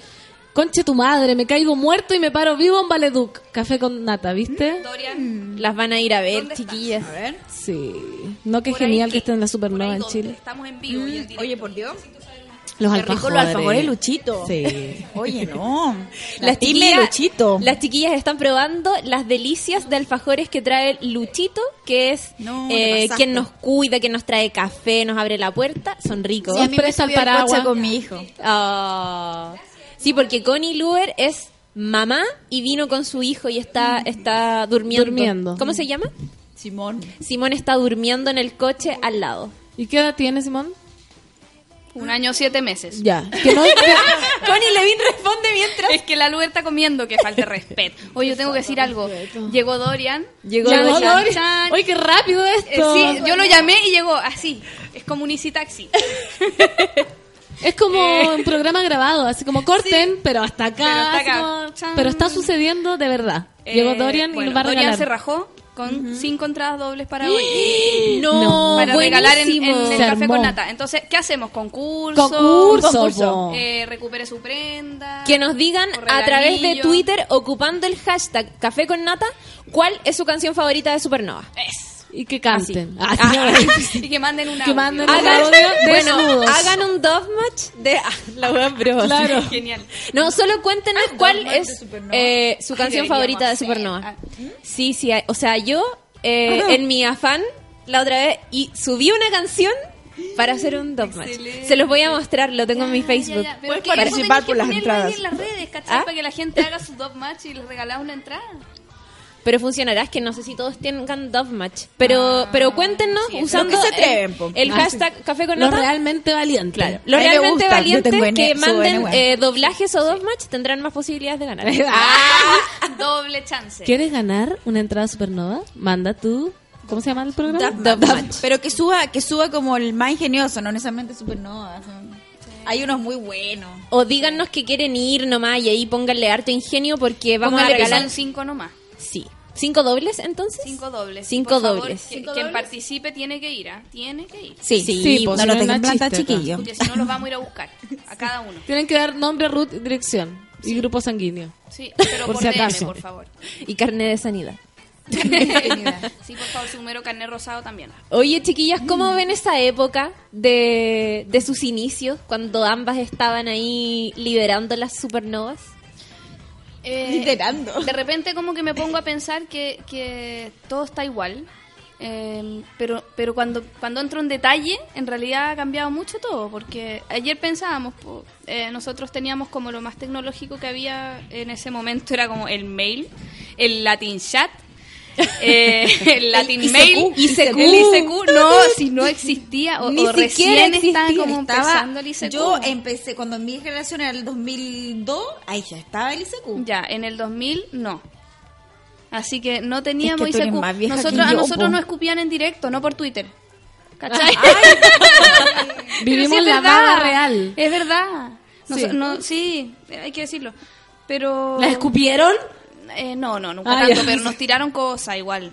[SPEAKER 2] Conche tu madre, me caigo muerto y me paro vivo en Valeduc. Café con nata, ¿viste?
[SPEAKER 12] Dorian,
[SPEAKER 3] Las van a ir a ver,
[SPEAKER 12] ¿Dónde está?
[SPEAKER 3] chiquillas.
[SPEAKER 2] Sí. No, qué
[SPEAKER 12] por ahí
[SPEAKER 2] genial
[SPEAKER 12] que-
[SPEAKER 2] que estén en la
[SPEAKER 12] por ahí
[SPEAKER 2] supernova en
[SPEAKER 12] donde
[SPEAKER 2] Chile.
[SPEAKER 12] Estamos en vivo y en directo.
[SPEAKER 13] Oye, por Dios.
[SPEAKER 2] Los
[SPEAKER 13] Qué rico los alfajores Luchito.
[SPEAKER 2] Sí.
[SPEAKER 13] Oye, no.
[SPEAKER 12] [laughs]
[SPEAKER 3] Las
[SPEAKER 13] pyme
[SPEAKER 3] chiquillas,
[SPEAKER 13] Luchito.
[SPEAKER 3] las chiquillas están probando las delicias de alfajores que trae Luchito, que es
[SPEAKER 13] No,
[SPEAKER 3] eh,
[SPEAKER 13] te pasaste.
[SPEAKER 3] quien nos cuida, quien nos trae café, nos abre la puerta. Son ricos.
[SPEAKER 13] Sí, a mí me
[SPEAKER 2] presta el
[SPEAKER 13] subió al coche
[SPEAKER 2] paraguas.
[SPEAKER 13] con mi hijo.
[SPEAKER 3] Ah. Sí, porque Connie Luer es mamá y vino con su hijo y está, está durmiendo.
[SPEAKER 2] Durmiendo.
[SPEAKER 3] ¿Cómo se llama?
[SPEAKER 13] Simón.
[SPEAKER 3] Simón está durmiendo en el coche al lado.
[SPEAKER 2] ¿Y qué edad tiene, Simón?
[SPEAKER 12] Un año, siete meses.
[SPEAKER 2] Ya. Que no, que-
[SPEAKER 3] Connie Levin responde mientras.
[SPEAKER 12] Es que la Lu está comiendo, que falta de respeto. Oye, yo tengo que decir algo. Llegó Dorian.
[SPEAKER 3] Llegó
[SPEAKER 12] Chan,
[SPEAKER 3] Dorian.
[SPEAKER 12] chan, chan.
[SPEAKER 2] ¡Ay, qué rápido
[SPEAKER 12] Eh,
[SPEAKER 2] esto!
[SPEAKER 12] sí, yo lo llamé y llegó así. Es como un Easy Taxi.
[SPEAKER 2] Es
[SPEAKER 12] [laughs]
[SPEAKER 2] como un programa grabado, así como corten, pero hasta acá.
[SPEAKER 12] Eh. Pero hasta
[SPEAKER 2] así
[SPEAKER 12] acá.
[SPEAKER 2] como-
[SPEAKER 12] Chan.
[SPEAKER 2] pero está sucediendo de verdad. Llegó
[SPEAKER 12] Eh,
[SPEAKER 2] Dorian y
[SPEAKER 12] bueno,
[SPEAKER 2] nos va a
[SPEAKER 12] Dorian
[SPEAKER 2] regalar.
[SPEAKER 12] se rajó con cinco entradas dobles para hoy.
[SPEAKER 3] No,
[SPEAKER 12] para regalar en, en
[SPEAKER 3] buenísimo.
[SPEAKER 12] el
[SPEAKER 2] Se
[SPEAKER 12] café
[SPEAKER 2] armó.
[SPEAKER 12] con nata. Entonces, ¿qué hacemos? Concurso.
[SPEAKER 2] Concurso, po.
[SPEAKER 12] Eh, recupere su prenda.
[SPEAKER 3] Que nos digan
[SPEAKER 12] o
[SPEAKER 3] a través de
[SPEAKER 12] regalillo.
[SPEAKER 3] Twitter, ocupando el hashtag Café con Nata, cuál es su canción favorita de Supernova.
[SPEAKER 12] Eso.
[SPEAKER 2] Y que canten.
[SPEAKER 12] Ah,
[SPEAKER 2] Ah,
[SPEAKER 3] Así. [laughs]
[SPEAKER 2] Así.
[SPEAKER 12] Y que manden una.
[SPEAKER 2] Que manden un
[SPEAKER 3] Hagan,
[SPEAKER 2] audio
[SPEAKER 3] [laughs] bueno,
[SPEAKER 2] desnudos.
[SPEAKER 3] hagan un dove match de [laughs] ah, la web bro.
[SPEAKER 2] Claro.
[SPEAKER 12] Genial.
[SPEAKER 3] No, solo cuéntenos
[SPEAKER 13] Ah,
[SPEAKER 3] cuál
[SPEAKER 13] dove match de
[SPEAKER 3] es
[SPEAKER 13] Supernova.
[SPEAKER 3] eh, su
[SPEAKER 12] Ay,
[SPEAKER 3] canción
[SPEAKER 12] deberíamos
[SPEAKER 3] favorita de
[SPEAKER 12] hacer.
[SPEAKER 3] Supernova.
[SPEAKER 12] Ah.
[SPEAKER 3] Sí, sí, hay- o sea, yo eh, en mi afán la otra vez y subí una canción para hacer un dove match.
[SPEAKER 12] Excelente.
[SPEAKER 3] Se los voy a mostrar, lo tengo en mi Facebook.
[SPEAKER 12] Puedes
[SPEAKER 13] Puedes participar por las entradas.
[SPEAKER 12] en las redes, ¿cachai?
[SPEAKER 3] ¿Ah?
[SPEAKER 12] Para que la gente haga su dog match y les regalás una entrada.
[SPEAKER 3] Pero funcionará, es que no sé si todos tengan dove match. Pero, pero cuéntenos
[SPEAKER 12] sí, es
[SPEAKER 13] Ah,
[SPEAKER 3] usando
[SPEAKER 13] Los que se atreven,
[SPEAKER 3] el-
[SPEAKER 13] po.
[SPEAKER 3] el,
[SPEAKER 2] Ah,
[SPEAKER 3] hashtag Café con
[SPEAKER 2] Los
[SPEAKER 3] Nata.
[SPEAKER 2] realmente valientes.
[SPEAKER 3] Claro. Los
[SPEAKER 13] A mí me
[SPEAKER 3] realmente
[SPEAKER 13] gusta, yo tengo
[SPEAKER 3] valientes
[SPEAKER 13] N-
[SPEAKER 3] que
[SPEAKER 13] su
[SPEAKER 3] manden
[SPEAKER 13] NY.
[SPEAKER 3] eh, doblajes o dove match tendrán más posibilidades
[SPEAKER 13] [laughs]
[SPEAKER 3] de ganar.
[SPEAKER 13] Ah.
[SPEAKER 3] [laughs]
[SPEAKER 12] Doble chance.
[SPEAKER 2] ¿Quieres ganar una entrada supernova? Manda tú. ¿Cómo se llama el programa?
[SPEAKER 13] Pero que suba, que suba como el más ingenioso, no necesariamente supernova. son- Hay unos muy buenos.
[SPEAKER 3] O díganos que quieren ir nomás y ahí pónganle harto ingenio porque vamos
[SPEAKER 12] Póngale
[SPEAKER 3] a
[SPEAKER 12] que
[SPEAKER 3] regalar.
[SPEAKER 12] son cinco nomás.
[SPEAKER 3] Sí. ¿Cinco dobles entonces?
[SPEAKER 12] Cinco dobles.
[SPEAKER 3] Cinco
[SPEAKER 12] Por favor,
[SPEAKER 3] dobles.
[SPEAKER 12] que- Quien participe tiene que ir, ¿ah? Tiene que ir.
[SPEAKER 3] Sí,
[SPEAKER 12] pues,
[SPEAKER 2] Sí, po,
[SPEAKER 13] pues, no lo
[SPEAKER 2] si no es
[SPEAKER 13] tengan
[SPEAKER 2] una
[SPEAKER 13] planta,
[SPEAKER 2] chiste acá.
[SPEAKER 13] chiquillo.
[SPEAKER 12] Porque si no, los vamos a ir a buscar. A cada uno.
[SPEAKER 2] Tienen que dar nombre, root, dirección y grupo sanguíneo.
[SPEAKER 12] Sí, pero
[SPEAKER 2] Por
[SPEAKER 12] por,
[SPEAKER 2] si
[SPEAKER 12] DM,
[SPEAKER 2] acaso.
[SPEAKER 12] por favor.
[SPEAKER 13] [laughs]
[SPEAKER 3] Y carne de sanidad.
[SPEAKER 12] sí, por favor, su número carnet rosado también.
[SPEAKER 14] Oye, chiquillas, ¿cómo ven esa época de, de sus inicios, cuando ambas estaban ahí liderando las supernovas?
[SPEAKER 12] Eh,
[SPEAKER 14] Liderando.
[SPEAKER 12] De repente como que me pongo a pensar que, que todo está igual. Eh, pero pero cuando, cuando entro en detalle, en realidad ha cambiado mucho todo. Porque ayer pensábamos, po, eh, nosotros teníamos como lo más tecnológico que había en ese momento era como el mail, el Latin chat. eh, el Latin
[SPEAKER 14] ICQ,
[SPEAKER 12] Mail
[SPEAKER 14] ICQ.
[SPEAKER 12] el ICQ
[SPEAKER 14] [laughs]
[SPEAKER 12] no si no existía o, o recién estaba como empezando el ICQ
[SPEAKER 13] Yo empecé, cuando mi generación era el 2002, ahí ya estaba el
[SPEAKER 2] Uh.
[SPEAKER 13] ICQ.
[SPEAKER 12] Ya, en el 2000 no. Así que no teníamos
[SPEAKER 13] Es que tú eres
[SPEAKER 12] ICQ.
[SPEAKER 13] más vieja que
[SPEAKER 12] nosotros, a
[SPEAKER 13] yo,
[SPEAKER 12] nosotros
[SPEAKER 13] po.
[SPEAKER 12] nos escupían en directo, no por Twitter. ¿Cachai?
[SPEAKER 2] Vivimos
[SPEAKER 12] Pero sí es
[SPEAKER 2] la
[SPEAKER 12] verdad,
[SPEAKER 2] vaga real.
[SPEAKER 12] Es verdad. Nos-
[SPEAKER 2] Sí.
[SPEAKER 12] no- sí, hay que decirlo. Pero...
[SPEAKER 2] ¿La escupieron?
[SPEAKER 12] Eh, no, no, nunca
[SPEAKER 2] Ah,
[SPEAKER 12] tanto,
[SPEAKER 2] ya.
[SPEAKER 12] pero nos tiraron cosas igual.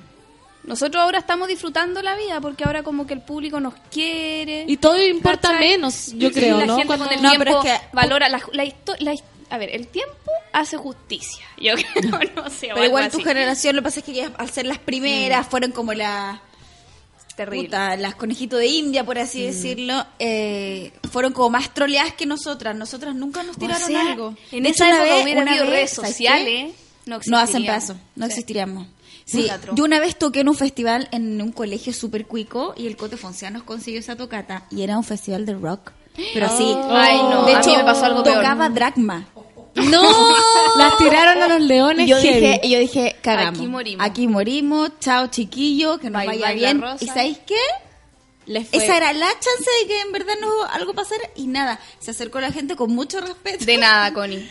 [SPEAKER 12] Nosotros ahora estamos disfrutando la vida porque ahora como que el público nos quiere.
[SPEAKER 2] Y todo importa
[SPEAKER 12] ¿cachai?
[SPEAKER 2] menos, yo
[SPEAKER 12] Sí,
[SPEAKER 2] creo,
[SPEAKER 12] la
[SPEAKER 2] ¿no?
[SPEAKER 12] gente
[SPEAKER 2] Cuando-
[SPEAKER 12] con el
[SPEAKER 2] No,
[SPEAKER 12] tiempo
[SPEAKER 2] pero es que-
[SPEAKER 12] valora la, la histo- la his- a ver, el tiempo hace justicia. Yo [laughs] creo, no sé. o
[SPEAKER 13] Pero
[SPEAKER 12] algo
[SPEAKER 13] igual tu
[SPEAKER 12] así.
[SPEAKER 13] generación, lo que pasa es que ellas, al ser las primeras,
[SPEAKER 14] Mm.
[SPEAKER 13] fueron como las...
[SPEAKER 12] Terrible.
[SPEAKER 13] puta, las conejitos de India, por
[SPEAKER 14] Mm.
[SPEAKER 13] así decirlo, eh, fueron como más troleadas que nosotras. Nosotras nunca nos tiraron
[SPEAKER 12] sea,
[SPEAKER 13] algo.
[SPEAKER 12] en
[SPEAKER 13] De
[SPEAKER 12] esa
[SPEAKER 13] hecho, una
[SPEAKER 12] época
[SPEAKER 13] vez-
[SPEAKER 12] hubieran
[SPEAKER 13] una
[SPEAKER 12] habido
[SPEAKER 13] vez,
[SPEAKER 12] redes
[SPEAKER 13] ¿sabes qué?
[SPEAKER 12] sociales,
[SPEAKER 13] No
[SPEAKER 12] no
[SPEAKER 13] hacen
[SPEAKER 12] existiríamos.
[SPEAKER 13] pedazo, no
[SPEAKER 12] Sí.
[SPEAKER 13] existiríamos. Sí,
[SPEAKER 12] Nunca tro-
[SPEAKER 13] yo una vez toqué en un festival en un colegio súper cuico y el Cote Foncea nos consiguió esa tocata y era un festival de rock. Pero así,
[SPEAKER 12] Oh. Ay, no,
[SPEAKER 13] de
[SPEAKER 12] a mí
[SPEAKER 13] hecho,
[SPEAKER 12] me pasó algo peor.
[SPEAKER 13] tocaba Dracma. [laughs]
[SPEAKER 14] ¡No!
[SPEAKER 2] Las tiraron a los leones.
[SPEAKER 13] Yo
[SPEAKER 2] heavy.
[SPEAKER 13] dije, yo dije, cagamos.
[SPEAKER 12] Aquí
[SPEAKER 13] Aquí
[SPEAKER 12] morimos.
[SPEAKER 13] morimos. chao chiquillo, que nos
[SPEAKER 12] Bye,
[SPEAKER 13] vaya
[SPEAKER 12] bye, la
[SPEAKER 13] bien.
[SPEAKER 12] rosa.
[SPEAKER 13] ¿Y sabéis qué?
[SPEAKER 14] Les fue-
[SPEAKER 13] Esa era la chance de que en verdad no algo pasara y nada. Se acercó la gente con mucho respeto.
[SPEAKER 12] De nada, Connie.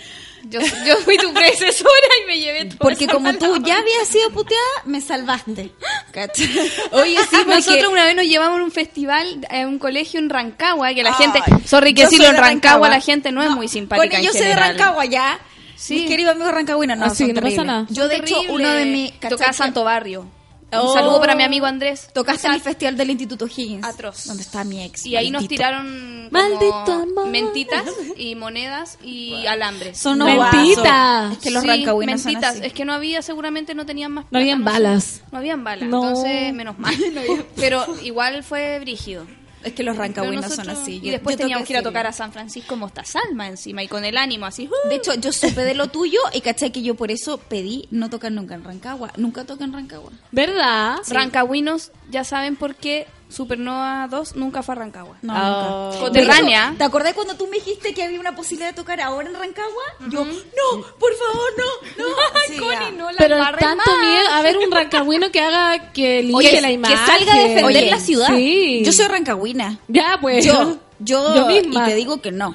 [SPEAKER 12] Yo, yo
[SPEAKER 13] [laughs]
[SPEAKER 12] fui tu predecesora y me llevé todo.
[SPEAKER 13] Porque como tú ya habías sido puteada, me [laughs] salvaste.
[SPEAKER 12] [laughs]
[SPEAKER 13] ¿Cachai?
[SPEAKER 12] Oye, sí,
[SPEAKER 13] porque-
[SPEAKER 12] Ah, nosotros una vez nos llevamos a un festival, a un colegio en Rancagua, que la
[SPEAKER 13] Ay,
[SPEAKER 12] gente, sorry que
[SPEAKER 13] yo
[SPEAKER 12] decirlo,
[SPEAKER 13] soy
[SPEAKER 12] en
[SPEAKER 13] de
[SPEAKER 12] Rancagua
[SPEAKER 13] Rancagua.
[SPEAKER 12] la gente no, es muy
[SPEAKER 13] Connie,
[SPEAKER 12] simpática en
[SPEAKER 13] yo soy de
[SPEAKER 12] general.
[SPEAKER 13] Rancagua ya.
[SPEAKER 12] Sí.
[SPEAKER 13] Mis queridos amigos rancagüinos, no,
[SPEAKER 2] Ah, sí,
[SPEAKER 13] son
[SPEAKER 2] no pasa
[SPEAKER 13] terribles.
[SPEAKER 2] nada.
[SPEAKER 13] Yo, de hecho, uno de mis...
[SPEAKER 12] Tocaba
[SPEAKER 13] ¿cachai?
[SPEAKER 12] Santo Barrio.
[SPEAKER 13] Oh.
[SPEAKER 12] Un saludo para mi amigo Andrés.
[SPEAKER 13] Tocaste en el festival del Instituto Higgins.
[SPEAKER 12] Atroz.
[SPEAKER 13] Donde está mi ex.
[SPEAKER 12] Y ahí nos
[SPEAKER 13] maldito.
[SPEAKER 12] tiraron como
[SPEAKER 2] Maldito amor.
[SPEAKER 12] mentitas y monedas y alambres.
[SPEAKER 13] Son unos
[SPEAKER 2] Mentita.
[SPEAKER 13] guasos. Es que los
[SPEAKER 12] Sí,
[SPEAKER 13] rancagüinos son
[SPEAKER 12] mentitas.
[SPEAKER 13] así.
[SPEAKER 12] Es que no había, seguramente no tenían más.
[SPEAKER 2] No habían
[SPEAKER 12] plata,
[SPEAKER 2] balas.
[SPEAKER 12] sé. No habían balas.
[SPEAKER 2] No.
[SPEAKER 12] Entonces,
[SPEAKER 2] [laughs]
[SPEAKER 12] menos mal. [laughs] Pero igual fue brígido.
[SPEAKER 13] Es que los
[SPEAKER 12] Pero
[SPEAKER 13] rancagüinos son
[SPEAKER 12] nosotros-
[SPEAKER 13] así. Yo-
[SPEAKER 12] Y después
[SPEAKER 13] yo
[SPEAKER 12] teníamos
[SPEAKER 13] toqué
[SPEAKER 12] que ir a
[SPEAKER 13] serio.
[SPEAKER 12] tocar a San Francisco Mostasalma encima y con el ánimo así. ¡uh!
[SPEAKER 13] De hecho, yo supe de lo tuyo y caché que yo por eso pedí no tocar nunca en Rancagua. Nunca toqué en Rancagua.
[SPEAKER 2] ¿Verdad?
[SPEAKER 12] Rancagüinos ya saben por qué Supernova 2 nunca fue a Rancagua.
[SPEAKER 13] No,
[SPEAKER 2] Ah.
[SPEAKER 13] nunca.
[SPEAKER 12] Coterránea.
[SPEAKER 13] De hecho, ¿Te acordás cuando tú me dijiste que había una posibilidad de tocar ahora en Rancagua? Yo, no, por favor, no,
[SPEAKER 9] [laughs]
[SPEAKER 13] no. Sí, ya.
[SPEAKER 12] no la
[SPEAKER 2] Pero
[SPEAKER 12] embarren
[SPEAKER 2] tanto
[SPEAKER 12] más.
[SPEAKER 2] miedo, a ver
[SPEAKER 12] [laughs]
[SPEAKER 2] un rancagüino que haga que limpie
[SPEAKER 13] Oye,
[SPEAKER 2] la
[SPEAKER 13] que
[SPEAKER 2] imagen.
[SPEAKER 13] salga a defender
[SPEAKER 2] Oye,
[SPEAKER 13] la ciudad.
[SPEAKER 2] Sí.
[SPEAKER 13] Yo soy rancagüina.
[SPEAKER 2] Ya, pues.
[SPEAKER 13] Yo, yo,
[SPEAKER 2] [laughs] Yo misma. Ah,
[SPEAKER 13] y te digo que no.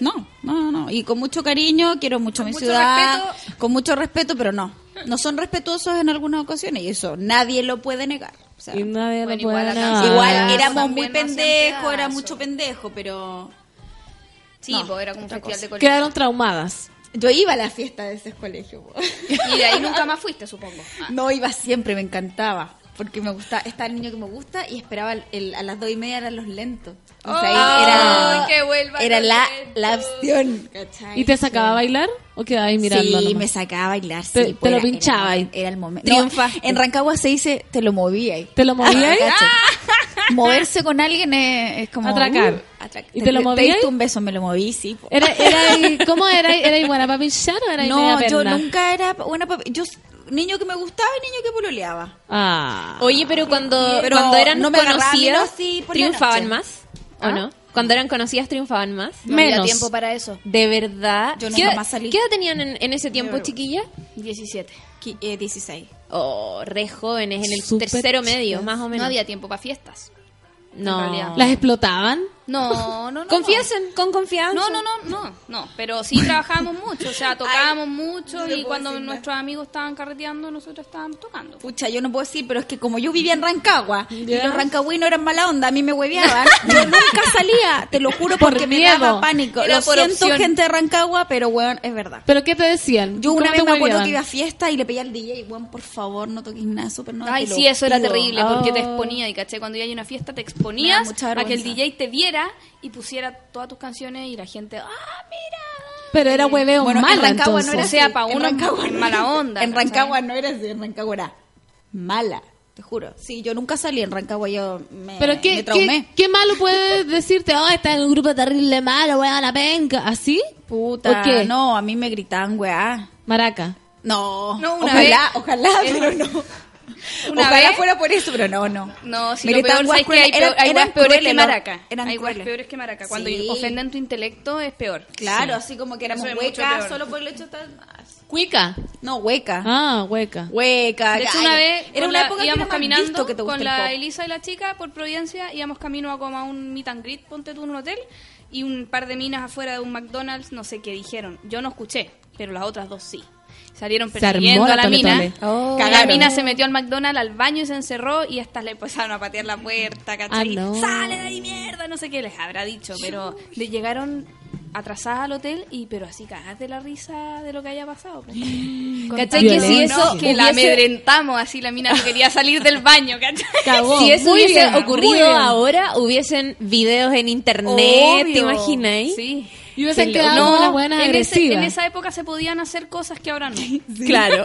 [SPEAKER 13] No, no, no. Y con mucho cariño, quiero mucho mi
[SPEAKER 12] mucho
[SPEAKER 13] ciudad, con mucho respeto, pero no. No son respetuosos en algunas ocasiones y eso nadie lo puede negar. O sea,
[SPEAKER 2] Y nadie
[SPEAKER 12] Bueno,
[SPEAKER 2] lo puede
[SPEAKER 12] igual acá
[SPEAKER 2] negar.
[SPEAKER 13] igual
[SPEAKER 12] Ah,
[SPEAKER 13] éramos
[SPEAKER 12] también
[SPEAKER 13] muy
[SPEAKER 12] no hacían
[SPEAKER 13] pendejos, era
[SPEAKER 12] pedazo.
[SPEAKER 13] mucho pendejo, pero
[SPEAKER 12] Sí,
[SPEAKER 13] No,
[SPEAKER 12] po, era como un festival de colegio.
[SPEAKER 2] Ah, Quedaron traumadas.
[SPEAKER 13] yo iba a la fiesta de ese colegio. po.
[SPEAKER 12] Y de ahí nunca más fuiste, supongo. Ah.
[SPEAKER 13] No iba siempre, me encantaba. Porque me gusta, está el niño que me gusta y esperaba el- el- a las dos y media eran los lentos. O sea, ahí
[SPEAKER 12] ¡Ay,
[SPEAKER 13] era,
[SPEAKER 12] que vuelvan
[SPEAKER 13] era
[SPEAKER 12] los
[SPEAKER 13] la,
[SPEAKER 12] lentos!
[SPEAKER 13] la opción. ¿cachai?
[SPEAKER 2] ¿Y te sacaba a bailar o quedabas ahí mirando?
[SPEAKER 13] sí,
[SPEAKER 2] nomás?
[SPEAKER 13] me sacaba a bailar. sí,
[SPEAKER 2] Te- te
[SPEAKER 13] pues,
[SPEAKER 2] lo
[SPEAKER 13] era-
[SPEAKER 2] pinchaba
[SPEAKER 13] Era,
[SPEAKER 2] ahí.
[SPEAKER 13] el- era el momento.
[SPEAKER 2] Triunfa.
[SPEAKER 13] No, en Rancagua se dice, te lo movía ahí.
[SPEAKER 2] ¿Te lo movía ahí?
[SPEAKER 13] ¿Cachai? Moverse con alguien es, es como.
[SPEAKER 2] Atracar.
[SPEAKER 13] uh, atracar.
[SPEAKER 2] ¿Y te lo movía
[SPEAKER 13] diste
[SPEAKER 2] ahí?
[SPEAKER 13] un beso, me lo moví, sí. po.
[SPEAKER 2] Era, era, ¿Cómo era? ¿Era buena para pinchar o era
[SPEAKER 13] no,
[SPEAKER 2] media
[SPEAKER 13] yo
[SPEAKER 2] perna?
[SPEAKER 13] nunca era buena papi. Yo, niño que me gustaba y niño que pololeaba.
[SPEAKER 2] Ah.
[SPEAKER 14] Oye, pero cuando,
[SPEAKER 13] Pero
[SPEAKER 14] cuando eran
[SPEAKER 13] no me agarraba a mí,
[SPEAKER 14] conocidas,
[SPEAKER 13] no, sí, por la
[SPEAKER 14] ¿triunfaban
[SPEAKER 13] noche. ¿Ah?
[SPEAKER 14] más? ¿O no? Cuando eran conocidas, ¿triunfaban más?
[SPEAKER 12] No había
[SPEAKER 2] Menos.
[SPEAKER 12] tiempo para eso.
[SPEAKER 14] De verdad.
[SPEAKER 13] Yo
[SPEAKER 14] ¿Qué,
[SPEAKER 13] nunca más salí.
[SPEAKER 14] ¿Qué edad tenían en, en ese tiempo, chiquillas?
[SPEAKER 12] 17.
[SPEAKER 13] Qui- eh, 16.
[SPEAKER 14] Oh, re jóvenes, en el
[SPEAKER 2] Súper
[SPEAKER 14] tercero medio, más o
[SPEAKER 12] No
[SPEAKER 14] menos.
[SPEAKER 12] había tiempo para fiestas.
[SPEAKER 14] No.
[SPEAKER 12] en realidad.
[SPEAKER 2] ¿Las explotaban?
[SPEAKER 12] No, no, no. [laughs]
[SPEAKER 14] Confiesen, con confianza.
[SPEAKER 12] No, no, no, no, no. Pero [laughs] sí trabajábamos mucho, o sea, tocábamos mucho y cuando nuestros amigos estaban carreteando, nosotros estábamos tocando.
[SPEAKER 13] Pucha, yo no puedo decir, pero es que como yo vivía en Rancagua y los rancagüinos eran mala onda, a mí me
[SPEAKER 12] [laughs]
[SPEAKER 13] hueveaban, yo nunca salía, te lo juro,
[SPEAKER 2] Por
[SPEAKER 13] porque me
[SPEAKER 2] miedo.
[SPEAKER 13] daba pánico.
[SPEAKER 12] Era
[SPEAKER 13] lo
[SPEAKER 12] por
[SPEAKER 13] siento,
[SPEAKER 12] opción.
[SPEAKER 13] gente de Rancagua, pero weón, es verdad.
[SPEAKER 2] ¿Pero qué te decían?
[SPEAKER 13] Yo
[SPEAKER 2] ¿Cómo
[SPEAKER 13] una vez
[SPEAKER 2] te
[SPEAKER 13] me acuerdo
[SPEAKER 2] hueveaban?
[SPEAKER 13] que iba a fiesta y le pedí al DJ, weón, por favor, no toques nada, súper no.
[SPEAKER 12] Ay,
[SPEAKER 13] te lo
[SPEAKER 12] sí, eso era
[SPEAKER 13] pido". Ah.
[SPEAKER 12] terrible, porque te
[SPEAKER 2] Oh.
[SPEAKER 12] exponía, y caché, cuando ya hay una fiesta te
[SPEAKER 13] Me da
[SPEAKER 12] exponías
[SPEAKER 13] mucha
[SPEAKER 12] a que el
[SPEAKER 13] vergüenza.
[SPEAKER 12] DJ te viera y pusiera todas tus canciones y la gente, ¡ah, mira!
[SPEAKER 2] Pero era hueveo
[SPEAKER 13] Bueno, en
[SPEAKER 2] malo,
[SPEAKER 13] Rancagua
[SPEAKER 2] entonces.
[SPEAKER 13] no era
[SPEAKER 12] O sea,
[SPEAKER 13] así,
[SPEAKER 12] pa' [laughs]
[SPEAKER 13] en
[SPEAKER 12] uno
[SPEAKER 13] Rancagua
[SPEAKER 12] en
[SPEAKER 13] no-
[SPEAKER 12] mala onda,
[SPEAKER 13] En
[SPEAKER 12] ¿cachai?
[SPEAKER 13] Rancagua no era así, en Rancagua era mala, te juro. Sí, yo nunca salí en Rancagua, yo me,
[SPEAKER 2] Pero qué,
[SPEAKER 13] me
[SPEAKER 2] qué,
[SPEAKER 13] traumé.
[SPEAKER 2] qué malo puedes decirte, oh, está en un grupo terrible malo, weá, la penca. ¿Así?
[SPEAKER 13] Puta,
[SPEAKER 2] ¿O qué?
[SPEAKER 13] no, a mí me gritaban, weá.
[SPEAKER 2] Maraca.
[SPEAKER 13] No,
[SPEAKER 12] No, una
[SPEAKER 13] ojalá,
[SPEAKER 12] vez.
[SPEAKER 13] ojalá,
[SPEAKER 12] Eh,
[SPEAKER 13] pero no.
[SPEAKER 12] una
[SPEAKER 13] ojalá
[SPEAKER 12] vez.
[SPEAKER 13] fuera por eso, pero no, no.
[SPEAKER 12] No, si
[SPEAKER 13] Me
[SPEAKER 12] lo
[SPEAKER 13] gritaban
[SPEAKER 12] peor
[SPEAKER 13] guas
[SPEAKER 12] es que hay,
[SPEAKER 13] crueles,
[SPEAKER 12] peor- hay
[SPEAKER 13] eran-
[SPEAKER 12] guas
[SPEAKER 13] eran
[SPEAKER 12] peores que
[SPEAKER 13] crueles,
[SPEAKER 12] maraca.
[SPEAKER 13] no, eran
[SPEAKER 12] hay guas
[SPEAKER 13] crueles.
[SPEAKER 12] peores que maraca. Cuando
[SPEAKER 13] Sí.
[SPEAKER 12] ofenden tu intelecto es peor.
[SPEAKER 13] Claro, así como que éramos
[SPEAKER 12] Eso es mucho
[SPEAKER 13] huecas,
[SPEAKER 12] peor.
[SPEAKER 13] solo por el hecho de estar...
[SPEAKER 2] Cuica.
[SPEAKER 13] No, hueca.
[SPEAKER 2] Ah, hueca.
[SPEAKER 13] Hueca.
[SPEAKER 12] De hecho,
[SPEAKER 13] gallo.
[SPEAKER 12] una vez
[SPEAKER 13] era
[SPEAKER 12] con
[SPEAKER 13] una
[SPEAKER 12] la-
[SPEAKER 13] época que era
[SPEAKER 12] íbamos
[SPEAKER 13] más
[SPEAKER 12] caminando
[SPEAKER 13] visto que te gusta
[SPEAKER 12] con
[SPEAKER 13] el
[SPEAKER 12] la
[SPEAKER 13] pop.
[SPEAKER 12] Elisa y la chica por Providencia, íbamos camino a como a un meet and greet, ponte tú en un hotel, y un par de minas afuera de un McDonald's, no sé qué dijeron. Yo no escuché, pero las otras dos sí. Salieron
[SPEAKER 2] Se armó
[SPEAKER 12] persiguiendo
[SPEAKER 2] la
[SPEAKER 12] a la
[SPEAKER 2] tole,
[SPEAKER 12] mina.
[SPEAKER 2] tole.
[SPEAKER 13] Oh.
[SPEAKER 12] la
[SPEAKER 13] Cagaron.
[SPEAKER 12] mina se metió al McDonald's, al baño y se encerró, y estas le empezaron a patear la puerta, ¿cachai?
[SPEAKER 2] Ah, no.
[SPEAKER 12] Sale de ahí, mierda, no sé qué les habrá dicho, pero le llegaron atrasadas al hotel y pero así cagadas de la risa de lo que haya pasado. pues.
[SPEAKER 3] ¿Cachai que si
[SPEAKER 12] No,
[SPEAKER 3] eso
[SPEAKER 12] que la
[SPEAKER 3] hubiese-
[SPEAKER 12] amedrentamos, así la mina no quería salir del baño, ¿cachai?
[SPEAKER 2] Cagó.
[SPEAKER 3] Si eso
[SPEAKER 2] Muy
[SPEAKER 3] hubiese
[SPEAKER 2] bien, muy
[SPEAKER 3] ocurrido
[SPEAKER 2] bien.
[SPEAKER 3] ahora, hubiesen videos en internet, ¿te
[SPEAKER 12] Obvio.
[SPEAKER 3] imaginas?
[SPEAKER 12] Sí.
[SPEAKER 2] Y hubiesen
[SPEAKER 3] Qué
[SPEAKER 2] quedado
[SPEAKER 3] loco.
[SPEAKER 2] como las buenas
[SPEAKER 12] en, ese-
[SPEAKER 2] agresivas.
[SPEAKER 12] en esa época se podían hacer cosas que ahora no.
[SPEAKER 3] [laughs]
[SPEAKER 13] [laughs]
[SPEAKER 3] Claro.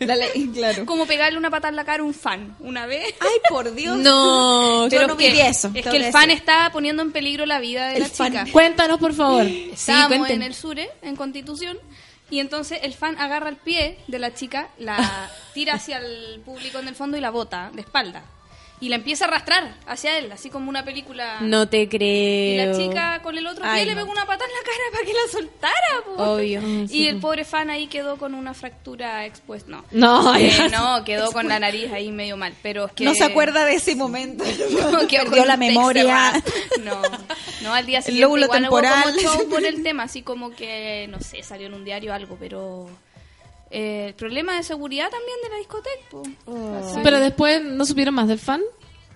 [SPEAKER 13] La ley- claro.
[SPEAKER 12] Como pegarle una patada en la cara a un fan una vez.
[SPEAKER 13] Ay, por Dios.
[SPEAKER 3] No,
[SPEAKER 13] yo
[SPEAKER 12] Pero
[SPEAKER 13] no
[SPEAKER 12] es que-
[SPEAKER 13] viví eso.
[SPEAKER 12] Es
[SPEAKER 13] tengo
[SPEAKER 12] que el
[SPEAKER 13] decir.
[SPEAKER 12] fan estaba poniendo en peligro la vida de
[SPEAKER 13] El
[SPEAKER 12] la
[SPEAKER 13] fan.
[SPEAKER 12] chica.
[SPEAKER 2] Cuéntanos, por favor.
[SPEAKER 12] Estábamos
[SPEAKER 3] cuenten.
[SPEAKER 12] en el Sure, en Constitución, y entonces el fan agarra el pie de la chica, la tira hacia el público en el fondo y la bota de espalda. Y la empieza a arrastrar hacia él, así como una película.
[SPEAKER 3] No te
[SPEAKER 12] Y
[SPEAKER 3] creo.
[SPEAKER 12] la chica con el otro pie
[SPEAKER 13] Ay,
[SPEAKER 12] le
[SPEAKER 13] no.
[SPEAKER 12] pegó una patada en la cara para que la soltara, po.
[SPEAKER 3] Obvio.
[SPEAKER 12] Y el pobre fan ahí quedó con una fractura expuesta. No.
[SPEAKER 2] No,
[SPEAKER 12] Eh,
[SPEAKER 2] ya.
[SPEAKER 12] no, quedó con la nariz ahí medio mal, pero es que...
[SPEAKER 13] No se acuerda de ese
[SPEAKER 3] [laughs]
[SPEAKER 13] momento. [laughs]
[SPEAKER 12] No, [laughs] quedó
[SPEAKER 13] Perdió
[SPEAKER 12] con
[SPEAKER 13] la
[SPEAKER 12] un text
[SPEAKER 13] memoria.
[SPEAKER 12] errado. No, no, al día
[SPEAKER 13] El
[SPEAKER 12] siguiente
[SPEAKER 13] lóbulo
[SPEAKER 12] igual hubo como
[SPEAKER 13] temporal.
[SPEAKER 12] show por el tema, así como que, no sé, salió en un diario algo, pero... eh, el problema de seguridad también de la discoteca, po.
[SPEAKER 2] Pero después no supieron más del fan.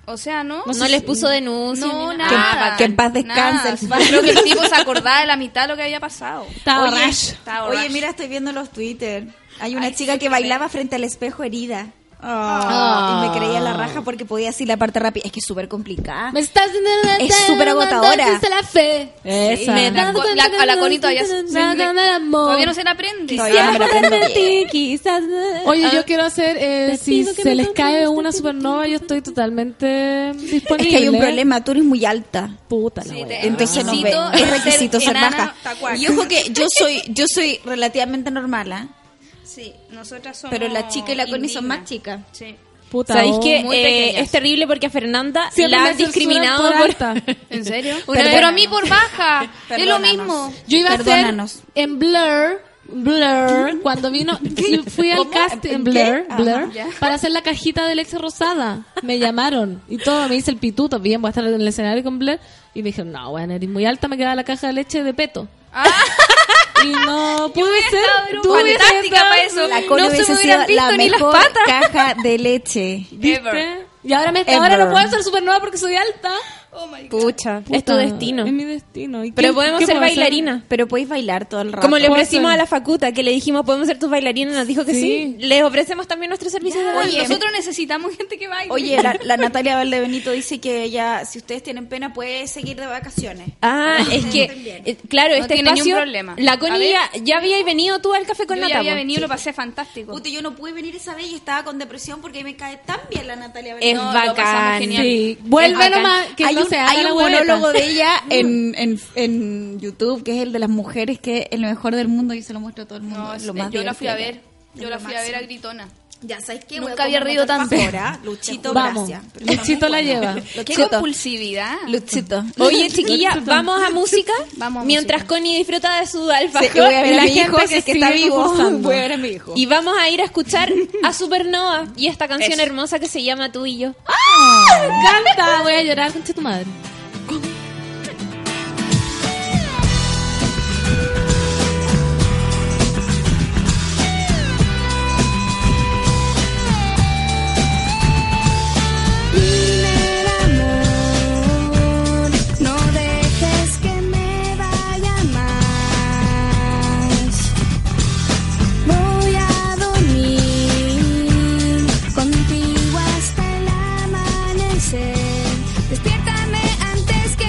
[SPEAKER 12] O sea, ¿no?
[SPEAKER 3] No, les puso denuncia.
[SPEAKER 12] No,
[SPEAKER 3] ni
[SPEAKER 12] nada.
[SPEAKER 13] Que en paz descanse el
[SPEAKER 12] Nada. Creo
[SPEAKER 13] [laughs]
[SPEAKER 12] que el tipo se acordaba de la mitad de lo que había pasado.
[SPEAKER 2] Estaba
[SPEAKER 13] Oye,
[SPEAKER 2] rash.
[SPEAKER 12] Estaba
[SPEAKER 13] Oye,
[SPEAKER 12] borracho.
[SPEAKER 13] mira, estoy viendo los Twitter. Hay una
[SPEAKER 12] Ay,
[SPEAKER 13] chica
[SPEAKER 12] sí,
[SPEAKER 13] que
[SPEAKER 12] qué
[SPEAKER 13] bailaba frente al espejo herida.
[SPEAKER 2] Ah.
[SPEAKER 13] Y me creía la raja porque podía decir la parte rápida. Es que es súper complicada.
[SPEAKER 2] Me estás diciendo
[SPEAKER 13] Es súper agotadora.
[SPEAKER 2] Entonces la fe. Esa.
[SPEAKER 12] Me da- la- a la Connie todavía, se- se- todavía no se la aprende.
[SPEAKER 13] Todavía no me la aprendo bien.
[SPEAKER 2] Oye, yo quiero hacer, eh,
[SPEAKER 3] Ah, Te
[SPEAKER 2] si
[SPEAKER 3] pido que
[SPEAKER 2] se
[SPEAKER 3] me
[SPEAKER 2] les
[SPEAKER 3] compres
[SPEAKER 2] cae
[SPEAKER 3] este
[SPEAKER 2] una supernova, yo estoy totalmente
[SPEAKER 13] Es
[SPEAKER 2] disponible.
[SPEAKER 13] que hay un problema, tú eres muy alta.
[SPEAKER 2] Puta la
[SPEAKER 12] ¿eh? Sí,
[SPEAKER 2] wea.
[SPEAKER 12] te-
[SPEAKER 13] Entonces no ve.
[SPEAKER 12] Requisito
[SPEAKER 13] Es
[SPEAKER 12] es
[SPEAKER 13] requisito
[SPEAKER 12] ser
[SPEAKER 13] ser
[SPEAKER 12] enana,
[SPEAKER 13] baja.
[SPEAKER 12] tacuaca.
[SPEAKER 13] Y ojo que yo soy, yo soy relativamente normal, ¿ah?
[SPEAKER 12] Sí, nosotras somos.
[SPEAKER 13] Pero la chica y la Connie son
[SPEAKER 12] indignas.
[SPEAKER 13] más chicas.
[SPEAKER 12] Sí.
[SPEAKER 2] Puta,
[SPEAKER 3] ¿Sabéis
[SPEAKER 2] oh.
[SPEAKER 3] que
[SPEAKER 12] Muy
[SPEAKER 3] eh,
[SPEAKER 12] pequeñas.
[SPEAKER 3] es terrible porque a Fernanda
[SPEAKER 2] Siempre
[SPEAKER 3] la
[SPEAKER 2] me
[SPEAKER 3] han
[SPEAKER 2] censuran
[SPEAKER 3] discriminado
[SPEAKER 2] por
[SPEAKER 3] por...
[SPEAKER 2] alta.
[SPEAKER 3] [laughs]
[SPEAKER 13] [laughs]
[SPEAKER 12] ¿En serio?
[SPEAKER 3] Una
[SPEAKER 12] pero,
[SPEAKER 3] vez-
[SPEAKER 12] a mí por baja. es lo mismo.
[SPEAKER 2] Yo iba a hacer
[SPEAKER 13] Perdónanos.
[SPEAKER 2] en Blur, Blur, cuando vino, fui al
[SPEAKER 13] ¿Cómo?
[SPEAKER 2] cast en
[SPEAKER 13] ¿En
[SPEAKER 2] Blur,
[SPEAKER 13] qué?
[SPEAKER 2] Blur,
[SPEAKER 13] Ah, ya.
[SPEAKER 2] para hacer la cajita del ex Rosada. Me llamaron y todo, me hice el pituto, bien, voy a estar en el escenario con Blur. Y me dijeron, no, bueno, eres muy alta, me queda la caja de leche de peto. Y no pude ser,
[SPEAKER 12] pero
[SPEAKER 2] tú hubieses
[SPEAKER 12] fantástica
[SPEAKER 2] estado-
[SPEAKER 12] para eso.
[SPEAKER 13] La
[SPEAKER 12] No
[SPEAKER 13] Connie
[SPEAKER 12] se me
[SPEAKER 13] hubiese sido
[SPEAKER 12] hubieran
[SPEAKER 13] la
[SPEAKER 12] visto ni las
[SPEAKER 13] mejor
[SPEAKER 12] patas.
[SPEAKER 13] caja de leche.
[SPEAKER 12] Ever.
[SPEAKER 2] ¿Viste? Y ahora, me, ahora no
[SPEAKER 13] Ever.
[SPEAKER 2] puedo ser supernova porque soy alta.
[SPEAKER 12] Oh my God.
[SPEAKER 13] Pucha.
[SPEAKER 3] Es tu
[SPEAKER 2] Puta,
[SPEAKER 3] destino.
[SPEAKER 2] Es mi destino. ¿Y
[SPEAKER 3] Pero
[SPEAKER 2] qué-
[SPEAKER 3] podemos
[SPEAKER 2] qué
[SPEAKER 3] ser
[SPEAKER 2] puedo hacer?
[SPEAKER 3] bailarina.
[SPEAKER 13] Pero podéis bailar todo el rato.
[SPEAKER 3] Como le
[SPEAKER 2] Puedo
[SPEAKER 3] ofrecimos
[SPEAKER 2] ser.
[SPEAKER 3] a la facuta, que le dijimos, podemos ser tus bailarinas, nos dijo que sí. Les ofrecemos también nuestros servicios de baile.
[SPEAKER 12] Nosotros necesitamos gente que baile.
[SPEAKER 13] Oye, la, la Natalia Valdebenito dice que ella, si ustedes tienen pena, puede seguir de vacaciones.
[SPEAKER 3] Ah, [laughs] es que, eh, claro,
[SPEAKER 12] No
[SPEAKER 3] este
[SPEAKER 12] tiene ni un
[SPEAKER 3] espacio,
[SPEAKER 12] problema.
[SPEAKER 3] la
[SPEAKER 12] A
[SPEAKER 3] Connie
[SPEAKER 12] ver.
[SPEAKER 3] ya, ya había venido tú al café con
[SPEAKER 12] yo
[SPEAKER 3] la
[SPEAKER 12] ya
[SPEAKER 3] Tabo.
[SPEAKER 12] había venido, lo pasé fantástico.
[SPEAKER 13] Puta, yo no pude venir esa vez y estaba con depresión porque me cae tan bien la Natalia
[SPEAKER 3] Es
[SPEAKER 13] Valdebenito.
[SPEAKER 12] No, lo pasamos
[SPEAKER 3] bacán.
[SPEAKER 12] genial.
[SPEAKER 2] Sí, vuelve
[SPEAKER 3] Es bacán.
[SPEAKER 2] nomás, que
[SPEAKER 13] hay
[SPEAKER 2] no
[SPEAKER 13] un,
[SPEAKER 2] se haga
[SPEAKER 13] hay
[SPEAKER 2] la
[SPEAKER 13] un
[SPEAKER 2] hueveta.
[SPEAKER 13] monólogo de ella en, en, en YouTube, que es el de las mujeres, que es el mejor del mundo y se lo muestro a todo el mundo.
[SPEAKER 12] No,
[SPEAKER 13] es
[SPEAKER 12] es-
[SPEAKER 13] lo más
[SPEAKER 12] yo la fui a
[SPEAKER 13] divertido.
[SPEAKER 12] ver. Yo la
[SPEAKER 13] lo
[SPEAKER 12] fui a ver
[SPEAKER 13] máximo.
[SPEAKER 12] a Gritona.
[SPEAKER 13] Ya, ¿sabes qué?
[SPEAKER 12] Nunca
[SPEAKER 13] Voy a
[SPEAKER 12] había
[SPEAKER 13] comer
[SPEAKER 12] reído
[SPEAKER 13] otra
[SPEAKER 12] tanto.
[SPEAKER 13] alfajora. Luchito,
[SPEAKER 2] Vamos,
[SPEAKER 13] gracias. Pero está
[SPEAKER 2] Luchito
[SPEAKER 13] muy
[SPEAKER 2] la
[SPEAKER 13] bueno.
[SPEAKER 2] lleva.
[SPEAKER 12] [laughs] Qué
[SPEAKER 13] Luchito.
[SPEAKER 12] compulsividad.
[SPEAKER 13] Luchito. [laughs]
[SPEAKER 3] Oye, chiquilla, vamos a música.
[SPEAKER 12] Vamos a
[SPEAKER 3] mientras
[SPEAKER 12] música.
[SPEAKER 3] Connie disfruta de su
[SPEAKER 13] Sí,
[SPEAKER 3] alfajor
[SPEAKER 13] voy a
[SPEAKER 3] y
[SPEAKER 13] ver a
[SPEAKER 3] la
[SPEAKER 13] mi hijo,
[SPEAKER 3] gente
[SPEAKER 13] si es que
[SPEAKER 3] sigue
[SPEAKER 13] está vivo.
[SPEAKER 3] concursando.
[SPEAKER 13] Voy a ver a mi hijo.
[SPEAKER 3] Y vamos a ir a escuchar
[SPEAKER 13] [laughs]
[SPEAKER 3] a Supernova y esta canción hermosa que se llama Tú y yo.
[SPEAKER 13] ¡Ah!
[SPEAKER 3] ¡Ah!
[SPEAKER 2] encanta, voy a llorar, concha tu madre.
[SPEAKER 9] Dime el amor, no dejes que me vaya más. Voy a dormir contigo hasta el amanecer. Despiértame antes que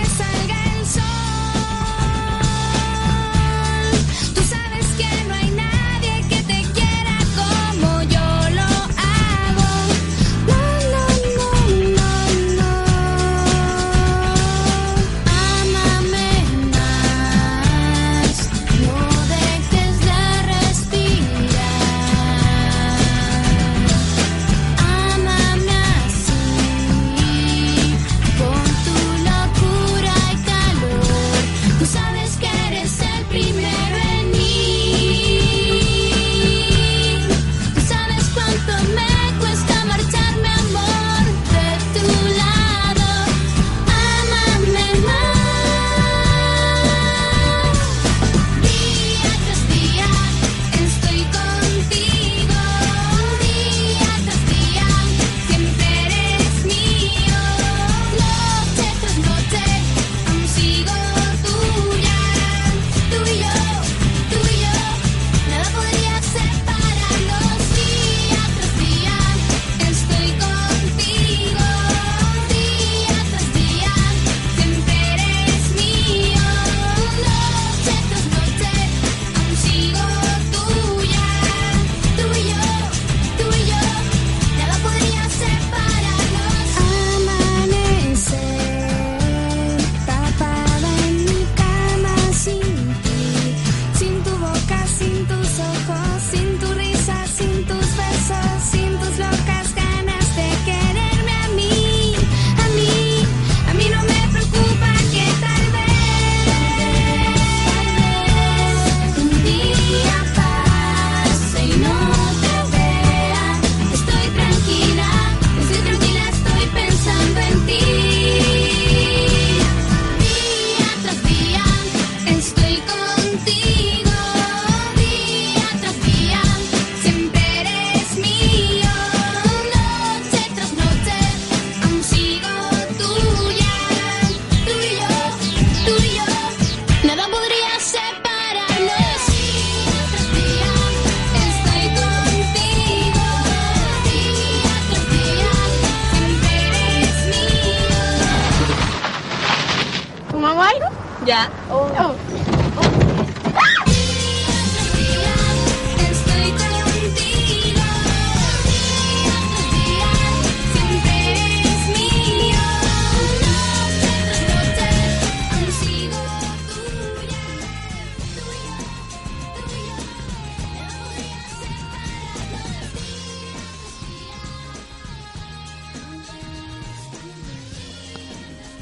[SPEAKER 9] Ya.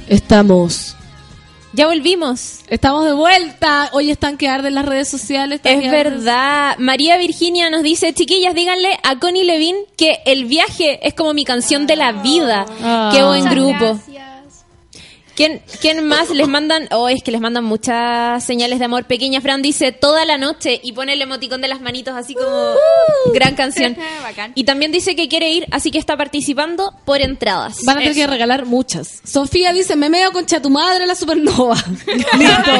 [SPEAKER 2] Estamos.
[SPEAKER 3] Ya volvimos.
[SPEAKER 2] Estamos de vuelta. Hoy están que arden las redes sociales. están que
[SPEAKER 3] Es
[SPEAKER 2] arden-
[SPEAKER 3] verdad. María Virginia nos dice, chiquillas, díganle a Connie Levin que el viaje es como mi canción de la vida.
[SPEAKER 2] Ah.
[SPEAKER 3] Qué buen
[SPEAKER 2] Muchas
[SPEAKER 3] grupo. ¿Quién, ¿Quién más les mandan? Oh, es que les mandan muchas señales de amor. Pequeña Fran dice toda la noche y pone el emoticón de las manitos así como gran canción.
[SPEAKER 12] Eh, Bacán.
[SPEAKER 3] Y también dice que quiere ir, así que está participando por entradas.
[SPEAKER 2] Van a tener que regalar muchas. Sofía dice, me meo concha tu madre la
[SPEAKER 12] [laughs]
[SPEAKER 2] supernova. Listo.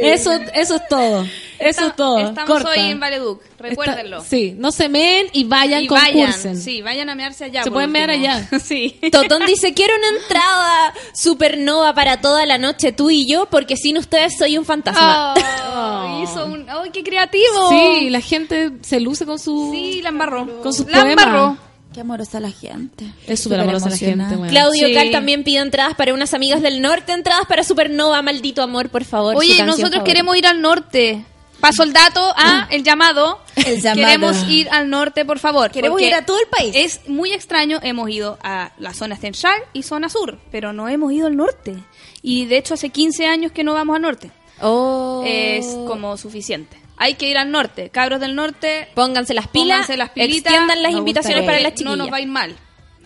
[SPEAKER 2] Eso, eso es todo. Eso es todo.
[SPEAKER 12] Estamos
[SPEAKER 2] Corta.
[SPEAKER 12] hoy en Valeduc,
[SPEAKER 2] Está-
[SPEAKER 12] recuérdenlo.
[SPEAKER 2] sí, no se meen y vayan,
[SPEAKER 12] Y
[SPEAKER 2] concursen.
[SPEAKER 12] Sí, vayan a mearse allá.
[SPEAKER 2] Se
[SPEAKER 12] por
[SPEAKER 2] pueden mear
[SPEAKER 12] último.
[SPEAKER 2] allá.
[SPEAKER 12] [laughs] sí.
[SPEAKER 3] Totón dice, quiero una entrada supernova para toda la noche, tú y yo, porque sin ustedes soy un
[SPEAKER 2] Ah.
[SPEAKER 3] fantasma.
[SPEAKER 12] Oh, hizo un. ¡Ay, qué creativo!
[SPEAKER 2] Sí, la gente se luce con su...
[SPEAKER 12] Sí, la embarró.
[SPEAKER 2] Con sus
[SPEAKER 12] La
[SPEAKER 2] poemas.
[SPEAKER 12] embarró.
[SPEAKER 13] Qué amorosa la gente.
[SPEAKER 2] Es súper amorosa la gente, weón.
[SPEAKER 3] Claudio
[SPEAKER 12] Sí.
[SPEAKER 3] Cal también pide entradas para unas amigas del norte, entradas para Supernova, maldito amor, por favor. su
[SPEAKER 12] Oye,
[SPEAKER 3] canción
[SPEAKER 12] nosotros
[SPEAKER 3] favorita.
[SPEAKER 12] queremos ir al norte. Paso el dato a el llamado.
[SPEAKER 13] El llamado.
[SPEAKER 12] Queremos ir al norte, por favor.
[SPEAKER 13] Queremos
[SPEAKER 12] porque
[SPEAKER 13] ir a todo el país.
[SPEAKER 3] eh,
[SPEAKER 12] Es muy extraño. Hemos ido a la zona central y zona sur, pero no hemos ido al norte. Y de hecho, hace 15 años que no vamos al norte.
[SPEAKER 3] Oh.
[SPEAKER 12] Es como suficiente. Hay que ir al norte. Cabros del norte,
[SPEAKER 3] Pónganse las pilas,
[SPEAKER 12] pónganse las pilitas.
[SPEAKER 3] extiendan las
[SPEAKER 13] Me
[SPEAKER 3] invitaciones
[SPEAKER 13] gustaría.
[SPEAKER 3] para
[SPEAKER 12] porque
[SPEAKER 3] las chiquillas.
[SPEAKER 12] No nos va a ir mal.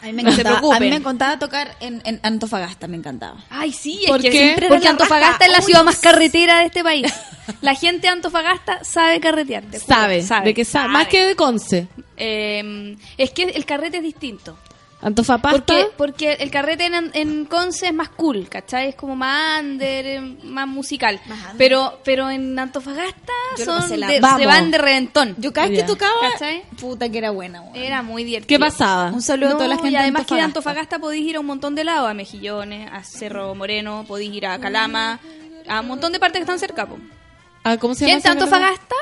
[SPEAKER 13] A mí me
[SPEAKER 12] No se
[SPEAKER 13] encantaba, a mí
[SPEAKER 12] preocupen.
[SPEAKER 13] me encantaba tocar en, en Antofagasta, me encantaba.
[SPEAKER 12] Ay, sí,
[SPEAKER 2] ¿Por
[SPEAKER 12] es que
[SPEAKER 2] qué?
[SPEAKER 12] siempre
[SPEAKER 13] Porque
[SPEAKER 12] porque
[SPEAKER 13] Antofagasta
[SPEAKER 12] Antofagasta es la
[SPEAKER 13] uy,
[SPEAKER 12] ciudad
[SPEAKER 13] no
[SPEAKER 12] más carretera de este país. La gente de Antofagasta sabe carretear. te juro,
[SPEAKER 2] Sabe, de que sabe. Más que de Conce.
[SPEAKER 12] Eh, es que el carrete es distinto.
[SPEAKER 2] Antofapasta.
[SPEAKER 12] Porque, porque el carrete en, en Conce es más cool, ¿cachai? Es como más under, eh, más musical. Pero pero en Antofagasta
[SPEAKER 13] Yo no
[SPEAKER 12] son
[SPEAKER 13] sé la-
[SPEAKER 12] de-
[SPEAKER 2] Vamos.
[SPEAKER 12] se van de reventón.
[SPEAKER 13] Yo cada vez
[SPEAKER 2] Ya.
[SPEAKER 13] que tocaba,
[SPEAKER 12] ¿Cachai?
[SPEAKER 13] puta que era buena. weón.
[SPEAKER 12] Era muy divertido.
[SPEAKER 2] ¿Qué pasaba?
[SPEAKER 13] Un saludo a toda la
[SPEAKER 12] No,
[SPEAKER 13] gente
[SPEAKER 12] Y
[SPEAKER 13] de
[SPEAKER 12] además que de
[SPEAKER 13] Antofagasta.
[SPEAKER 12] Antofagasta podéis ir a un montón de lados, a Mejillones, a Cerro Moreno, podéis ir a Calama, a un montón de partes que están cerca. po.
[SPEAKER 2] Ah, ¿Cómo se llama?
[SPEAKER 12] Gente de
[SPEAKER 2] esa verdad?
[SPEAKER 12] Antofagasta,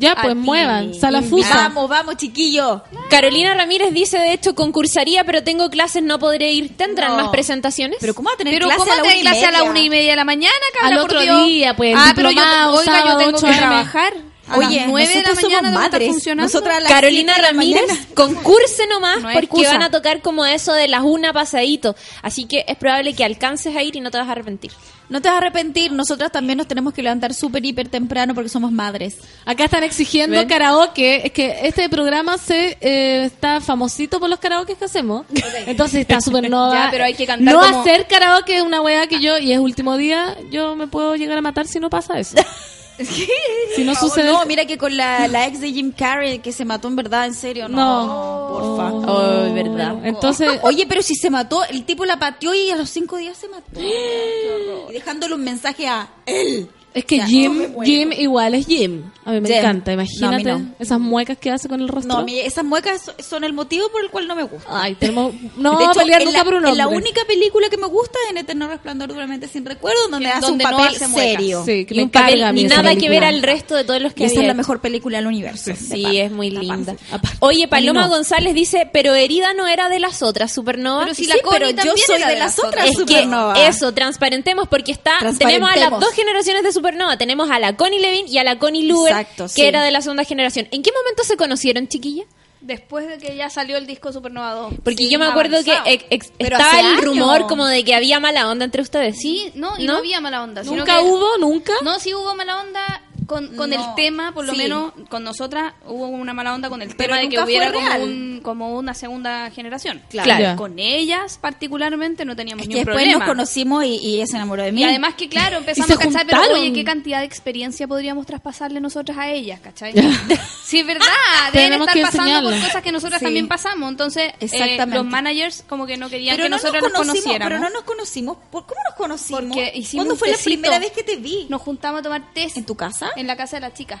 [SPEAKER 2] Ya, pues
[SPEAKER 12] A ti.
[SPEAKER 2] muevan. Salafusa.
[SPEAKER 13] Vamos, vamos, chiquillo.
[SPEAKER 3] Carolina Ramírez dice, de hecho, concursaría, pero tengo clases, no podré ir. ¿Tendrán
[SPEAKER 13] No.
[SPEAKER 12] más
[SPEAKER 3] más presentaciones?
[SPEAKER 13] Pero ¿cómo va a tener
[SPEAKER 12] pero
[SPEAKER 13] clase
[SPEAKER 12] ¿cómo
[SPEAKER 13] a la
[SPEAKER 12] te
[SPEAKER 13] una y
[SPEAKER 12] clase a la
[SPEAKER 13] media?
[SPEAKER 12] una y media de la mañana, cabra,
[SPEAKER 2] Al
[SPEAKER 12] por
[SPEAKER 2] otro
[SPEAKER 12] Dios?
[SPEAKER 2] día, pues,
[SPEAKER 12] Ah, pero yo,
[SPEAKER 2] diplomado,
[SPEAKER 12] oiga, yo
[SPEAKER 2] sábado,
[SPEAKER 12] tengo
[SPEAKER 2] 8
[SPEAKER 12] que
[SPEAKER 2] AM.
[SPEAKER 12] trabajar. A
[SPEAKER 13] Oye,
[SPEAKER 12] las nueve de la
[SPEAKER 13] nosotros
[SPEAKER 12] mañana
[SPEAKER 13] somos
[SPEAKER 12] debo estar
[SPEAKER 13] madres.
[SPEAKER 12] funcionando.
[SPEAKER 13] Nosotras a las
[SPEAKER 3] Carolina
[SPEAKER 13] siete de la
[SPEAKER 3] Ramírez,
[SPEAKER 13] mañana.
[SPEAKER 3] concurse nomás
[SPEAKER 12] No hay
[SPEAKER 3] porque
[SPEAKER 12] excusa.
[SPEAKER 3] van a tocar como a eso de las una pasadito. Así que es probable que alcances a ir y no te vas a arrepentir.
[SPEAKER 13] No te vas a arrepentir, nosotras también nos tenemos que levantar súper, hiper temprano porque somos madres.
[SPEAKER 2] Acá están exigiendo karaoke. Es que este programa se eh, está famosito por los karaoke
[SPEAKER 13] [laughs]
[SPEAKER 2] que hacemos. Entonces está supernova.
[SPEAKER 12] Ya, pero hay que cantar
[SPEAKER 2] No
[SPEAKER 12] como-
[SPEAKER 2] hacer karaoke es una weá que yo, y es último día, yo me puedo llegar a matar si no pasa eso.
[SPEAKER 13] [laughs]
[SPEAKER 2] si no
[SPEAKER 13] Oh,
[SPEAKER 2] sucede.
[SPEAKER 13] no, mira que con la, la ex de Jim Carrey que se mató en verdad, en serio, no.
[SPEAKER 2] No.
[SPEAKER 13] Porfa.
[SPEAKER 2] Oh, verdad. Entonces,
[SPEAKER 13] [laughs] [gasps] Oye, pero si se mató, el tipo la pateó y a los cinco días se
[SPEAKER 3] [gasps]
[SPEAKER 13] mató. y dejándole un mensaje a él.
[SPEAKER 2] es que
[SPEAKER 13] Ya, yo me
[SPEAKER 2] Jim,
[SPEAKER 13] muero.
[SPEAKER 2] Jim igual es Jim. A mí me
[SPEAKER 13] Jim.
[SPEAKER 2] encanta,
[SPEAKER 13] No, a mí
[SPEAKER 2] imagínate
[SPEAKER 13] no.
[SPEAKER 2] esas muecas que hace con el rostro.
[SPEAKER 13] No, a mí esas muecas so- son el motivo por el cual no me gusta.
[SPEAKER 2] Ay, tenemos. No
[SPEAKER 13] De
[SPEAKER 12] [laughs]
[SPEAKER 2] vamos
[SPEAKER 13] hecho,
[SPEAKER 2] a pelear
[SPEAKER 13] en
[SPEAKER 2] nunca
[SPEAKER 13] la,
[SPEAKER 2] por un
[SPEAKER 13] en la
[SPEAKER 2] hombre.
[SPEAKER 13] única película que me gusta es en Eterno Resplandor duramente sin recuerdo, donde hace
[SPEAKER 12] donde
[SPEAKER 13] un
[SPEAKER 12] no
[SPEAKER 13] papel
[SPEAKER 12] hace muecas.
[SPEAKER 13] serio.
[SPEAKER 2] Sí, que
[SPEAKER 3] Y
[SPEAKER 2] me
[SPEAKER 3] un papel-
[SPEAKER 2] encarga a mí
[SPEAKER 3] ni
[SPEAKER 2] esa
[SPEAKER 3] nada que
[SPEAKER 2] película.
[SPEAKER 3] ver al resto de todos los
[SPEAKER 13] Y
[SPEAKER 3] que
[SPEAKER 13] esa es
[SPEAKER 3] había
[SPEAKER 13] la
[SPEAKER 3] hecho.
[SPEAKER 13] mejor película del universo.
[SPEAKER 3] Sí, es muy linda.
[SPEAKER 2] Aparte.
[SPEAKER 3] Oye, Paloma
[SPEAKER 2] Paloma.
[SPEAKER 3] González dice, pero herida no era de las otras, Supernova.
[SPEAKER 12] Pero si la Connie
[SPEAKER 3] pero yo
[SPEAKER 12] también
[SPEAKER 3] soy
[SPEAKER 12] era
[SPEAKER 3] de
[SPEAKER 12] de
[SPEAKER 3] las
[SPEAKER 12] las
[SPEAKER 3] otras
[SPEAKER 13] otras,
[SPEAKER 3] Es que
[SPEAKER 13] Supernova.
[SPEAKER 3] eso, transparentemos porque está tenemos a las
[SPEAKER 13] Transparentemos.
[SPEAKER 3] dos generaciones de Supernova. Tenemos a la Connie Levin y a la Connie Luber,
[SPEAKER 13] Exacto,
[SPEAKER 3] que
[SPEAKER 13] sí.
[SPEAKER 3] era de la segunda generación. ¿En qué momento se conocieron, chiquilla?
[SPEAKER 12] Después de que ya salió el disco Supernova 2.
[SPEAKER 3] Porque
[SPEAKER 12] Sí,
[SPEAKER 3] yo me acuerdo
[SPEAKER 12] avanzado.
[SPEAKER 3] que ex- ex-
[SPEAKER 13] Pero
[SPEAKER 3] estaba
[SPEAKER 13] hace
[SPEAKER 3] el
[SPEAKER 13] años.
[SPEAKER 3] rumor como de que había mala onda entre ustedes.
[SPEAKER 12] Sí, no, y no, había mala onda. sino
[SPEAKER 2] Nunca
[SPEAKER 12] que-
[SPEAKER 2] hubo, nunca.
[SPEAKER 12] No, sí hubo mala onda con, con
[SPEAKER 13] No.
[SPEAKER 12] el tema, por lo
[SPEAKER 13] Sí.
[SPEAKER 12] menos con nosotras hubo una mala onda con el
[SPEAKER 13] Pero
[SPEAKER 12] tema de que
[SPEAKER 13] nunca fue
[SPEAKER 12] hubiera como,
[SPEAKER 13] real.
[SPEAKER 12] un- como una segunda generación.
[SPEAKER 13] Claro.
[SPEAKER 2] Claro.
[SPEAKER 12] Con ellas particularmente no teníamos
[SPEAKER 13] Es
[SPEAKER 12] ni
[SPEAKER 13] que
[SPEAKER 12] un
[SPEAKER 13] después
[SPEAKER 12] problema.
[SPEAKER 13] nos conocimos y, y ella se enamoró de mí.
[SPEAKER 12] y además que
[SPEAKER 13] [laughs]
[SPEAKER 12] claro, empezamos
[SPEAKER 2] se
[SPEAKER 12] a cachar, pero
[SPEAKER 2] juntaron.
[SPEAKER 12] oye, qué cantidad de experiencia podríamos traspasarle nosotras a ellas, ¿cachai? [laughs] sí, es verdad, deben
[SPEAKER 2] Tenemos
[SPEAKER 12] estar
[SPEAKER 2] que
[SPEAKER 12] pasando por
[SPEAKER 2] enseñarlas.
[SPEAKER 12] cosas que nosotras
[SPEAKER 13] Sí.
[SPEAKER 12] también pasamos, entonces eh,
[SPEAKER 13] Exactamente.
[SPEAKER 12] los managers como que no querían
[SPEAKER 13] pero
[SPEAKER 12] que
[SPEAKER 13] no
[SPEAKER 12] nosotros
[SPEAKER 13] nos
[SPEAKER 12] nos,
[SPEAKER 13] conocimos,
[SPEAKER 12] conociéramos.
[SPEAKER 13] pero no nos conocimos. ¿Por cómo nos conocimos?
[SPEAKER 12] Porque hicimos
[SPEAKER 13] ¿Cuándo
[SPEAKER 12] un
[SPEAKER 13] fue la
[SPEAKER 12] tecito.
[SPEAKER 13] primera vez que te vi?
[SPEAKER 12] Nos juntamos a tomar té
[SPEAKER 13] ¿En tu casa?
[SPEAKER 12] en la casa de las chicas.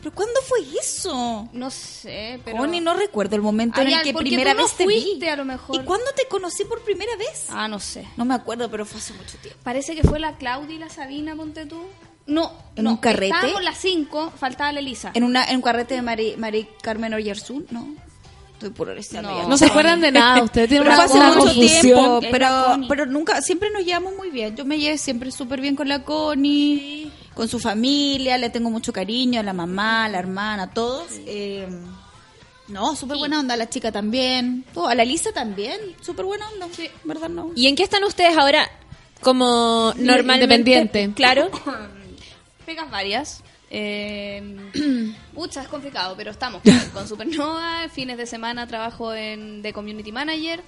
[SPEAKER 13] ¿Pero cuándo fue eso?
[SPEAKER 12] No sé, pero...
[SPEAKER 13] Connie, no recuerdo el momento en
[SPEAKER 12] Ariel,
[SPEAKER 13] el que
[SPEAKER 12] ¿por qué
[SPEAKER 13] primera
[SPEAKER 12] tú no
[SPEAKER 13] vez te vi.
[SPEAKER 12] fuiste, a lo mejor?
[SPEAKER 13] ¿Y cuándo te conocí por primera vez?
[SPEAKER 12] Ah, no sé.
[SPEAKER 13] No me acuerdo, pero fue hace mucho tiempo.
[SPEAKER 12] Parece que fue la Claudia y la Sabina, ponte tú. No,
[SPEAKER 13] ¿En
[SPEAKER 12] no,
[SPEAKER 13] un carrete?
[SPEAKER 12] Estábamos las cinco, faltaba la Elisa.
[SPEAKER 13] ¿En, una, en un carrete de Mari, Mari Carmen Oyarzún? No. Estoy puro deseando ya.
[SPEAKER 2] No se acuerdan de nada, ustedes tienen
[SPEAKER 13] Pero
[SPEAKER 2] una-
[SPEAKER 13] fue hace
[SPEAKER 2] una
[SPEAKER 13] mucho
[SPEAKER 2] confusión.
[SPEAKER 13] tiempo,
[SPEAKER 2] Era
[SPEAKER 13] pero,
[SPEAKER 2] Connie.
[SPEAKER 13] pero nunca, siempre nos llevamos muy bien. Yo me llevo siempre súper bien con la Connie, con su familia, le tengo mucho cariño a la mamá, a la hermana, a todos. Eh, no, súper buena onda, a la chica también, todo, a la Lisa también, súper buena onda, ¿verdad? No.
[SPEAKER 14] ¿Y en qué están ustedes ahora como normalmente?
[SPEAKER 2] Independiente.
[SPEAKER 14] Claro.
[SPEAKER 12] Pegas varias. Eh, pucha, es complicado, pero estamos con Supernova. Fines de semana trabajo en, de Community Manager.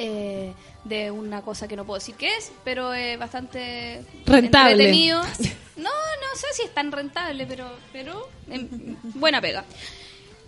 [SPEAKER 12] eh, de una cosa que no puedo decir qué es, pero es bastante
[SPEAKER 2] Rentable.
[SPEAKER 12] entretenido. No, no sé si es tan rentable, pero, pero em, buena pega.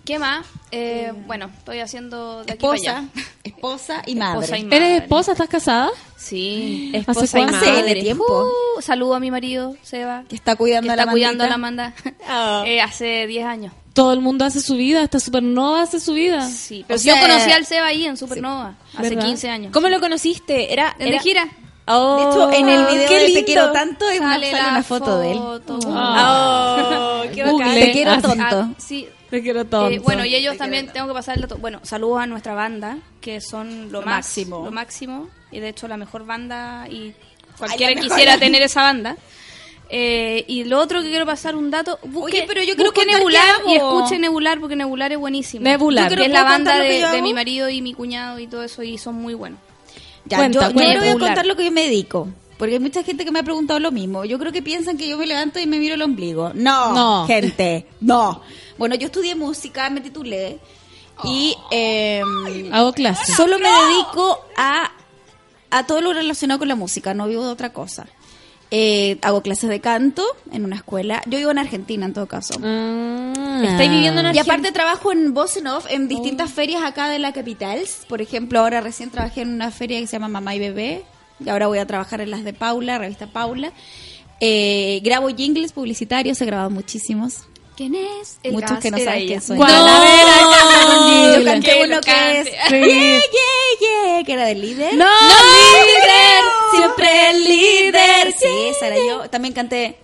[SPEAKER 12] ¿Qué más? Eh, bueno, estoy haciendo de aquí para
[SPEAKER 13] Esposa,
[SPEAKER 12] allá.
[SPEAKER 13] esposa y
[SPEAKER 3] Ah,
[SPEAKER 13] madre.
[SPEAKER 12] Esposa y
[SPEAKER 2] ¿Eres esposa? ¿Estás casada?
[SPEAKER 3] [gasps]
[SPEAKER 12] Sí.
[SPEAKER 2] ¿Hace cuánto?
[SPEAKER 13] Hace tiempo.
[SPEAKER 12] Uh, saludo a mi marido, Seba,
[SPEAKER 13] Que está cuidando
[SPEAKER 12] que
[SPEAKER 13] a la
[SPEAKER 12] está cuidando a la
[SPEAKER 13] mandita.
[SPEAKER 12] Amanda
[SPEAKER 13] Ah.
[SPEAKER 12] Eh, hace 10 años.
[SPEAKER 2] Todo el mundo hace su vida, hasta Supernova hace su vida.
[SPEAKER 12] Sí,
[SPEAKER 14] O
[SPEAKER 12] pero
[SPEAKER 14] sea,
[SPEAKER 12] yo conocí al Seba ahí en Supernova hace
[SPEAKER 2] ¿Verdad?
[SPEAKER 12] 15 años.
[SPEAKER 14] ¿Cómo lo conociste? Era,
[SPEAKER 12] En de
[SPEAKER 14] era-
[SPEAKER 12] gira.
[SPEAKER 14] Oh,
[SPEAKER 13] De hecho, en el video
[SPEAKER 14] qué
[SPEAKER 13] de Te
[SPEAKER 14] lindo.
[SPEAKER 13] quiero tanto es una,
[SPEAKER 12] Sale
[SPEAKER 13] sale
[SPEAKER 12] la
[SPEAKER 13] una foto de él. Ah.
[SPEAKER 12] foto.
[SPEAKER 2] Ah.
[SPEAKER 14] Oh, qué
[SPEAKER 2] Google.
[SPEAKER 14] bacán.
[SPEAKER 13] Te quiero
[SPEAKER 2] Ah,
[SPEAKER 13] tonto.
[SPEAKER 12] Ah, sí.
[SPEAKER 2] Te quiero
[SPEAKER 12] Eh,
[SPEAKER 2] todo.
[SPEAKER 12] bueno, y ellos también tengo que pasar el dato. Bueno, saludos a nuestra banda, que son lo,
[SPEAKER 13] Lo
[SPEAKER 12] más-
[SPEAKER 13] máximo.
[SPEAKER 12] Lo máximo. Y de hecho, la mejor banda y cualquiera
[SPEAKER 13] mejor.
[SPEAKER 12] quisiera tener esa banda. Eh, y lo otro que quiero pasar un dato. Busque,
[SPEAKER 13] Oye, pero yo quiero
[SPEAKER 12] busque
[SPEAKER 13] contar qué
[SPEAKER 12] Nebular
[SPEAKER 13] hago.
[SPEAKER 12] y escuche Nebular, porque Nebular es buenísimo.
[SPEAKER 2] Nebular. Yo
[SPEAKER 12] Que
[SPEAKER 2] creo
[SPEAKER 12] es
[SPEAKER 13] que
[SPEAKER 12] la
[SPEAKER 13] puedo
[SPEAKER 12] banda
[SPEAKER 13] contar lo que yo
[SPEAKER 12] de, de
[SPEAKER 13] hago.
[SPEAKER 12] mi marido y mi cuñado y todo eso, y son muy buenos.
[SPEAKER 13] Ya,
[SPEAKER 2] Cuenta,
[SPEAKER 13] yo, yo
[SPEAKER 2] cuenta.
[SPEAKER 13] ahora voy a
[SPEAKER 2] Regular.
[SPEAKER 13] contar lo que yo me dedico. Porque hay mucha gente que me ha preguntado lo mismo. Yo creo que piensan que yo me levanto y me miro el ombligo. No,
[SPEAKER 2] No.
[SPEAKER 12] [laughs]
[SPEAKER 13] gente, no. Bueno, yo estudié música, me titulé y em,
[SPEAKER 2] Hago clases.
[SPEAKER 13] solo me dedico a, a todo lo relacionado con la música, no vivo de otra cosa. Eh, hago clases de canto en una escuela. Yo vivo en Argentina, en todo caso.
[SPEAKER 14] Estáis viviendo en
[SPEAKER 13] Y
[SPEAKER 14] Argentina.
[SPEAKER 13] aparte trabajo en voz en off en distintas
[SPEAKER 12] Oh.
[SPEAKER 13] ferias acá de la capital. Por ejemplo, ahora recién trabajé en una feria que se llama Mamá y Bebé. Y ahora voy a trabajar en las de Paula, revista Paula. Eh, grabo jingles publicitarios, he grabado muchísimos.
[SPEAKER 12] ¿Quién es?
[SPEAKER 13] Muchos que no
[SPEAKER 12] Era
[SPEAKER 13] saben
[SPEAKER 12] ella.
[SPEAKER 13] quién soy.
[SPEAKER 2] ¡Guau!
[SPEAKER 13] Yo
[SPEAKER 2] Increíble.
[SPEAKER 13] canté uno que es
[SPEAKER 2] Sí.
[SPEAKER 13] Yeah, yeah, yeah, que era del líder.
[SPEAKER 2] ¡No, líder!
[SPEAKER 13] Siempre el líder. Sí, esa era yo. También canté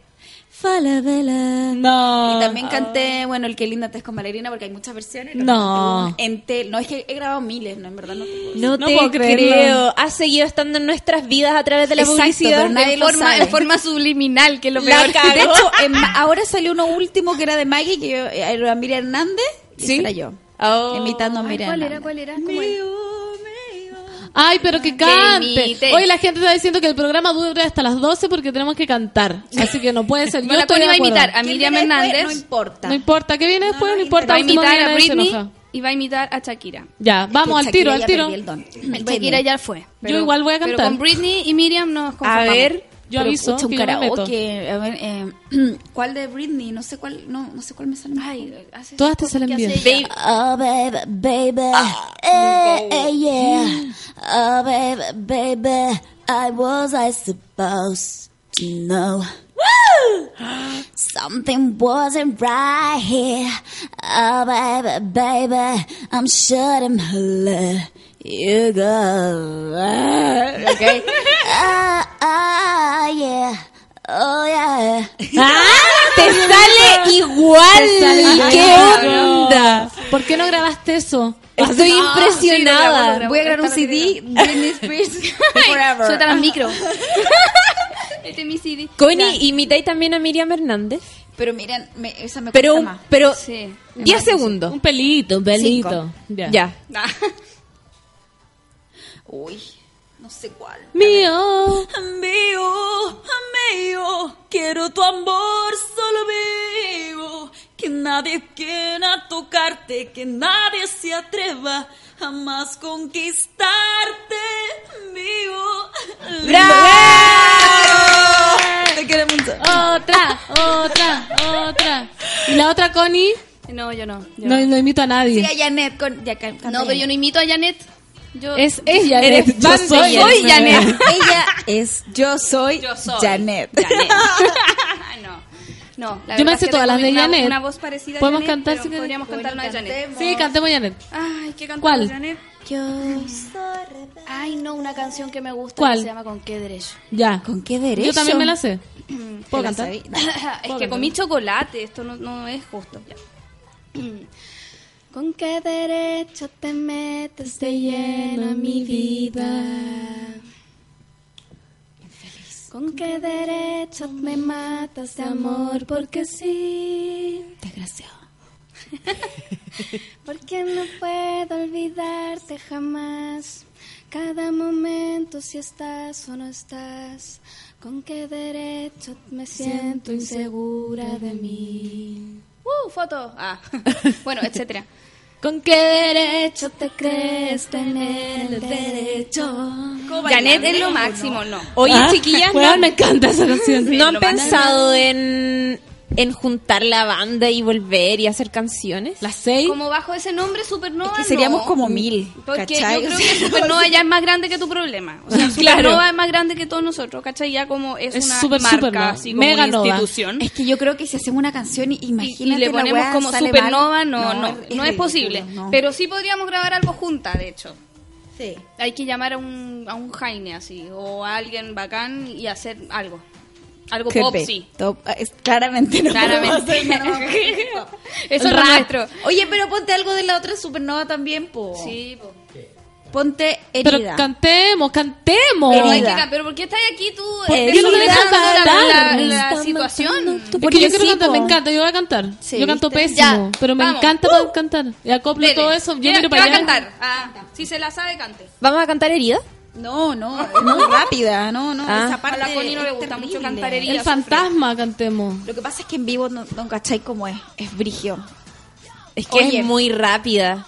[SPEAKER 13] Falabella.
[SPEAKER 2] No.
[SPEAKER 13] Y también canté, bueno, el que linda te es con bailarina, porque hay muchas versiones. pero
[SPEAKER 2] No.
[SPEAKER 13] canté una En tel- No, es que he grabado miles, no, en verdad no te puedo decir.
[SPEAKER 14] No,
[SPEAKER 2] No
[SPEAKER 14] te
[SPEAKER 2] puedo creerlo.
[SPEAKER 14] creo. Has seguido estando en nuestras vidas a través de la
[SPEAKER 13] Exacto,
[SPEAKER 14] publicidad.
[SPEAKER 13] pero nadie
[SPEAKER 12] de
[SPEAKER 13] lo
[SPEAKER 12] forma,
[SPEAKER 13] sabe.
[SPEAKER 12] de forma subliminal, que es lo
[SPEAKER 14] La
[SPEAKER 12] peor.
[SPEAKER 14] cagó.
[SPEAKER 13] De hecho, [laughs] en- ahora salió uno último que era de Maggie, que yo, eh, era Miriam Hernández, y esa era yo.
[SPEAKER 14] Oh.
[SPEAKER 13] Imitando a
[SPEAKER 12] Ay,
[SPEAKER 13] Miriam
[SPEAKER 12] ¿Cuál era?
[SPEAKER 13] Hernández.
[SPEAKER 12] ¿Cuál era? ¿Cómo era?
[SPEAKER 2] Ay, pero que cante.
[SPEAKER 12] imite.
[SPEAKER 2] Hoy la gente está diciendo que el programa dura hasta las 12 porque tenemos que cantar. Así que no puede ser. Yo
[SPEAKER 12] No, la
[SPEAKER 2] estoy
[SPEAKER 12] Connie
[SPEAKER 2] de
[SPEAKER 12] va a
[SPEAKER 2] acuerdo.
[SPEAKER 12] imitar a
[SPEAKER 13] ¿Quién
[SPEAKER 12] Miriam
[SPEAKER 13] viene después?
[SPEAKER 12] Hernández.
[SPEAKER 13] No importa.
[SPEAKER 2] No importa qué viene después, no, importa.
[SPEAKER 12] va a
[SPEAKER 2] último
[SPEAKER 12] imitar
[SPEAKER 2] día
[SPEAKER 12] a
[SPEAKER 2] nadie se
[SPEAKER 12] Britney
[SPEAKER 2] enoja.
[SPEAKER 12] y va a imitar a Shakira.
[SPEAKER 2] Ya, vamos
[SPEAKER 13] Que
[SPEAKER 2] al tiro,
[SPEAKER 13] Shakira
[SPEAKER 2] al
[SPEAKER 13] ya
[SPEAKER 2] tiro.
[SPEAKER 13] perdió el don.
[SPEAKER 12] Shakira ya fue.
[SPEAKER 2] igual voy a cantar.
[SPEAKER 12] Pero con Britney y Miriam nos
[SPEAKER 13] A
[SPEAKER 12] conformamos.
[SPEAKER 13] ver,
[SPEAKER 2] Yo aviso
[SPEAKER 13] escucha un
[SPEAKER 2] que yo me meto.
[SPEAKER 13] karaoke. A ver, eh, [clears throat] ¿cuál de Britney? No sé cuál, no, no sé cuál me sale. mejor.
[SPEAKER 12] Ay, hace-
[SPEAKER 2] Todas te salen
[SPEAKER 12] ¿qué
[SPEAKER 2] bien.
[SPEAKER 12] hace ella?
[SPEAKER 13] Oh, baby, baby. eh, eh, [gasps] yeah. Oh, baby, baby. I was, I supposed to know. Something wasn't right here. Oh, baby, baby. I'm sure I'm hula. You go. [laughs] Okay. [laughs] Ah, ah, yeah. Oh, yeah.
[SPEAKER 14] Te sale igual. ¿Qué onda?
[SPEAKER 2] ¿Por qué no grabaste eso?
[SPEAKER 14] Estoy
[SPEAKER 3] Ah,
[SPEAKER 12] grabó, lo
[SPEAKER 14] impresionada.
[SPEAKER 12] grabó.
[SPEAKER 13] Voy a grabar un CD, Britney Spears Forever.
[SPEAKER 12] Suelta las micro. este es mi CD.
[SPEAKER 14] Connie, imitáis también a Miriam Hernández.
[SPEAKER 13] Pero miren, me- esa me
[SPEAKER 14] Pero,
[SPEAKER 13] cuesta
[SPEAKER 14] un-
[SPEAKER 13] más.
[SPEAKER 14] pero,
[SPEAKER 12] Sí.
[SPEAKER 14] 10 segundos.
[SPEAKER 2] Un pelito, un pelito. Ya.
[SPEAKER 14] Ya.
[SPEAKER 12] Ah,
[SPEAKER 13] [laughs] Uy, no sé cuál.
[SPEAKER 2] Mío.
[SPEAKER 13] Mío, amigo, quiero tu amor solo vivo. Que nadie quiera tocarte, que nadie se atreva jamás conquistarte. Mío. ¡Bravo! Te quiero mucho.
[SPEAKER 2] Otra, otra, otra. ¿Y la otra Connie?
[SPEAKER 12] No, yo no. yo
[SPEAKER 2] No, no imito a nadie.
[SPEAKER 13] Sí, a Janet con. Ya, can-
[SPEAKER 12] no.
[SPEAKER 13] canta
[SPEAKER 12] No, pero yo no imito a Janet. Yo,
[SPEAKER 2] Es ella.
[SPEAKER 14] Eres
[SPEAKER 2] Janet. Yo
[SPEAKER 14] Bambi,
[SPEAKER 2] soy
[SPEAKER 14] Janet.
[SPEAKER 2] Janet.
[SPEAKER 13] Ella es. Yo soy,
[SPEAKER 3] Eh,
[SPEAKER 12] yo soy.
[SPEAKER 13] Janet.
[SPEAKER 12] Janet. no. No, la
[SPEAKER 2] Yo me
[SPEAKER 12] verdad
[SPEAKER 2] sé
[SPEAKER 12] es que
[SPEAKER 2] todas
[SPEAKER 12] tengo
[SPEAKER 2] las de
[SPEAKER 12] una-
[SPEAKER 2] Janet.
[SPEAKER 12] Una voz parecida a
[SPEAKER 2] Podemos
[SPEAKER 12] Janet,
[SPEAKER 2] cantar
[SPEAKER 12] pero
[SPEAKER 2] si querés.
[SPEAKER 12] podríamos cantar una de Janet.
[SPEAKER 2] Sí, cantemos Janet.
[SPEAKER 12] Ay, ¿qué cantamos
[SPEAKER 2] ¿Cuál?
[SPEAKER 12] Janet? Ay, no, una canción que me gusta
[SPEAKER 2] ¿Cuál?
[SPEAKER 12] que
[SPEAKER 14] [laughs]
[SPEAKER 12] se llama Con qué derecho.
[SPEAKER 2] Ya.
[SPEAKER 13] ¿Con qué
[SPEAKER 12] derecho?
[SPEAKER 2] Yo también me la sé. ¿Puedo
[SPEAKER 12] ¿Te la
[SPEAKER 2] cantar?
[SPEAKER 12] sabí? [laughs] es
[SPEAKER 2] ¿Puedo
[SPEAKER 12] que
[SPEAKER 2] cantar?
[SPEAKER 12] comí chocolate, esto no, no es justo. Ya. ¿Con qué derecho te metes de lleno a mi vida? ¿Con qué derecho me matas de amor? Porque sí.
[SPEAKER 13] Desgraciado.
[SPEAKER 12] [laughs] Porque no puedo olvidarte jamás. Cada momento si estás o no estás. ¿Con qué derecho me siento insegura de mí? ¡Uh, foto! [laughs] Ah, bueno, etcétera.
[SPEAKER 2] ¿Con qué derecho
[SPEAKER 12] te crees [laughs] tener el derecho?
[SPEAKER 14] Janet
[SPEAKER 12] Janet
[SPEAKER 14] es
[SPEAKER 12] es
[SPEAKER 14] lo
[SPEAKER 12] lo máximo, no.
[SPEAKER 14] Oye,
[SPEAKER 2] Ah,
[SPEAKER 14] chiquillas,
[SPEAKER 2] weón,
[SPEAKER 14] no,
[SPEAKER 2] me encanta esa canción.
[SPEAKER 14] ¿no han
[SPEAKER 2] Lo máximo.
[SPEAKER 14] pensado en, en juntar la banda y volver y hacer canciones?
[SPEAKER 2] ¿Las seis?
[SPEAKER 12] Como bajo ese nombre, Supernova.
[SPEAKER 14] que
[SPEAKER 13] seríamos
[SPEAKER 12] no.
[SPEAKER 13] como mil,
[SPEAKER 12] Porque
[SPEAKER 13] ¿cachai?
[SPEAKER 12] yo creo
[SPEAKER 13] O sea,
[SPEAKER 12] que Supernova ya es más grande que tu problema.
[SPEAKER 13] [laughs]
[SPEAKER 12] O sea,
[SPEAKER 14] Claro.
[SPEAKER 12] Supernova es más grande que todos nosotros, ¿cachai? Ya como es,
[SPEAKER 2] Es
[SPEAKER 12] una
[SPEAKER 2] super,
[SPEAKER 12] marca,
[SPEAKER 2] supernova.
[SPEAKER 12] así como una
[SPEAKER 2] Meganova.
[SPEAKER 12] institución.
[SPEAKER 13] Es que yo creo que si hacemos una canción, imagínate
[SPEAKER 12] Y le
[SPEAKER 13] la
[SPEAKER 12] ponemos
[SPEAKER 13] weá,
[SPEAKER 12] como
[SPEAKER 13] sale
[SPEAKER 12] Supernova,
[SPEAKER 13] mal.
[SPEAKER 12] no, no, no es,
[SPEAKER 13] ridículo,
[SPEAKER 12] posible.
[SPEAKER 13] no.
[SPEAKER 12] Pero sí podríamos grabar algo junta, de hecho.
[SPEAKER 13] Sí.
[SPEAKER 12] Hay que llamar a un, a un Jaime así, o a alguien bacán y hacer algo. Algo
[SPEAKER 13] Qué
[SPEAKER 12] pop,
[SPEAKER 13] pe-
[SPEAKER 12] sí.
[SPEAKER 13] top. Ah, es- claramente no podemos
[SPEAKER 12] Claramente.
[SPEAKER 13] hacer nada.
[SPEAKER 12] [laughs] Eso es lo
[SPEAKER 13] Ra-
[SPEAKER 12] nuestro.
[SPEAKER 13] Oye, pero ponte algo de la otra supernova también, po.
[SPEAKER 12] Sí, po.
[SPEAKER 13] Ponte herida.
[SPEAKER 2] Pero cantemos, cantemos.
[SPEAKER 12] Pero, hay que
[SPEAKER 13] Herida.
[SPEAKER 12] ca- pero ¿por qué estás aquí tú?
[SPEAKER 13] Porque
[SPEAKER 12] eh,
[SPEAKER 13] yo no
[SPEAKER 12] desolando
[SPEAKER 2] quiero
[SPEAKER 12] la-
[SPEAKER 2] cantar.
[SPEAKER 12] la- la
[SPEAKER 13] Está
[SPEAKER 12] situación.
[SPEAKER 13] matando tu
[SPEAKER 2] Porque yo quiero
[SPEAKER 13] principio.
[SPEAKER 2] cantar, me encanta, yo voy a cantar.
[SPEAKER 13] Sí,
[SPEAKER 2] yo canto
[SPEAKER 13] ¿viste?
[SPEAKER 2] pésimo,
[SPEAKER 12] Ya,
[SPEAKER 2] pero me
[SPEAKER 12] vamos.
[SPEAKER 2] encanta poder cantar. Y acoplo
[SPEAKER 12] Dele.
[SPEAKER 2] todo eso, yo
[SPEAKER 12] ¿Qué-
[SPEAKER 2] miro
[SPEAKER 12] qué
[SPEAKER 2] para
[SPEAKER 12] va
[SPEAKER 2] allá.
[SPEAKER 12] a cantar? Ah, si se la sabe, cante.
[SPEAKER 14] ¿Vamos a cantar herida?
[SPEAKER 13] No, no, es muy rápida, no, no,
[SPEAKER 14] Ah.
[SPEAKER 13] esa parte
[SPEAKER 12] A la Connie no le
[SPEAKER 13] es
[SPEAKER 12] gusta mucho
[SPEAKER 13] terrible.
[SPEAKER 12] cantar heridas.
[SPEAKER 2] El fantasma cantemos.
[SPEAKER 13] Lo que pasa es que en vivo no, no cachai cómo es, es brigio,
[SPEAKER 14] Es que
[SPEAKER 13] Oye.
[SPEAKER 14] es muy rápida.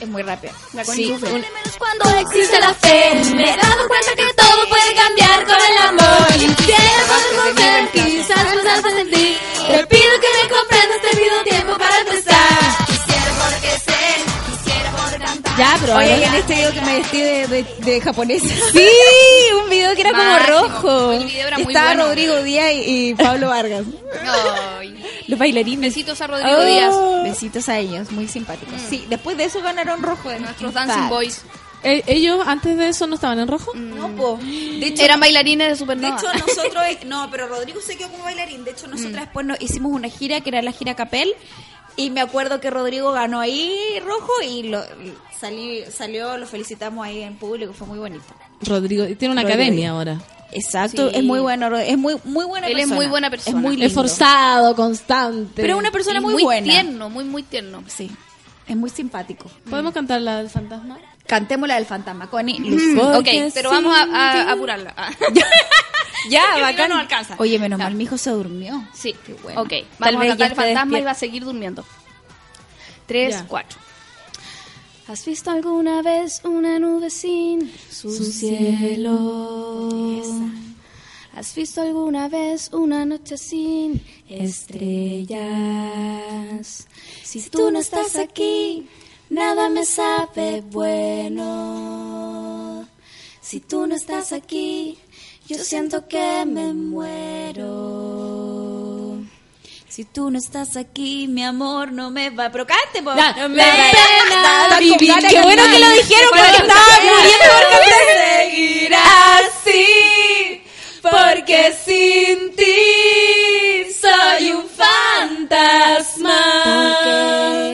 [SPEAKER 13] es muy rápida.
[SPEAKER 12] La
[SPEAKER 14] Sí,
[SPEAKER 12] Connie sufre.
[SPEAKER 14] un-
[SPEAKER 9] Cuando existe la fe, me he dado cuenta que todo puede cambiar con el amor. Y quiero volver, quizás pensarte en ti. Te pido que me comprendas, te pido tiempo para pensar. Quisiera porque sé, quisiera por cantar.
[SPEAKER 13] Ya, pero
[SPEAKER 14] Oye,
[SPEAKER 13] Oye,
[SPEAKER 14] ya.
[SPEAKER 13] en este video que me vestí de, de, de japonesa.
[SPEAKER 14] Sí, un video que era
[SPEAKER 12] Máximo.
[SPEAKER 14] como rojo.
[SPEAKER 12] El video era muy
[SPEAKER 13] Estaba
[SPEAKER 12] bueno.
[SPEAKER 13] Rodrigo Díaz y, y Pablo
[SPEAKER 3] [laughs]
[SPEAKER 13] Vargas.
[SPEAKER 12] Ay.
[SPEAKER 13] Los bailarines.
[SPEAKER 12] Besitos a
[SPEAKER 3] Ah.
[SPEAKER 12] Rodrigo
[SPEAKER 14] Oh.
[SPEAKER 12] Díaz,
[SPEAKER 13] Besitos a ellos, muy simpáticos. Sí, después de eso ganaron rojo de
[SPEAKER 12] nuestros Mm. Dancing Boys.
[SPEAKER 2] Eh, ellos antes de eso no estaban en rojo.
[SPEAKER 12] Mm.
[SPEAKER 13] No, po. De hecho,
[SPEAKER 12] Eran bailarines de
[SPEAKER 13] de
[SPEAKER 12] Supernova.
[SPEAKER 13] hecho nosotros, [laughs] no, pero Rodrigo se quedó como bailarín. De hecho, nosotros después nos hicimos una gira que era la gira Capel. Y me acuerdo que Rodrigo ganó ahí rojo y lo y salí, salió, lo felicitamos ahí en público, fue muy bonito.
[SPEAKER 2] Rodrigo, y tiene una
[SPEAKER 13] Rodrigo.
[SPEAKER 2] academia ahora.
[SPEAKER 12] Mm.
[SPEAKER 13] Exacto,
[SPEAKER 12] Sí.
[SPEAKER 13] es muy bueno, Rod- es muy, muy buena
[SPEAKER 12] Él es
[SPEAKER 13] persona.
[SPEAKER 12] muy buena persona.
[SPEAKER 13] Es muy lindo.
[SPEAKER 2] Esforzado, constante.
[SPEAKER 13] Pero es una persona
[SPEAKER 12] Y
[SPEAKER 13] muy, buena.
[SPEAKER 12] tierno, muy, muy tierno.
[SPEAKER 13] Sí, es muy simpático.
[SPEAKER 2] ¿Podemos cantar la del fantasma?
[SPEAKER 13] Cantémosla del fantasma, Connie.
[SPEAKER 12] Ok, pero vamos a, a- a apurarla. Ah.
[SPEAKER 14] Ya,
[SPEAKER 3] Este
[SPEAKER 12] Si no,
[SPEAKER 14] bacán.
[SPEAKER 12] no alcanza.
[SPEAKER 13] Oye, menos mal, mi hijo se durmió.
[SPEAKER 12] Sí,
[SPEAKER 13] bueno.
[SPEAKER 12] ok. Vamos
[SPEAKER 14] Tal
[SPEAKER 12] a
[SPEAKER 14] vez ya
[SPEAKER 12] cantar el
[SPEAKER 14] esté
[SPEAKER 12] fantasma y
[SPEAKER 14] despierto.
[SPEAKER 12] va a seguir durmiendo. Tres,
[SPEAKER 2] Ya.
[SPEAKER 12] cuatro. ¿Has visto alguna vez una nube sin su, cielo? ¿Has visto alguna vez una noche sin estrellas? Si tú no estás aquí, nada me sabe bueno. Si tú no estás aquí, yo siento que me muero.
[SPEAKER 13] Si tú no estás aquí, mi amor no me va. Pero cante, po.
[SPEAKER 2] Ya,
[SPEAKER 13] No me
[SPEAKER 2] la
[SPEAKER 13] va-
[SPEAKER 2] pena
[SPEAKER 13] Está con
[SPEAKER 2] vivir.
[SPEAKER 13] ganas
[SPEAKER 2] Qué
[SPEAKER 13] de
[SPEAKER 2] bueno
[SPEAKER 13] cantar.
[SPEAKER 2] que lo dijeron,
[SPEAKER 13] Bueno,
[SPEAKER 2] porque estaba
[SPEAKER 13] sí.
[SPEAKER 2] muriendo por cantar.
[SPEAKER 13] Seguir así, porque sin ti soy un fantasma.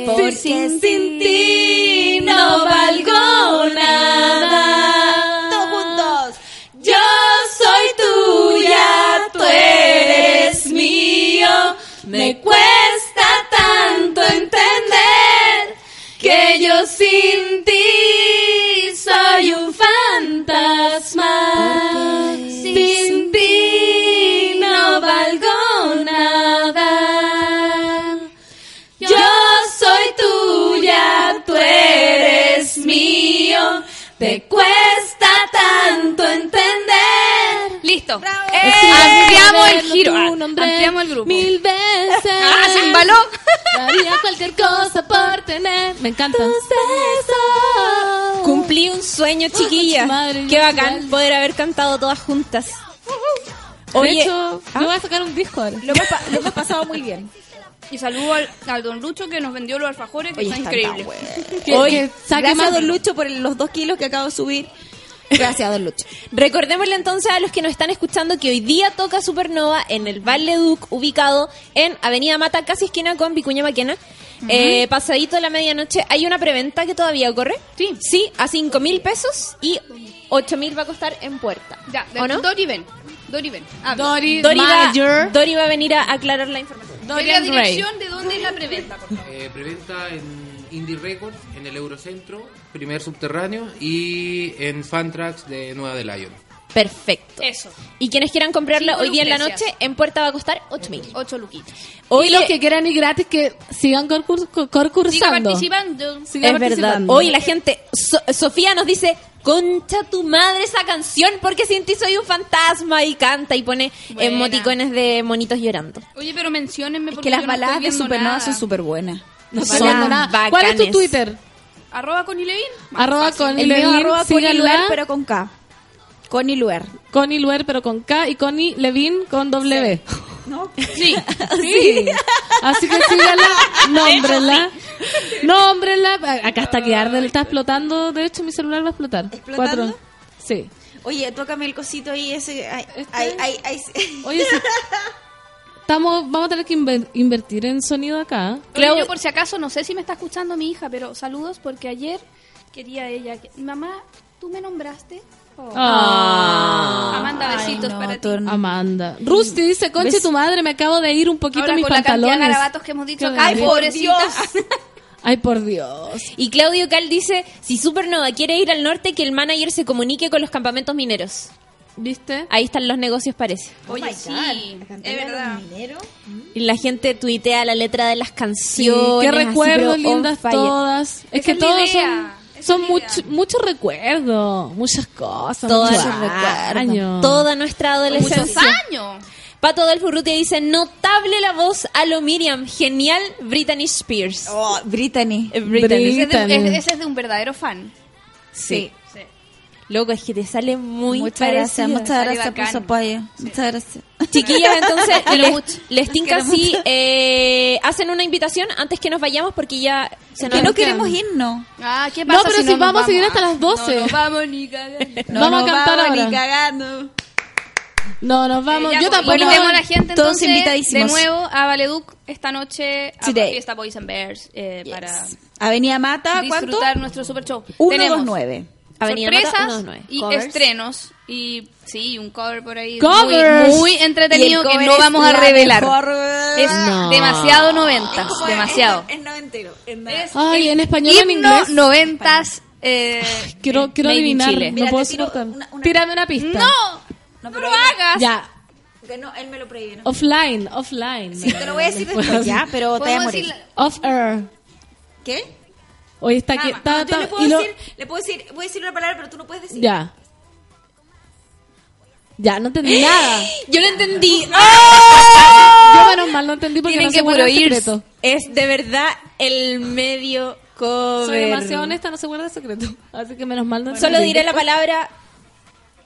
[SPEAKER 13] Porque sin ti no valgo nada. Todos juntos. Yo soy tuya, tú eres mío. Me cuesta tanto entender que yo sin ti soy un fantasma. Sin ti no valgo nada. Yo soy tuya, tú eres mío. Te cuesta tanto entender.
[SPEAKER 12] Listo.
[SPEAKER 2] Es
[SPEAKER 12] Eh, ampliamos el
[SPEAKER 2] tenerlo
[SPEAKER 12] giro.
[SPEAKER 9] Ah,
[SPEAKER 2] tu nombre
[SPEAKER 12] ampliamos el grupo.
[SPEAKER 2] Mil veces.
[SPEAKER 12] Ah, se embaló.
[SPEAKER 2] [laughs] Daría cualquier cosa por tener. Me encanta.
[SPEAKER 14] Cumplí un sueño, chiquilla.
[SPEAKER 2] Madre,
[SPEAKER 14] Qué
[SPEAKER 2] yo
[SPEAKER 14] bacán
[SPEAKER 2] igual.
[SPEAKER 14] poder haber cantado todas juntas.
[SPEAKER 12] Oye,
[SPEAKER 2] de hecho,
[SPEAKER 12] ¿ah?
[SPEAKER 2] yo voy a sacar un disco ahora.
[SPEAKER 13] Lo hemos, pa- lo hemos pasado muy bien.
[SPEAKER 12] Y saludo al, al don Lucho que nos vendió los alfajores que
[SPEAKER 13] Oye,
[SPEAKER 12] están
[SPEAKER 13] está
[SPEAKER 12] increíbles.
[SPEAKER 13] Que- que gracias a Don Lucho por el- los dos kilos que acabo de subir. Gracias, Don Lucho.
[SPEAKER 3] Recordémosle entonces a los que nos están escuchando que hoy día toca Supernova en el Val Leduc, ubicado en Avenida Mata, casi esquina con Vicuña Maquena. Eh, pasadito de la medianoche, hay una preventa que todavía corre. Sí. Sí, a 5 mil pesos y 8 mil va a costar en puerta.
[SPEAKER 12] Ya, de-
[SPEAKER 3] ¿O no?
[SPEAKER 12] Dori ven. Dori ven. Habla.
[SPEAKER 3] va, Dori va a venir a aclarar la información.
[SPEAKER 12] Dori la dirección de dónde es la preventa, por favor.
[SPEAKER 8] Eh, preventa en Indie Records, en el Eurocentro, primer subterráneo y en Fantrax de Nueva de Lion.
[SPEAKER 3] Perfecto.
[SPEAKER 12] Eso.
[SPEAKER 3] Y quienes quieran comprarla
[SPEAKER 12] Cinco
[SPEAKER 3] hoy día en la
[SPEAKER 12] lucrecias.
[SPEAKER 3] noche, en puerta va a costar 8 mil.
[SPEAKER 12] 8 luquitas.
[SPEAKER 3] Hoy
[SPEAKER 2] y los que quieran ir gratis, que sigan concurs- concursando.
[SPEAKER 12] Siga participando.
[SPEAKER 3] es verdad. Hoy la gente, So- Sofía nos dice, concha tu madre esa canción porque sin ti soy un fantasma y canta y pone
[SPEAKER 12] Buena.
[SPEAKER 3] emoticones de monitos llorando.
[SPEAKER 12] Oye, pero menciónenme
[SPEAKER 13] que
[SPEAKER 12] porque
[SPEAKER 13] las
[SPEAKER 12] yo no estoy
[SPEAKER 13] baladas de
[SPEAKER 12] viendo
[SPEAKER 13] Supernova
[SPEAKER 12] nada.
[SPEAKER 13] son súper buenas.
[SPEAKER 2] No
[SPEAKER 13] Son
[SPEAKER 2] son nada. ¿Cuál es tu
[SPEAKER 13] bacanes.
[SPEAKER 2] Twitter?
[SPEAKER 12] Arroba con Ilevin.
[SPEAKER 2] Arroba con
[SPEAKER 13] El mío arroba Connie Luer,
[SPEAKER 2] E pero
[SPEAKER 13] pero con K. Connie
[SPEAKER 12] E
[SPEAKER 13] Luer.
[SPEAKER 2] Connie Luer, pero con K. Y Connie Levin con doble B.
[SPEAKER 12] [laughs] Sí.
[SPEAKER 2] Sí. Así que
[SPEAKER 12] [laughs]
[SPEAKER 2] síganla, nómbrenla. Nómbrenla. A- Acá está que arde, está explotando. De hecho, mi celular va a explotar.
[SPEAKER 13] ¿Explotando?
[SPEAKER 2] Sí.
[SPEAKER 13] Oye, tócame el cosito ahí ese. Ay,
[SPEAKER 12] Este.
[SPEAKER 13] ay, ay, ay. [laughs]
[SPEAKER 2] Oye, sí. Estamos, vamos a tener que inver- invertir en sonido acá.
[SPEAKER 12] Oye, yo por si acaso, no sé si me está escuchando mi hija, pero saludos porque ayer quería ella que... Mamá, ¿tú me nombraste? Oh.
[SPEAKER 2] Ah.
[SPEAKER 12] Amanda, besitos para ti.
[SPEAKER 2] Amanda. Rusty dice, conche
[SPEAKER 12] ¿Ves?
[SPEAKER 2] tu madre, me acabo de ir un poquito
[SPEAKER 12] Ahora
[SPEAKER 2] mis
[SPEAKER 12] con la cantidad de
[SPEAKER 2] pantalones.
[SPEAKER 12] garabatos que hemos dicho
[SPEAKER 2] Qué
[SPEAKER 12] acá. ¡Ay,
[SPEAKER 2] barbaridad.
[SPEAKER 12] pobrecita!
[SPEAKER 2] Ay, por Dios.
[SPEAKER 3] Y Claudio Cal dice, si Supernova quiere ir al norte, que el manager se comunique con los campamentos mineros.
[SPEAKER 2] ¿Viste?
[SPEAKER 3] Ahí están los negocios, parece.
[SPEAKER 13] Oh
[SPEAKER 12] Oye, sí, es verdad.
[SPEAKER 3] Y la gente tuitea la letra de las
[SPEAKER 2] Sí,
[SPEAKER 3] canciones.
[SPEAKER 2] qué
[SPEAKER 3] así,
[SPEAKER 2] recuerdos
[SPEAKER 3] pero on
[SPEAKER 2] lindas
[SPEAKER 3] fire.
[SPEAKER 2] todas. Es que
[SPEAKER 3] es la
[SPEAKER 2] todos
[SPEAKER 3] idea,
[SPEAKER 2] son, son mucho- muchos recuerdos, muchas cosas,
[SPEAKER 3] Todas-
[SPEAKER 2] muchos años.
[SPEAKER 3] recuerdos. Toda nuestra
[SPEAKER 12] Muchos
[SPEAKER 3] adolescencia.
[SPEAKER 12] años.
[SPEAKER 3] Pato Adolfo Urrutia dice, notable la voz a lo Miriam, genial Brittany Spears.
[SPEAKER 13] Oh, Brittany.
[SPEAKER 3] Brittany.
[SPEAKER 12] Ese es, de,
[SPEAKER 3] Brittany.
[SPEAKER 12] es- ese es de un verdadero fan.
[SPEAKER 13] Sí.
[SPEAKER 12] Sí.
[SPEAKER 3] Loco, es que te sale muy
[SPEAKER 13] Muchas gracias,
[SPEAKER 3] parecida.
[SPEAKER 13] muchas gracias por su apoyo. Muchas gracias. [laughs]
[SPEAKER 3] Chiquillas, entonces,
[SPEAKER 13] Te lo
[SPEAKER 3] les,
[SPEAKER 13] mucho.
[SPEAKER 3] les tinca
[SPEAKER 13] Los quiero
[SPEAKER 3] si
[SPEAKER 13] mucho.
[SPEAKER 3] eh, hacen una invitación antes que nos vayamos porque ya se
[SPEAKER 13] Que no queremos irnos.
[SPEAKER 12] Ah, ¿qué
[SPEAKER 2] No,
[SPEAKER 12] pasa
[SPEAKER 2] pero si vamos a seguir hasta las 12.
[SPEAKER 12] No, no vamos ni cagando.
[SPEAKER 13] No
[SPEAKER 2] [laughs] Vamos a
[SPEAKER 13] nos
[SPEAKER 2] cantar
[SPEAKER 13] vamos
[SPEAKER 2] ahora.
[SPEAKER 13] Ni cagando.
[SPEAKER 2] No, nos vamos.
[SPEAKER 12] Eh, ya,
[SPEAKER 2] Yo
[SPEAKER 12] pues,
[SPEAKER 2] tampoco.
[SPEAKER 12] invitemos a la gente
[SPEAKER 13] Todos
[SPEAKER 12] entonces
[SPEAKER 13] invitadísimos.
[SPEAKER 12] de nuevo a Valeduc esta noche a
[SPEAKER 13] Today.
[SPEAKER 12] la fiesta Boys and Bears eh, para
[SPEAKER 13] Avenida Mata, ¿cuánto?
[SPEAKER 12] disfrutar nuestro super show.
[SPEAKER 13] 129.
[SPEAKER 3] Avenida Mata,
[SPEAKER 12] sorpresas
[SPEAKER 3] 129.
[SPEAKER 12] y
[SPEAKER 3] Covers.
[SPEAKER 12] estrenos y sí, un cover por ahí
[SPEAKER 2] Covers.
[SPEAKER 12] muy, muy entretenido
[SPEAKER 13] Y el
[SPEAKER 12] que
[SPEAKER 13] cover
[SPEAKER 12] no
[SPEAKER 13] es
[SPEAKER 12] vamos a
[SPEAKER 13] la
[SPEAKER 12] revelar.
[SPEAKER 13] mejor-
[SPEAKER 12] Es
[SPEAKER 2] No.
[SPEAKER 12] demasiado noventas, demasiado.
[SPEAKER 13] Es noventero. es no-
[SPEAKER 2] Ay, en español o en
[SPEAKER 12] Himno
[SPEAKER 2] inglés.
[SPEAKER 12] noventas. eh,
[SPEAKER 2] Quiero, quiero
[SPEAKER 12] Made in
[SPEAKER 2] adivinar.
[SPEAKER 12] Chile.
[SPEAKER 2] No
[SPEAKER 13] Mira,
[SPEAKER 2] puedo
[SPEAKER 13] te tiro
[SPEAKER 2] soportar.
[SPEAKER 13] una- una-
[SPEAKER 2] Tírame una pista.
[SPEAKER 12] no, no,
[SPEAKER 13] pero
[SPEAKER 12] lo
[SPEAKER 13] ella-
[SPEAKER 12] hagas.
[SPEAKER 2] Ya.
[SPEAKER 13] Que no, él me lo prohíbe. ¿no?
[SPEAKER 2] Offline, offline.
[SPEAKER 13] Sí, te lo voy a decir después ya, pero te voy a
[SPEAKER 12] Podemos
[SPEAKER 13] morir.
[SPEAKER 12] decir-
[SPEAKER 2] Off air.
[SPEAKER 13] ¿Qué?
[SPEAKER 2] Hoy está aquí.
[SPEAKER 13] Nada más.
[SPEAKER 2] está-
[SPEAKER 13] No, yo
[SPEAKER 2] está-
[SPEAKER 13] le puedo
[SPEAKER 2] y lo-
[SPEAKER 13] decir, le puedo decir, voy a decir una palabra, pero tú no puedes decir.
[SPEAKER 2] Ya. Ya, no
[SPEAKER 13] [gasps]
[SPEAKER 2] entendí
[SPEAKER 3] [laughs]
[SPEAKER 2] nada.
[SPEAKER 3] Yo lo entendí.
[SPEAKER 2] Yo menos mal no entendí porque
[SPEAKER 3] Tienen
[SPEAKER 2] no
[SPEAKER 3] que
[SPEAKER 2] se guarda el
[SPEAKER 3] puro ir.
[SPEAKER 2] secreto.
[SPEAKER 3] Es de verdad el medio cover.
[SPEAKER 2] Soy demasiado honesta, no se guarda el secreto. Así que menos mal no
[SPEAKER 3] Solo
[SPEAKER 2] entendí.
[SPEAKER 3] diré la palabra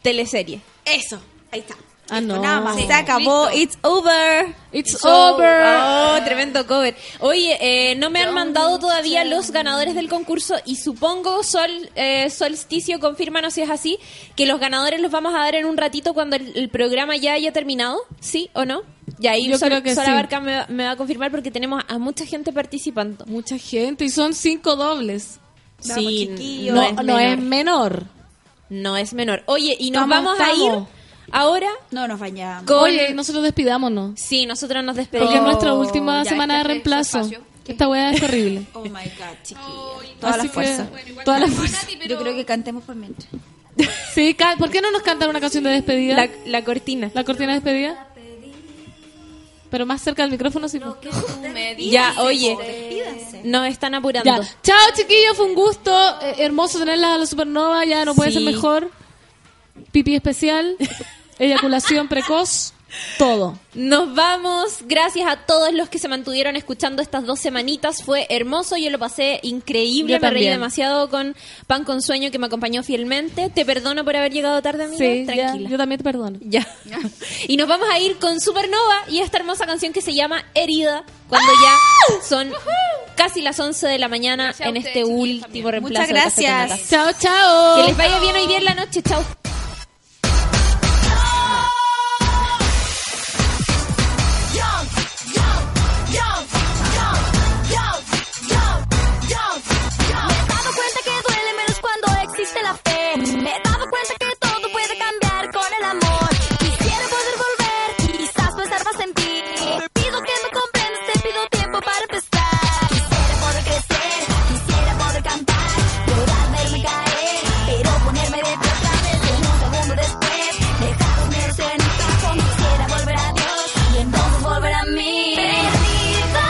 [SPEAKER 3] teleserie.
[SPEAKER 13] Eso. Ahí está.
[SPEAKER 2] Ah, no.
[SPEAKER 13] Nada más. Se acabó. It's over.
[SPEAKER 2] It's over.
[SPEAKER 3] Oh, tremendo cover. Oye, eh, no me han mandado todavía los ganadores del concurso y supongo, Sol, eh, Solsticio, confírmanos si es así, que los ganadores los vamos a dar en un ratito cuando el, el programa ya haya terminado, ¿sí o no? Y ahí
[SPEAKER 2] Yo
[SPEAKER 3] Sol,
[SPEAKER 2] creo que
[SPEAKER 3] Sol
[SPEAKER 2] sí.
[SPEAKER 3] Abarca me, va- me va a confirmar porque tenemos a mucha gente participando.
[SPEAKER 2] Mucha gente. Y son cinco dobles.
[SPEAKER 13] Vamos,
[SPEAKER 3] Sí,
[SPEAKER 13] chiquillos.
[SPEAKER 2] No, no, es
[SPEAKER 3] menor.
[SPEAKER 2] menor.
[SPEAKER 3] No es menor. Oye, y nos
[SPEAKER 2] Estamos-
[SPEAKER 3] vamos a ir
[SPEAKER 2] estamos.
[SPEAKER 3] ahora
[SPEAKER 13] No nos bañamos.
[SPEAKER 3] con...
[SPEAKER 2] Oye, nosotros despidámonos.
[SPEAKER 3] Sí, nosotros nos despedimos.
[SPEAKER 2] Porque es nuestra última
[SPEAKER 12] ya,
[SPEAKER 2] semana de
[SPEAKER 12] este es su
[SPEAKER 2] reemplazo.
[SPEAKER 12] espacio.
[SPEAKER 2] Esta weá es horrible.
[SPEAKER 13] Oh my god, chiquillos. Toda
[SPEAKER 2] Así
[SPEAKER 13] la
[SPEAKER 2] que-
[SPEAKER 13] fuerza.
[SPEAKER 2] Toda la fuerza.
[SPEAKER 13] Yo creo que cantemos por mientras.
[SPEAKER 2] Sí, ca- ¿por qué no nos cantan una canción de despedida?
[SPEAKER 3] La,
[SPEAKER 2] La,
[SPEAKER 3] la cortina.
[SPEAKER 2] cortina de despedida. Pero más cerca del micrófono, sí. pues. po.
[SPEAKER 3] Ya, oye,
[SPEAKER 13] Pídanse.
[SPEAKER 3] nos están apurando.
[SPEAKER 2] Ya. Chao, chiquillos. Fue un gusto. Eh, hermoso tenerlas a la supernova. Ya no puede
[SPEAKER 3] Sí. [laughs]
[SPEAKER 2] ser mejor. Pipí especial. Eyaculación precoz.
[SPEAKER 15] Todo.
[SPEAKER 3] Nos vamos. Gracias a todos los que se mantuvieron escuchando estas dos semanitas. Fue hermoso. Yo lo pasé increíble.
[SPEAKER 15] Yo
[SPEAKER 3] me reí
[SPEAKER 15] también.
[SPEAKER 3] demasiado con Pan con Sueño que me acompañó fielmente. Te perdono por haber llegado tarde, amiga.
[SPEAKER 15] Sí, ya.
[SPEAKER 3] Tranquila.
[SPEAKER 15] Yo también te perdono.
[SPEAKER 3] Ya. [laughs] Y nos vamos a ir con Supernova y esta hermosa canción que se llama Herida, cuando
[SPEAKER 2] ¡Ah!
[SPEAKER 3] ya son casi las 11 de la mañana en este último reemplazo.
[SPEAKER 2] Muchas
[SPEAKER 3] de Café con
[SPEAKER 2] gracias.
[SPEAKER 3] Nata.
[SPEAKER 2] Chao, chao.
[SPEAKER 3] Que les vaya bien hoy día en la noche. Chao.
[SPEAKER 9] Me he dado cuenta que duele menos cuando existe la fe. Me he dado cuenta que todo puede cambiar con el amor. Quisiera poder volver, quizás pensar más en ti. Te pido que me comprendas, te pido tiempo para empezar. Quisiera poder crecer, quisiera poder cantar, llorar, verme caer, pero ponerme de pie otra vez en un segundo después. Dejarme en un cajón, quisiera volver a Dios y entonces volver a mí. Perdida,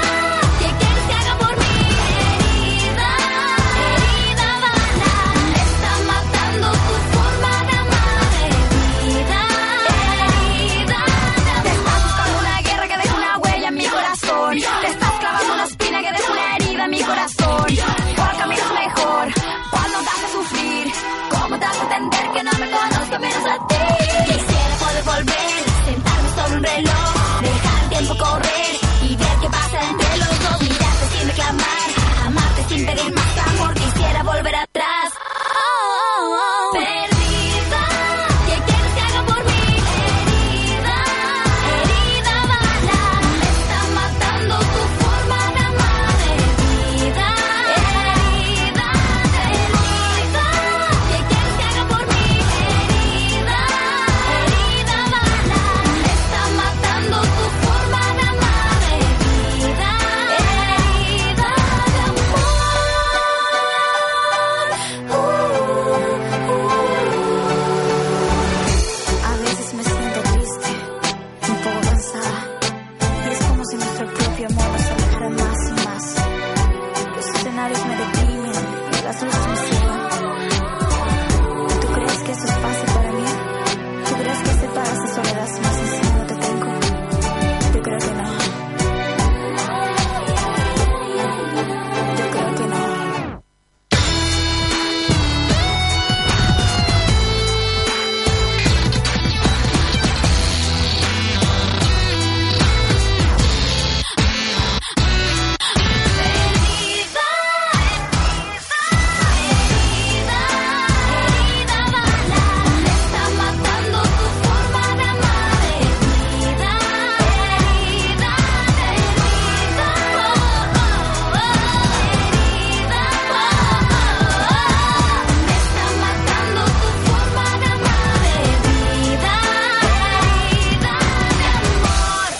[SPEAKER 9] ¿qué quieres que haga por mí? Herida. Herida vana, me está matando tu forma de amar. Herida, herida, te estás buscando una guerra que deja una huella en mi corazón. Te estás clavando una espina que deja una herida en mi corazón. ¿Cuál camino es mejor? ¿Cuál nos hace sufrir? ¿Cómo te hace entender que no me conozco menos a ti? Quisiera poder volver, sentarme sobre un reloj, dejar el tiempo correr y ver qué pasa entre los dos. Mirarte sin reclamar, amarte sin pedir más amor. Quisiera volver atrás. Perdida, ¿qué quieres que haga por mí? Herida, herida vana, me está matando tu forma de amar. Herida, herida, herida, ¿qué quieres que haga por mí? Herida, herida vana, me está matando tu forma de amar. Herida, herida de amor. Uh, uh.
[SPEAKER 16] A veces me siento triste, un poco cansada. Y es como si nuestro propio amor se alejara más y más. Los escenarios me deprimen y las luces me ciegan. ¿Tú crees que eso es fácil para mí? ¿Tú crees que separas esa soledad si más encima no te tengo? Yo creo que no. Yo creo que no.
[SPEAKER 9] Herida, herida, herida bala, me está matando tu forma de amar. Herida, herida, herida, herida, me está matando tu forma de amar. Herida, herida de amor.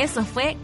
[SPEAKER 17] Eso fue